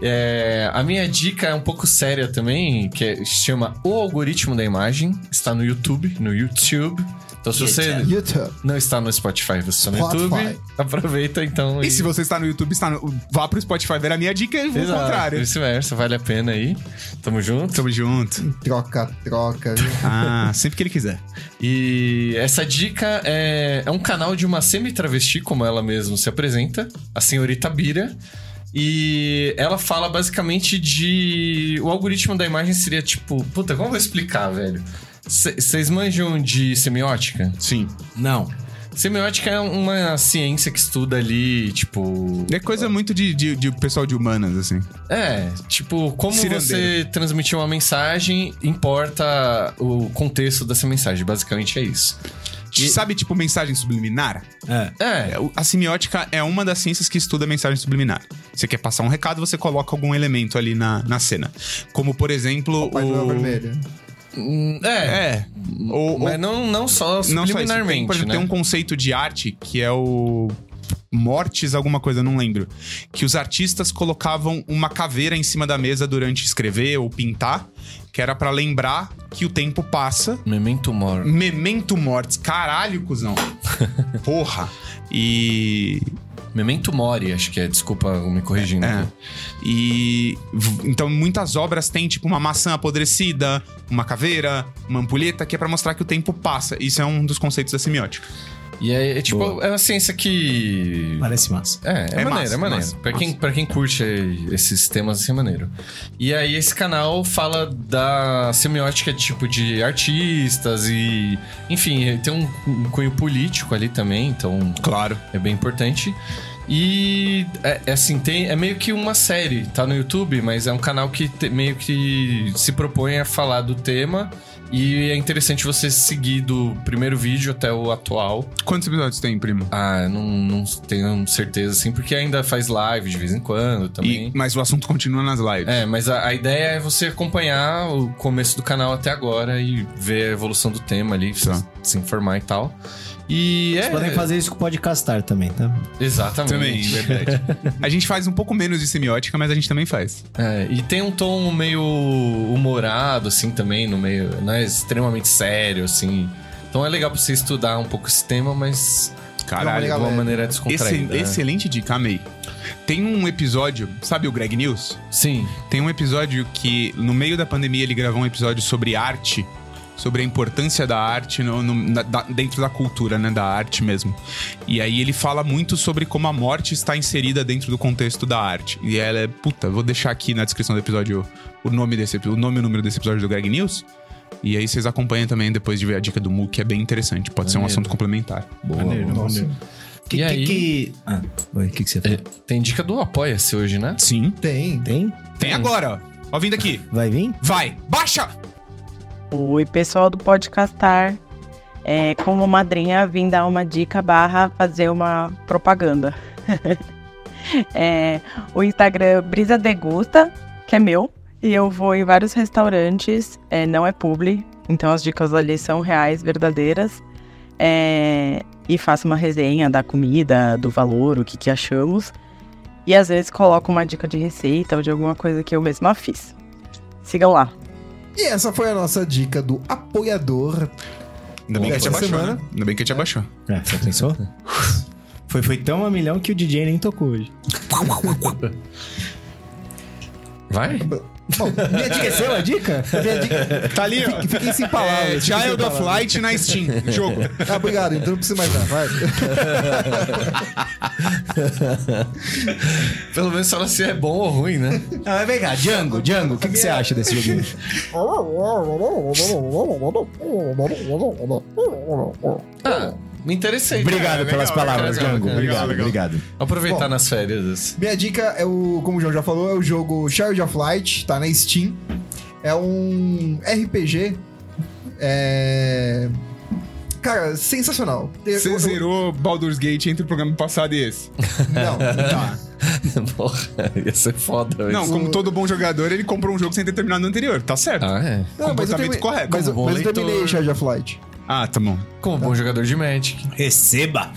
[SPEAKER 3] É, a minha dica é um pouco séria também, que é- chama O Algoritmo da Imagem. Está no YouTube, no YouTube. Então se você
[SPEAKER 4] YouTube.
[SPEAKER 3] não está no Spotify, você está no
[SPEAKER 4] Spotify.
[SPEAKER 3] YouTube, aproveita então.
[SPEAKER 2] E se você está no YouTube, está no... vá pro Spotify ver a minha dica e o
[SPEAKER 3] Exato,
[SPEAKER 2] contrário.
[SPEAKER 3] Vice-versa, vale a pena aí. Tamo junto.
[SPEAKER 2] Tamo junto.
[SPEAKER 4] Troca, troca. viu?
[SPEAKER 2] Ah, sempre que ele quiser.
[SPEAKER 3] E essa dica é, é um canal de uma semi-travesti, como ela mesma se apresenta, a senhorita Bira. E ela fala basicamente de. O algoritmo da imagem seria tipo. Puta, como eu vou explicar, velho? Vocês manjam de semiótica?
[SPEAKER 2] Sim.
[SPEAKER 1] Não.
[SPEAKER 3] Semiótica é uma ciência que estuda ali, tipo.
[SPEAKER 2] É coisa muito de, de, de pessoal de humanas, assim.
[SPEAKER 3] É, tipo, como
[SPEAKER 2] Cirandeiro.
[SPEAKER 3] você transmitir uma mensagem importa o contexto dessa mensagem. Basicamente é isso. E-
[SPEAKER 2] Sabe, tipo, mensagem subliminar?
[SPEAKER 1] É.
[SPEAKER 3] É,
[SPEAKER 2] É, o- A semiótica é uma das ciências que estuda a mensagem subliminar. Você quer passar um recado, você coloca algum elemento ali na, na cena. Como, por exemplo,
[SPEAKER 4] Pai Noel
[SPEAKER 2] o...
[SPEAKER 4] vermelho.
[SPEAKER 3] é.
[SPEAKER 2] É. Ou,
[SPEAKER 3] Mas não, não
[SPEAKER 2] ou-
[SPEAKER 3] só
[SPEAKER 2] não só isso. Tem,
[SPEAKER 3] subliminarmente,
[SPEAKER 2] por exemplo,
[SPEAKER 3] né?
[SPEAKER 2] tem um conceito de arte que é o... Mortes, alguma coisa, não lembro. Que os artistas colocavam uma caveira em cima da mesa durante escrever ou pintar, que era pra lembrar que o tempo passa
[SPEAKER 3] Memento mori.
[SPEAKER 2] Memento Mortis. Caralho, cuzão. Porra. E.
[SPEAKER 3] Memento mori, acho que é. Desculpa eu me corrigindo.
[SPEAKER 2] É.
[SPEAKER 3] aqui.
[SPEAKER 2] E. v- Então, muitas obras têm, tipo, uma maçã apodrecida, uma caveira, uma ampulheta, que é pra mostrar que o tempo passa. Isso é um dos conceitos da semiótica.
[SPEAKER 3] E é, é tipo,
[SPEAKER 1] Boa.
[SPEAKER 3] é uma ciência que...
[SPEAKER 1] Parece massa.
[SPEAKER 3] É, é,
[SPEAKER 2] É
[SPEAKER 3] maneiro,
[SPEAKER 2] massa,
[SPEAKER 3] é maneiro.
[SPEAKER 2] massa,
[SPEAKER 3] pra,
[SPEAKER 2] massa.
[SPEAKER 3] Quem, pra quem curte esses temas, assim, é maneiro. E aí, esse canal fala da semiótica, tipo, de artistas e... Enfim, tem um, um cunho político ali também, então
[SPEAKER 2] Claro.
[SPEAKER 3] é bem importante. E é, é assim, tem, é meio que uma série, tá no YouTube, mas é um canal que te- meio que se propõe a falar do tema. E é interessante você seguir do primeiro vídeo até o atual.
[SPEAKER 2] Quantos episódios tem, primo?
[SPEAKER 3] Ah, eu não, não tenho certeza, assim, porque ainda faz live de vez em quando também.
[SPEAKER 2] E- mas o assunto continua nas lives.
[SPEAKER 3] É, mas a, a ideia é você acompanhar o começo do canal até agora e ver a evolução do tema ali,
[SPEAKER 2] Tá.
[SPEAKER 3] se informar e tal. E é.
[SPEAKER 1] Vocês podem fazer isso com o podcastar também, tá?
[SPEAKER 3] Exatamente. É
[SPEAKER 2] Também, verdade. a gente faz um pouco menos de semiótica, mas a gente também faz.
[SPEAKER 3] É, e tem um tom meio humorado, assim, também, no meio. Não é extremamente sério, assim. Então é legal pra você estudar um pouco esse tema, mas
[SPEAKER 2] Caralho.
[SPEAKER 3] de uma
[SPEAKER 4] galera.
[SPEAKER 3] maneira
[SPEAKER 2] Esse-
[SPEAKER 3] descontraída. né?
[SPEAKER 2] excelente dica, amei. Tem um episódio, sabe o Greg News?
[SPEAKER 3] Sim.
[SPEAKER 2] Tem um episódio que, no meio da pandemia, ele gravou um episódio sobre arte, sobre a importância da arte no- no- na- da- dentro da cultura, né? Da arte mesmo. E aí ele fala muito sobre como a morte está inserida dentro do contexto da arte. E ela é. Puta, vou deixar aqui na descrição do episódio o nome desse epi- o nome e o número desse episódio do Greg News. E aí vocês acompanham também depois de ver a dica do Mu, que é bem interessante. Pode ser um
[SPEAKER 3] Maneiro.
[SPEAKER 2] assunto complementar.
[SPEAKER 3] Boa.
[SPEAKER 4] Nossa.
[SPEAKER 1] Que,
[SPEAKER 3] E
[SPEAKER 1] que-
[SPEAKER 3] aí?
[SPEAKER 1] que- Ah, oi, o que, que você
[SPEAKER 3] É,
[SPEAKER 1] fez?
[SPEAKER 3] tem dica do Apoia-se hoje, né?
[SPEAKER 2] Sim.
[SPEAKER 4] Tem.
[SPEAKER 1] Tem?
[SPEAKER 2] Tem agora, ó. Ó, vindo aqui.
[SPEAKER 1] Vai vir?
[SPEAKER 2] Vai! Baixa!
[SPEAKER 6] Oi, pessoal do Podcastar. É, como madrinha, vim dar uma dica barra fazer uma propaganda. É, o Instagram Brisa Degusta, que é meu, e eu vou em vários restaurantes, é, não é publi, então as dicas ali são reais, verdadeiras. É, e faço uma resenha da comida, do valor, o que, que achamos. E às vezes coloco uma dica de receita ou de alguma coisa que eu mesma fiz. Sigam lá.
[SPEAKER 4] E essa foi a nossa dica do apoiador.
[SPEAKER 2] Ainda bem que a gente
[SPEAKER 4] Boa
[SPEAKER 2] abaixou,
[SPEAKER 4] semana.
[SPEAKER 2] né? Ainda bem que a gente abaixou.
[SPEAKER 1] Ah, você pensou? foi, foi tão a milhão que o DJ nem tocou hoje.
[SPEAKER 3] Vai?
[SPEAKER 4] Bom, minha dica é seu, a dica? Minha dica.
[SPEAKER 2] Tá ali, ó.
[SPEAKER 4] Fique- Fiquem sem
[SPEAKER 2] É,
[SPEAKER 4] palavras. fiquem sem
[SPEAKER 2] Child of
[SPEAKER 4] palavras.
[SPEAKER 2] Light na Steam. Jogo.
[SPEAKER 4] Ah, obrigado, então não precisa mais dar, vai.
[SPEAKER 3] Pelo menos fala se é bom ou ruim, né?
[SPEAKER 1] Ah, vem cá, Django, Django, o que, que você acha desse joguinho?
[SPEAKER 3] Ah, me interessei.
[SPEAKER 1] Obrigado
[SPEAKER 3] cara,
[SPEAKER 1] pelas
[SPEAKER 3] legal,
[SPEAKER 1] palavras,
[SPEAKER 3] legal,
[SPEAKER 1] Django.
[SPEAKER 3] cara.
[SPEAKER 1] Obrigado,
[SPEAKER 2] legal.
[SPEAKER 1] obrigado.
[SPEAKER 3] Aproveitar
[SPEAKER 4] Bom.
[SPEAKER 3] nas férias.
[SPEAKER 4] Minha dica é o, como o João já falou, é o jogo Child of Light, tá na Steam. É um RPG. É. Cara, sensacional. Eu-
[SPEAKER 2] Você
[SPEAKER 4] eu- Então,
[SPEAKER 2] zerou Baldur's Gate entre o programa passado e esse.
[SPEAKER 4] Não, tá.
[SPEAKER 3] Porra, ia ser foda. isso.
[SPEAKER 2] Não, como todo bom jogador, ele comprou um jogo sem ter terminado no anterior. Tá certo.
[SPEAKER 3] Ah, é.
[SPEAKER 4] Não, mas eu
[SPEAKER 2] Comportamento
[SPEAKER 4] termi-
[SPEAKER 2] correto.
[SPEAKER 4] Mas,
[SPEAKER 3] Como
[SPEAKER 4] eu-
[SPEAKER 3] bom
[SPEAKER 4] mas eu
[SPEAKER 3] leitor.
[SPEAKER 4] terminei Child of Light.
[SPEAKER 2] Ah, tá bom.
[SPEAKER 3] Como bom jogador de Magic.
[SPEAKER 1] Receba!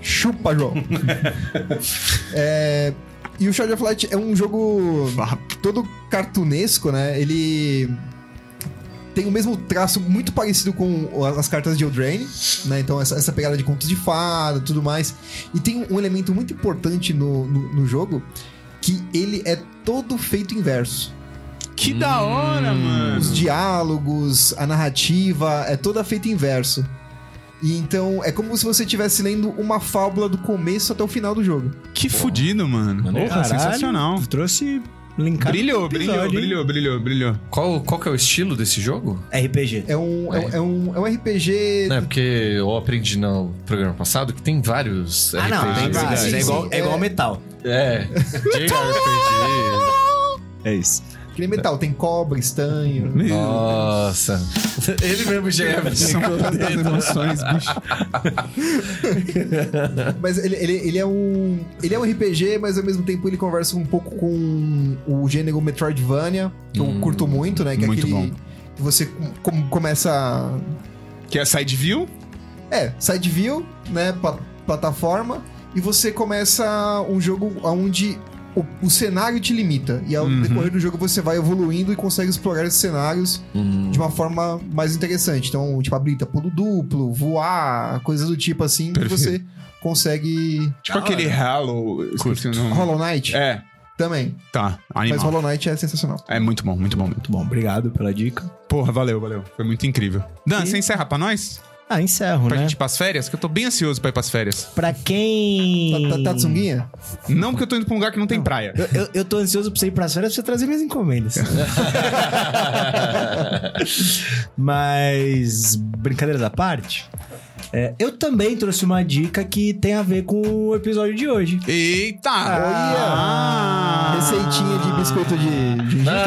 [SPEAKER 4] Chupa, João. É, e o Shard of Light é um jogo todo cartunesco, né? Ele tem o mesmo traço muito parecido com as cartas de Eldraine, né? Então essa, essa pegada de contos de fada, tudo mais. E tem um elemento muito importante no, no, no jogo que ele é todo feito em verso.
[SPEAKER 2] Que da hora, mano.
[SPEAKER 4] Os diálogos, a narrativa, é toda feita em verso. E então é como se você estivesse lendo uma fábula do começo até o final do jogo.
[SPEAKER 2] Que fudido, mano. Porra,
[SPEAKER 1] Caralho,
[SPEAKER 2] sensacional.
[SPEAKER 1] Trouxe linkado.
[SPEAKER 2] Brilhou,
[SPEAKER 1] com o
[SPEAKER 2] brilhou,
[SPEAKER 1] episódio, hein?
[SPEAKER 2] brilhou, brilhou, brilhou.
[SPEAKER 3] Qual, qual que é o estilo desse jogo?
[SPEAKER 1] RPG.
[SPEAKER 4] É um, é, um- é um, é um RPG.
[SPEAKER 2] Né?
[SPEAKER 3] Não, é porque eu aprendi no programa passado que tem vários
[SPEAKER 1] Ah, não,
[SPEAKER 3] RPGs.
[SPEAKER 1] tem vários.
[SPEAKER 4] sim,
[SPEAKER 1] é, igual,
[SPEAKER 4] sim.
[SPEAKER 1] é igual metal.
[SPEAKER 3] É, JRPG.
[SPEAKER 1] É isso.
[SPEAKER 4] Que nem metal, tem cobra, estanho.
[SPEAKER 2] Né?
[SPEAKER 3] Nossa. Ele mesmo já é
[SPEAKER 2] São tantas emoções,
[SPEAKER 1] Ah,
[SPEAKER 2] bicho.
[SPEAKER 4] Mas ele, ele, ele é um. Ele é um RPG, mas ao mesmo tempo ele conversa um pouco com o gênero Metroidvania, que eu curto muito, né? Que é
[SPEAKER 2] Hum. muito
[SPEAKER 4] aquele
[SPEAKER 2] bom.
[SPEAKER 4] que você com- começa.
[SPEAKER 2] Que é side view?
[SPEAKER 4] É, side view, né? pla- plataforma. E você começa um jogo onde o, o cenário te limita. E ao
[SPEAKER 2] Uhum.
[SPEAKER 4] decorrer do jogo você vai evoluindo e consegue explorar esses cenários
[SPEAKER 2] Uhum.
[SPEAKER 4] de uma forma mais interessante. Então, tipo, habilita pulo duplo, voar, coisas do tipo assim, que você consegue.
[SPEAKER 2] Tipo aquele Halo. eu Esqueci o nome.
[SPEAKER 4] Hollow Knight?
[SPEAKER 2] É,
[SPEAKER 4] Também.
[SPEAKER 2] tá.
[SPEAKER 4] Mas
[SPEAKER 2] Animal.
[SPEAKER 4] Hollow Knight é sensacional.
[SPEAKER 2] É muito bom, muito bom. Muito
[SPEAKER 1] Bom, obrigado pela dica.
[SPEAKER 2] bom. Porra, valeu, valeu. Foi muito incrível. Dan, você encerra pra nós?
[SPEAKER 1] Ah, encerro,
[SPEAKER 2] Pra
[SPEAKER 1] né?
[SPEAKER 2] gente ir pras férias? Que eu tô bem ansioso pra ir pras férias.
[SPEAKER 1] Pra quem.
[SPEAKER 4] Tá, tá, Tatsunguinha?
[SPEAKER 2] Não porque eu tô indo pra um lugar que não tem praia.
[SPEAKER 1] Eu, eu, eu tô ansioso pra você ir pras férias pra você trazer minhas encomendas. Mas, brincadeiras à parte, é, eu também trouxe uma dica que tem a ver com o episódio de hoje.
[SPEAKER 2] Eita!
[SPEAKER 4] Olha! Ah. Receitinha de biscoito de, de gengibre.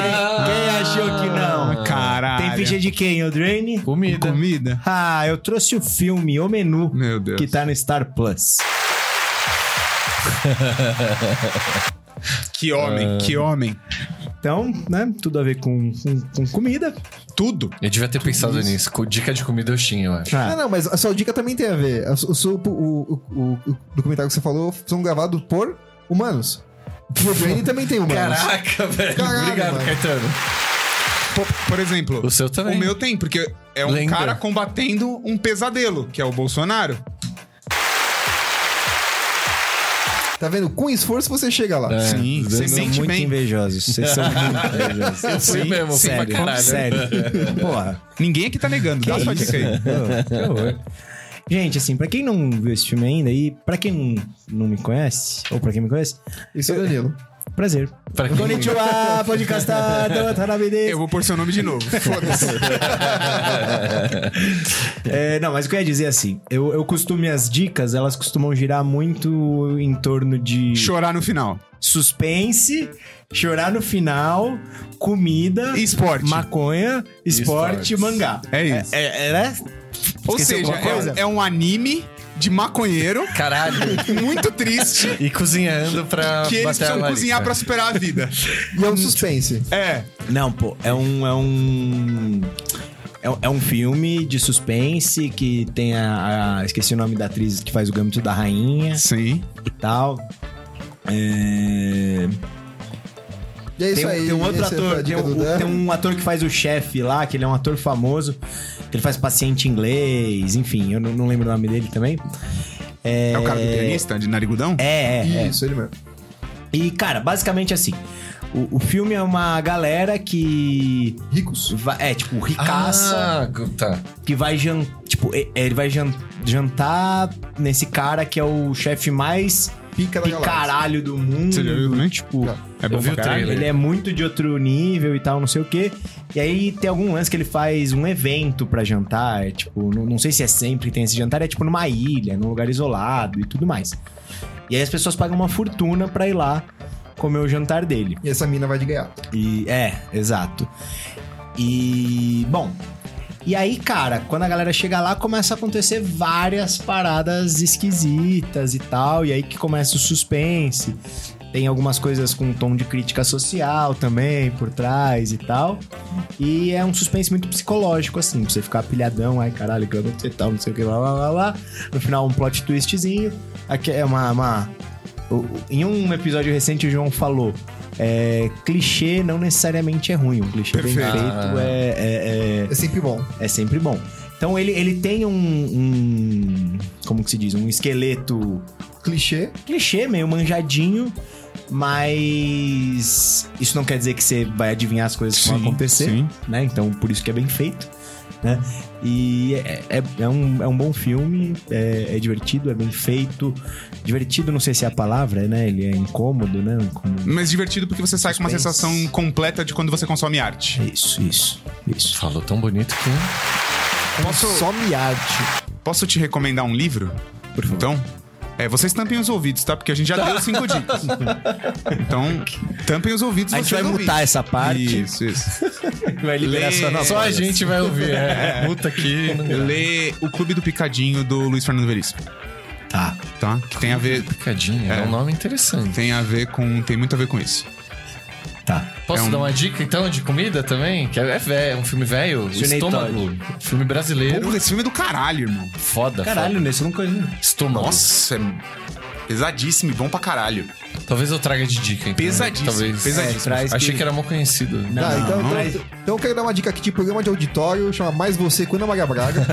[SPEAKER 1] Quem achou que não?
[SPEAKER 2] Caralho.
[SPEAKER 1] Tem ficha de quem, Eldraine?
[SPEAKER 3] Comida.
[SPEAKER 2] comida?
[SPEAKER 1] Ah, eu trouxe o filme O Menu,
[SPEAKER 2] Meu Deus.
[SPEAKER 1] que tá no Star Plus.
[SPEAKER 2] Que homem, que homem.
[SPEAKER 1] Então, né, tudo a ver com, com, com comida.
[SPEAKER 2] Tudo.
[SPEAKER 3] Eu devia ter pensado nisso. Co- Dica de comida eu tinha, eu acho.
[SPEAKER 4] Ah,
[SPEAKER 1] Ah,
[SPEAKER 4] não, mas a sua dica também tem a ver. A su- O, seu- o, o, o, o documentário que você falou são gravados por humanos. O Brain também tem humanos.
[SPEAKER 3] Caraca, velho.
[SPEAKER 4] Caralho,
[SPEAKER 3] Obrigado,
[SPEAKER 4] mano.
[SPEAKER 3] Caetano.
[SPEAKER 2] Por, por exemplo,
[SPEAKER 3] O seu também.
[SPEAKER 2] o meu tem, porque é um
[SPEAKER 3] Lembra.
[SPEAKER 2] cara combatendo um pesadelo, que é o Bolsonaro.
[SPEAKER 4] Tá vendo? Com esforço você chega lá.
[SPEAKER 3] É.
[SPEAKER 2] Sim, você
[SPEAKER 1] vocês são
[SPEAKER 2] sente
[SPEAKER 1] muito
[SPEAKER 2] bem.
[SPEAKER 1] invejosos. Vocês são muito invejosos. Eu
[SPEAKER 3] fui mesmo, fui
[SPEAKER 1] sério,
[SPEAKER 3] pra caralho.
[SPEAKER 1] sério. Porra.
[SPEAKER 2] Ninguém aqui tá negando. Dá sua dica aí.
[SPEAKER 1] Pô, que horror. Gente, assim, pra quem não viu esse filme ainda e pra quem não, não me conhece, ou pra quem me conhece,
[SPEAKER 4] Isso é o Danilo.
[SPEAKER 1] prazer.
[SPEAKER 3] Pra quem-
[SPEAKER 1] Konnichiwa, podcastar,
[SPEAKER 2] Eu vou pôr seu nome de novo. Foda-se.
[SPEAKER 1] É, não, mas o que eu ia dizer é assim, eu, eu costumo, minhas dicas, elas costumam girar muito em torno de
[SPEAKER 2] Chorar no final.
[SPEAKER 1] suspense, chorar no final, comida,
[SPEAKER 2] E Esporte.
[SPEAKER 1] maconha, esporte,
[SPEAKER 3] Esporte.
[SPEAKER 1] mangá.
[SPEAKER 2] É isso.
[SPEAKER 1] É, é, né?
[SPEAKER 2] Ou
[SPEAKER 1] Esqueceu
[SPEAKER 2] seja,
[SPEAKER 1] alguma coisa?
[SPEAKER 2] é, é um anime de maconheiro
[SPEAKER 3] Caralho.
[SPEAKER 2] muito triste
[SPEAKER 3] E cozinhando
[SPEAKER 1] Ah,
[SPEAKER 3] pra
[SPEAKER 2] que eles
[SPEAKER 3] bater a
[SPEAKER 2] precisam
[SPEAKER 3] larica.
[SPEAKER 2] cozinhar pra superar a vida.
[SPEAKER 4] E é um suspense.
[SPEAKER 2] É.
[SPEAKER 1] Não, pô, é um. É um. É, um- é um filme de suspense que tem a, a- Esqueci o nome da atriz que faz o gâmito da rainha
[SPEAKER 2] Sim.
[SPEAKER 1] e tal. É,
[SPEAKER 4] E é isso
[SPEAKER 1] tem, um-
[SPEAKER 4] aí.
[SPEAKER 1] tem um outro
[SPEAKER 4] essa foi a
[SPEAKER 1] ator. Tem
[SPEAKER 4] dica
[SPEAKER 1] um,
[SPEAKER 4] do Dan.
[SPEAKER 1] tem um ator que faz o chefe lá, que ele é um ator famoso. que Ele faz paciente inglês, enfim, eu não, não lembro o nome dele também.
[SPEAKER 2] É, o cara do pianista, de narigudão?
[SPEAKER 1] É, é, é.
[SPEAKER 4] Isso, ele mesmo.
[SPEAKER 1] E, cara, basicamente assim. O, o filme é uma galera que.
[SPEAKER 4] Ricos.
[SPEAKER 1] va- É, tipo, ricaça.
[SPEAKER 3] Ah, tá.
[SPEAKER 1] que vai jantar. Tipo, e- ele vai jan- jantar nesse cara que é o chefe mais
[SPEAKER 4] Pica da galáxia.
[SPEAKER 1] picaralho do mundo.
[SPEAKER 2] Você já viu, né?
[SPEAKER 1] Tipo,
[SPEAKER 4] Já.
[SPEAKER 2] É bom
[SPEAKER 3] Eu vi
[SPEAKER 2] pra
[SPEAKER 3] o
[SPEAKER 2] caralho.
[SPEAKER 3] trailer.
[SPEAKER 1] ele é muito de outro nível e tal, não sei o quê. E aí tem algum lance que ele faz um evento pra jantar. é, Tipo, não, não sei se é sempre que tem esse jantar, é tipo numa ilha, num lugar isolado e tudo mais. E aí as pessoas pagam uma fortuna pra ir lá comer o jantar dele.
[SPEAKER 4] E essa mina vai de ganhar.
[SPEAKER 1] E é, exato. E bom, e aí, cara, quando a galera chega lá, começa a acontecer várias paradas esquisitas e tal, e aí que começa o suspense. Tem algumas coisas com um tom de crítica social também por trás e tal. E é um suspense muito psicológico, assim, pra você ficar pilhadão, ai caralho, que vai acontecer tal, não sei o que, lá, lá, lá, lá. No final, um plot twistzinho. Aqui é uma. uma- o- o- Em um episódio recente, o João falou. é, clichê não necessariamente é ruim, um clichê bem
[SPEAKER 2] Perfeito.
[SPEAKER 1] feito é- é- é,
[SPEAKER 4] É sempre bom.
[SPEAKER 1] é sempre bom. Então ele, ele tem um, um- Como que se diz? Um esqueleto
[SPEAKER 4] Clichê.
[SPEAKER 1] clichê, meio manjadinho. Mas isso não quer dizer que você vai adivinhar as coisas que vão acontecer,
[SPEAKER 2] Sim.
[SPEAKER 1] né? Então por isso que é bem feito, né? E é, é- é um, é um bom filme, é, é divertido, é bem feito. Divertido, não sei se é a palavra, né? Ele é incômodo, né? Incômodo.
[SPEAKER 2] Mas é divertido porque você sai com uma
[SPEAKER 1] Suspense.
[SPEAKER 2] sensação completa de quando você consome arte.
[SPEAKER 1] É Isso, isso, isso.
[SPEAKER 3] Falou tão bonito que.
[SPEAKER 2] Posso,
[SPEAKER 1] Só me arte.
[SPEAKER 2] posso te recomendar um livro?
[SPEAKER 1] Por favor.
[SPEAKER 2] Então. É, vocês tampem os ouvidos, tá? Porque a gente já deu cinco dicas. Então, tampem os ouvidos.
[SPEAKER 1] a gente
[SPEAKER 2] vocês
[SPEAKER 1] vai
[SPEAKER 2] ouvintes.
[SPEAKER 1] mutar essa parte.
[SPEAKER 2] Isso, isso.
[SPEAKER 1] Vai liberar
[SPEAKER 2] Lê.
[SPEAKER 1] só na
[SPEAKER 2] É,
[SPEAKER 3] Só a
[SPEAKER 1] voz.
[SPEAKER 3] gente vai ouvir. É. Puta aqui.
[SPEAKER 2] Lê O Clube do Picadinho do Luiz Fernando Veríssimo,
[SPEAKER 1] Tá.
[SPEAKER 2] tá? Que tem a ver,
[SPEAKER 3] Picadinha, é. um nome interessante.
[SPEAKER 2] tem a ver com, tem muito a ver com isso.
[SPEAKER 1] Tá.
[SPEAKER 3] Posso
[SPEAKER 2] É um-
[SPEAKER 3] dar uma dica então de comida também? Que é velho, é um filme velho.
[SPEAKER 1] Cine
[SPEAKER 3] Estômago. Filme brasileiro.
[SPEAKER 2] Porra, esse filme é do caralho, irmão.
[SPEAKER 3] Foda,
[SPEAKER 1] Caralho, nesse eu nunca vi.
[SPEAKER 3] foda. Estômago.
[SPEAKER 2] Nossa, é pesadíssimo e bom pra caralho.
[SPEAKER 3] Talvez eu traga de dica. Então,
[SPEAKER 2] Pesadíssimo,
[SPEAKER 3] Talvez.
[SPEAKER 2] pesadíssimo.
[SPEAKER 1] É, traz
[SPEAKER 3] Achei
[SPEAKER 1] que-
[SPEAKER 3] que era mal conhecido.
[SPEAKER 1] Não,
[SPEAKER 4] Ah, então,
[SPEAKER 1] não,
[SPEAKER 4] então, então eu quero dar uma dica aqui de programa de auditório, chama Mais Você É com Ana Maria Braga.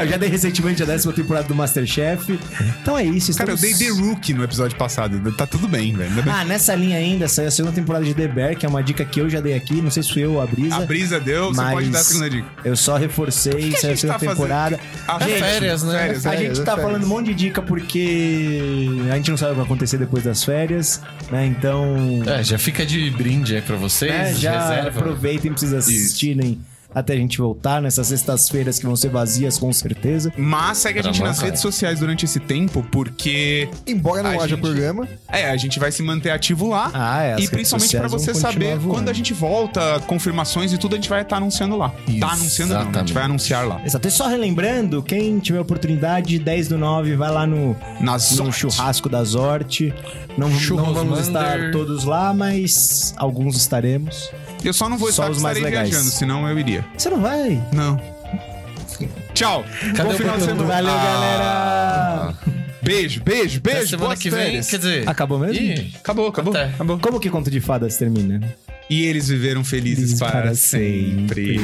[SPEAKER 1] Eu já dei recentemente a décima temporada do Masterchef. Então é isso.
[SPEAKER 2] Cara, eu
[SPEAKER 1] estamos-
[SPEAKER 2] dei The Rookie no episódio passado. Tá tudo bem, velho. Ainda bem.
[SPEAKER 1] Ah, nessa linha ainda, saiu a segunda temporada de The Bear, que é uma dica que eu já dei aqui. Não sei se fui eu ou a Brisa.
[SPEAKER 2] A brisa deu,
[SPEAKER 1] mas
[SPEAKER 2] você pode dar a segunda dica.
[SPEAKER 1] Eu só reforcei,
[SPEAKER 2] que a
[SPEAKER 1] saiu a
[SPEAKER 2] gente
[SPEAKER 1] segunda
[SPEAKER 2] tá fazendo?
[SPEAKER 1] temporada.
[SPEAKER 2] Ah,
[SPEAKER 3] É férias, né?
[SPEAKER 2] férias,
[SPEAKER 1] A
[SPEAKER 2] né?
[SPEAKER 1] gente tá
[SPEAKER 4] é férias.
[SPEAKER 1] falando um monte de dica porque a gente não sabe o que vai acontecer depois das férias, né? Então.
[SPEAKER 3] É, já fica de brinde aí pra vocês.
[SPEAKER 2] É,
[SPEAKER 1] né, já
[SPEAKER 3] reserva.
[SPEAKER 1] aproveitem, pra vocês assistirem até a gente voltar nessas sextas-feiras que vão ser vazias, com certeza.
[SPEAKER 3] né?
[SPEAKER 2] Mas segue a
[SPEAKER 3] Era
[SPEAKER 2] gente
[SPEAKER 3] bom,
[SPEAKER 2] nas
[SPEAKER 3] cara.
[SPEAKER 2] redes sociais durante esse tempo, porque
[SPEAKER 4] Embora não
[SPEAKER 2] A
[SPEAKER 4] haja
[SPEAKER 2] gente-
[SPEAKER 4] programa,
[SPEAKER 2] é, a gente vai se manter ativo lá.
[SPEAKER 1] Ah, é. as
[SPEAKER 2] e
[SPEAKER 1] redes
[SPEAKER 2] principalmente pra
[SPEAKER 1] sociais vão
[SPEAKER 2] você
[SPEAKER 1] continuar
[SPEAKER 2] saber
[SPEAKER 1] voando.
[SPEAKER 2] quando a gente volta, confirmações e tudo, a gente vai estar anunciando lá. Tá anunciando não, né? a gente
[SPEAKER 3] Exatamente.
[SPEAKER 2] vai anunciar lá.
[SPEAKER 1] Exato. E só relembrando, quem tiver oportunidade, 10 do 9, vai lá no,
[SPEAKER 2] Nas
[SPEAKER 1] no
[SPEAKER 2] sorte.
[SPEAKER 1] churrasco da Zorte. Não,
[SPEAKER 3] Churros
[SPEAKER 1] não vamos
[SPEAKER 3] Mander.
[SPEAKER 1] estar todos lá, mas alguns estaremos.
[SPEAKER 2] Eu só não vou
[SPEAKER 1] Só
[SPEAKER 2] estar
[SPEAKER 1] os
[SPEAKER 2] porque
[SPEAKER 1] mais
[SPEAKER 2] estarei
[SPEAKER 1] legais.
[SPEAKER 2] viajando, senão eu iria.
[SPEAKER 1] Você não vai?
[SPEAKER 2] Não. Tchau.
[SPEAKER 3] Cadê
[SPEAKER 2] Bom
[SPEAKER 3] o
[SPEAKER 2] final de
[SPEAKER 3] botão do-
[SPEAKER 2] semana.
[SPEAKER 1] Valeu,
[SPEAKER 2] Ah,
[SPEAKER 1] galera!
[SPEAKER 2] Beijo, beijo,
[SPEAKER 3] Até
[SPEAKER 2] beijo.
[SPEAKER 3] semana
[SPEAKER 2] boas
[SPEAKER 3] que vem.
[SPEAKER 2] férias.
[SPEAKER 3] Quer dizer.
[SPEAKER 1] Acabou mesmo?
[SPEAKER 3] Ih, tá.
[SPEAKER 2] Acabou, acabou,
[SPEAKER 3] Até.
[SPEAKER 2] acabou.
[SPEAKER 1] Como que Conto de Fadas termina?
[SPEAKER 2] E eles viveram felizes para, sempre.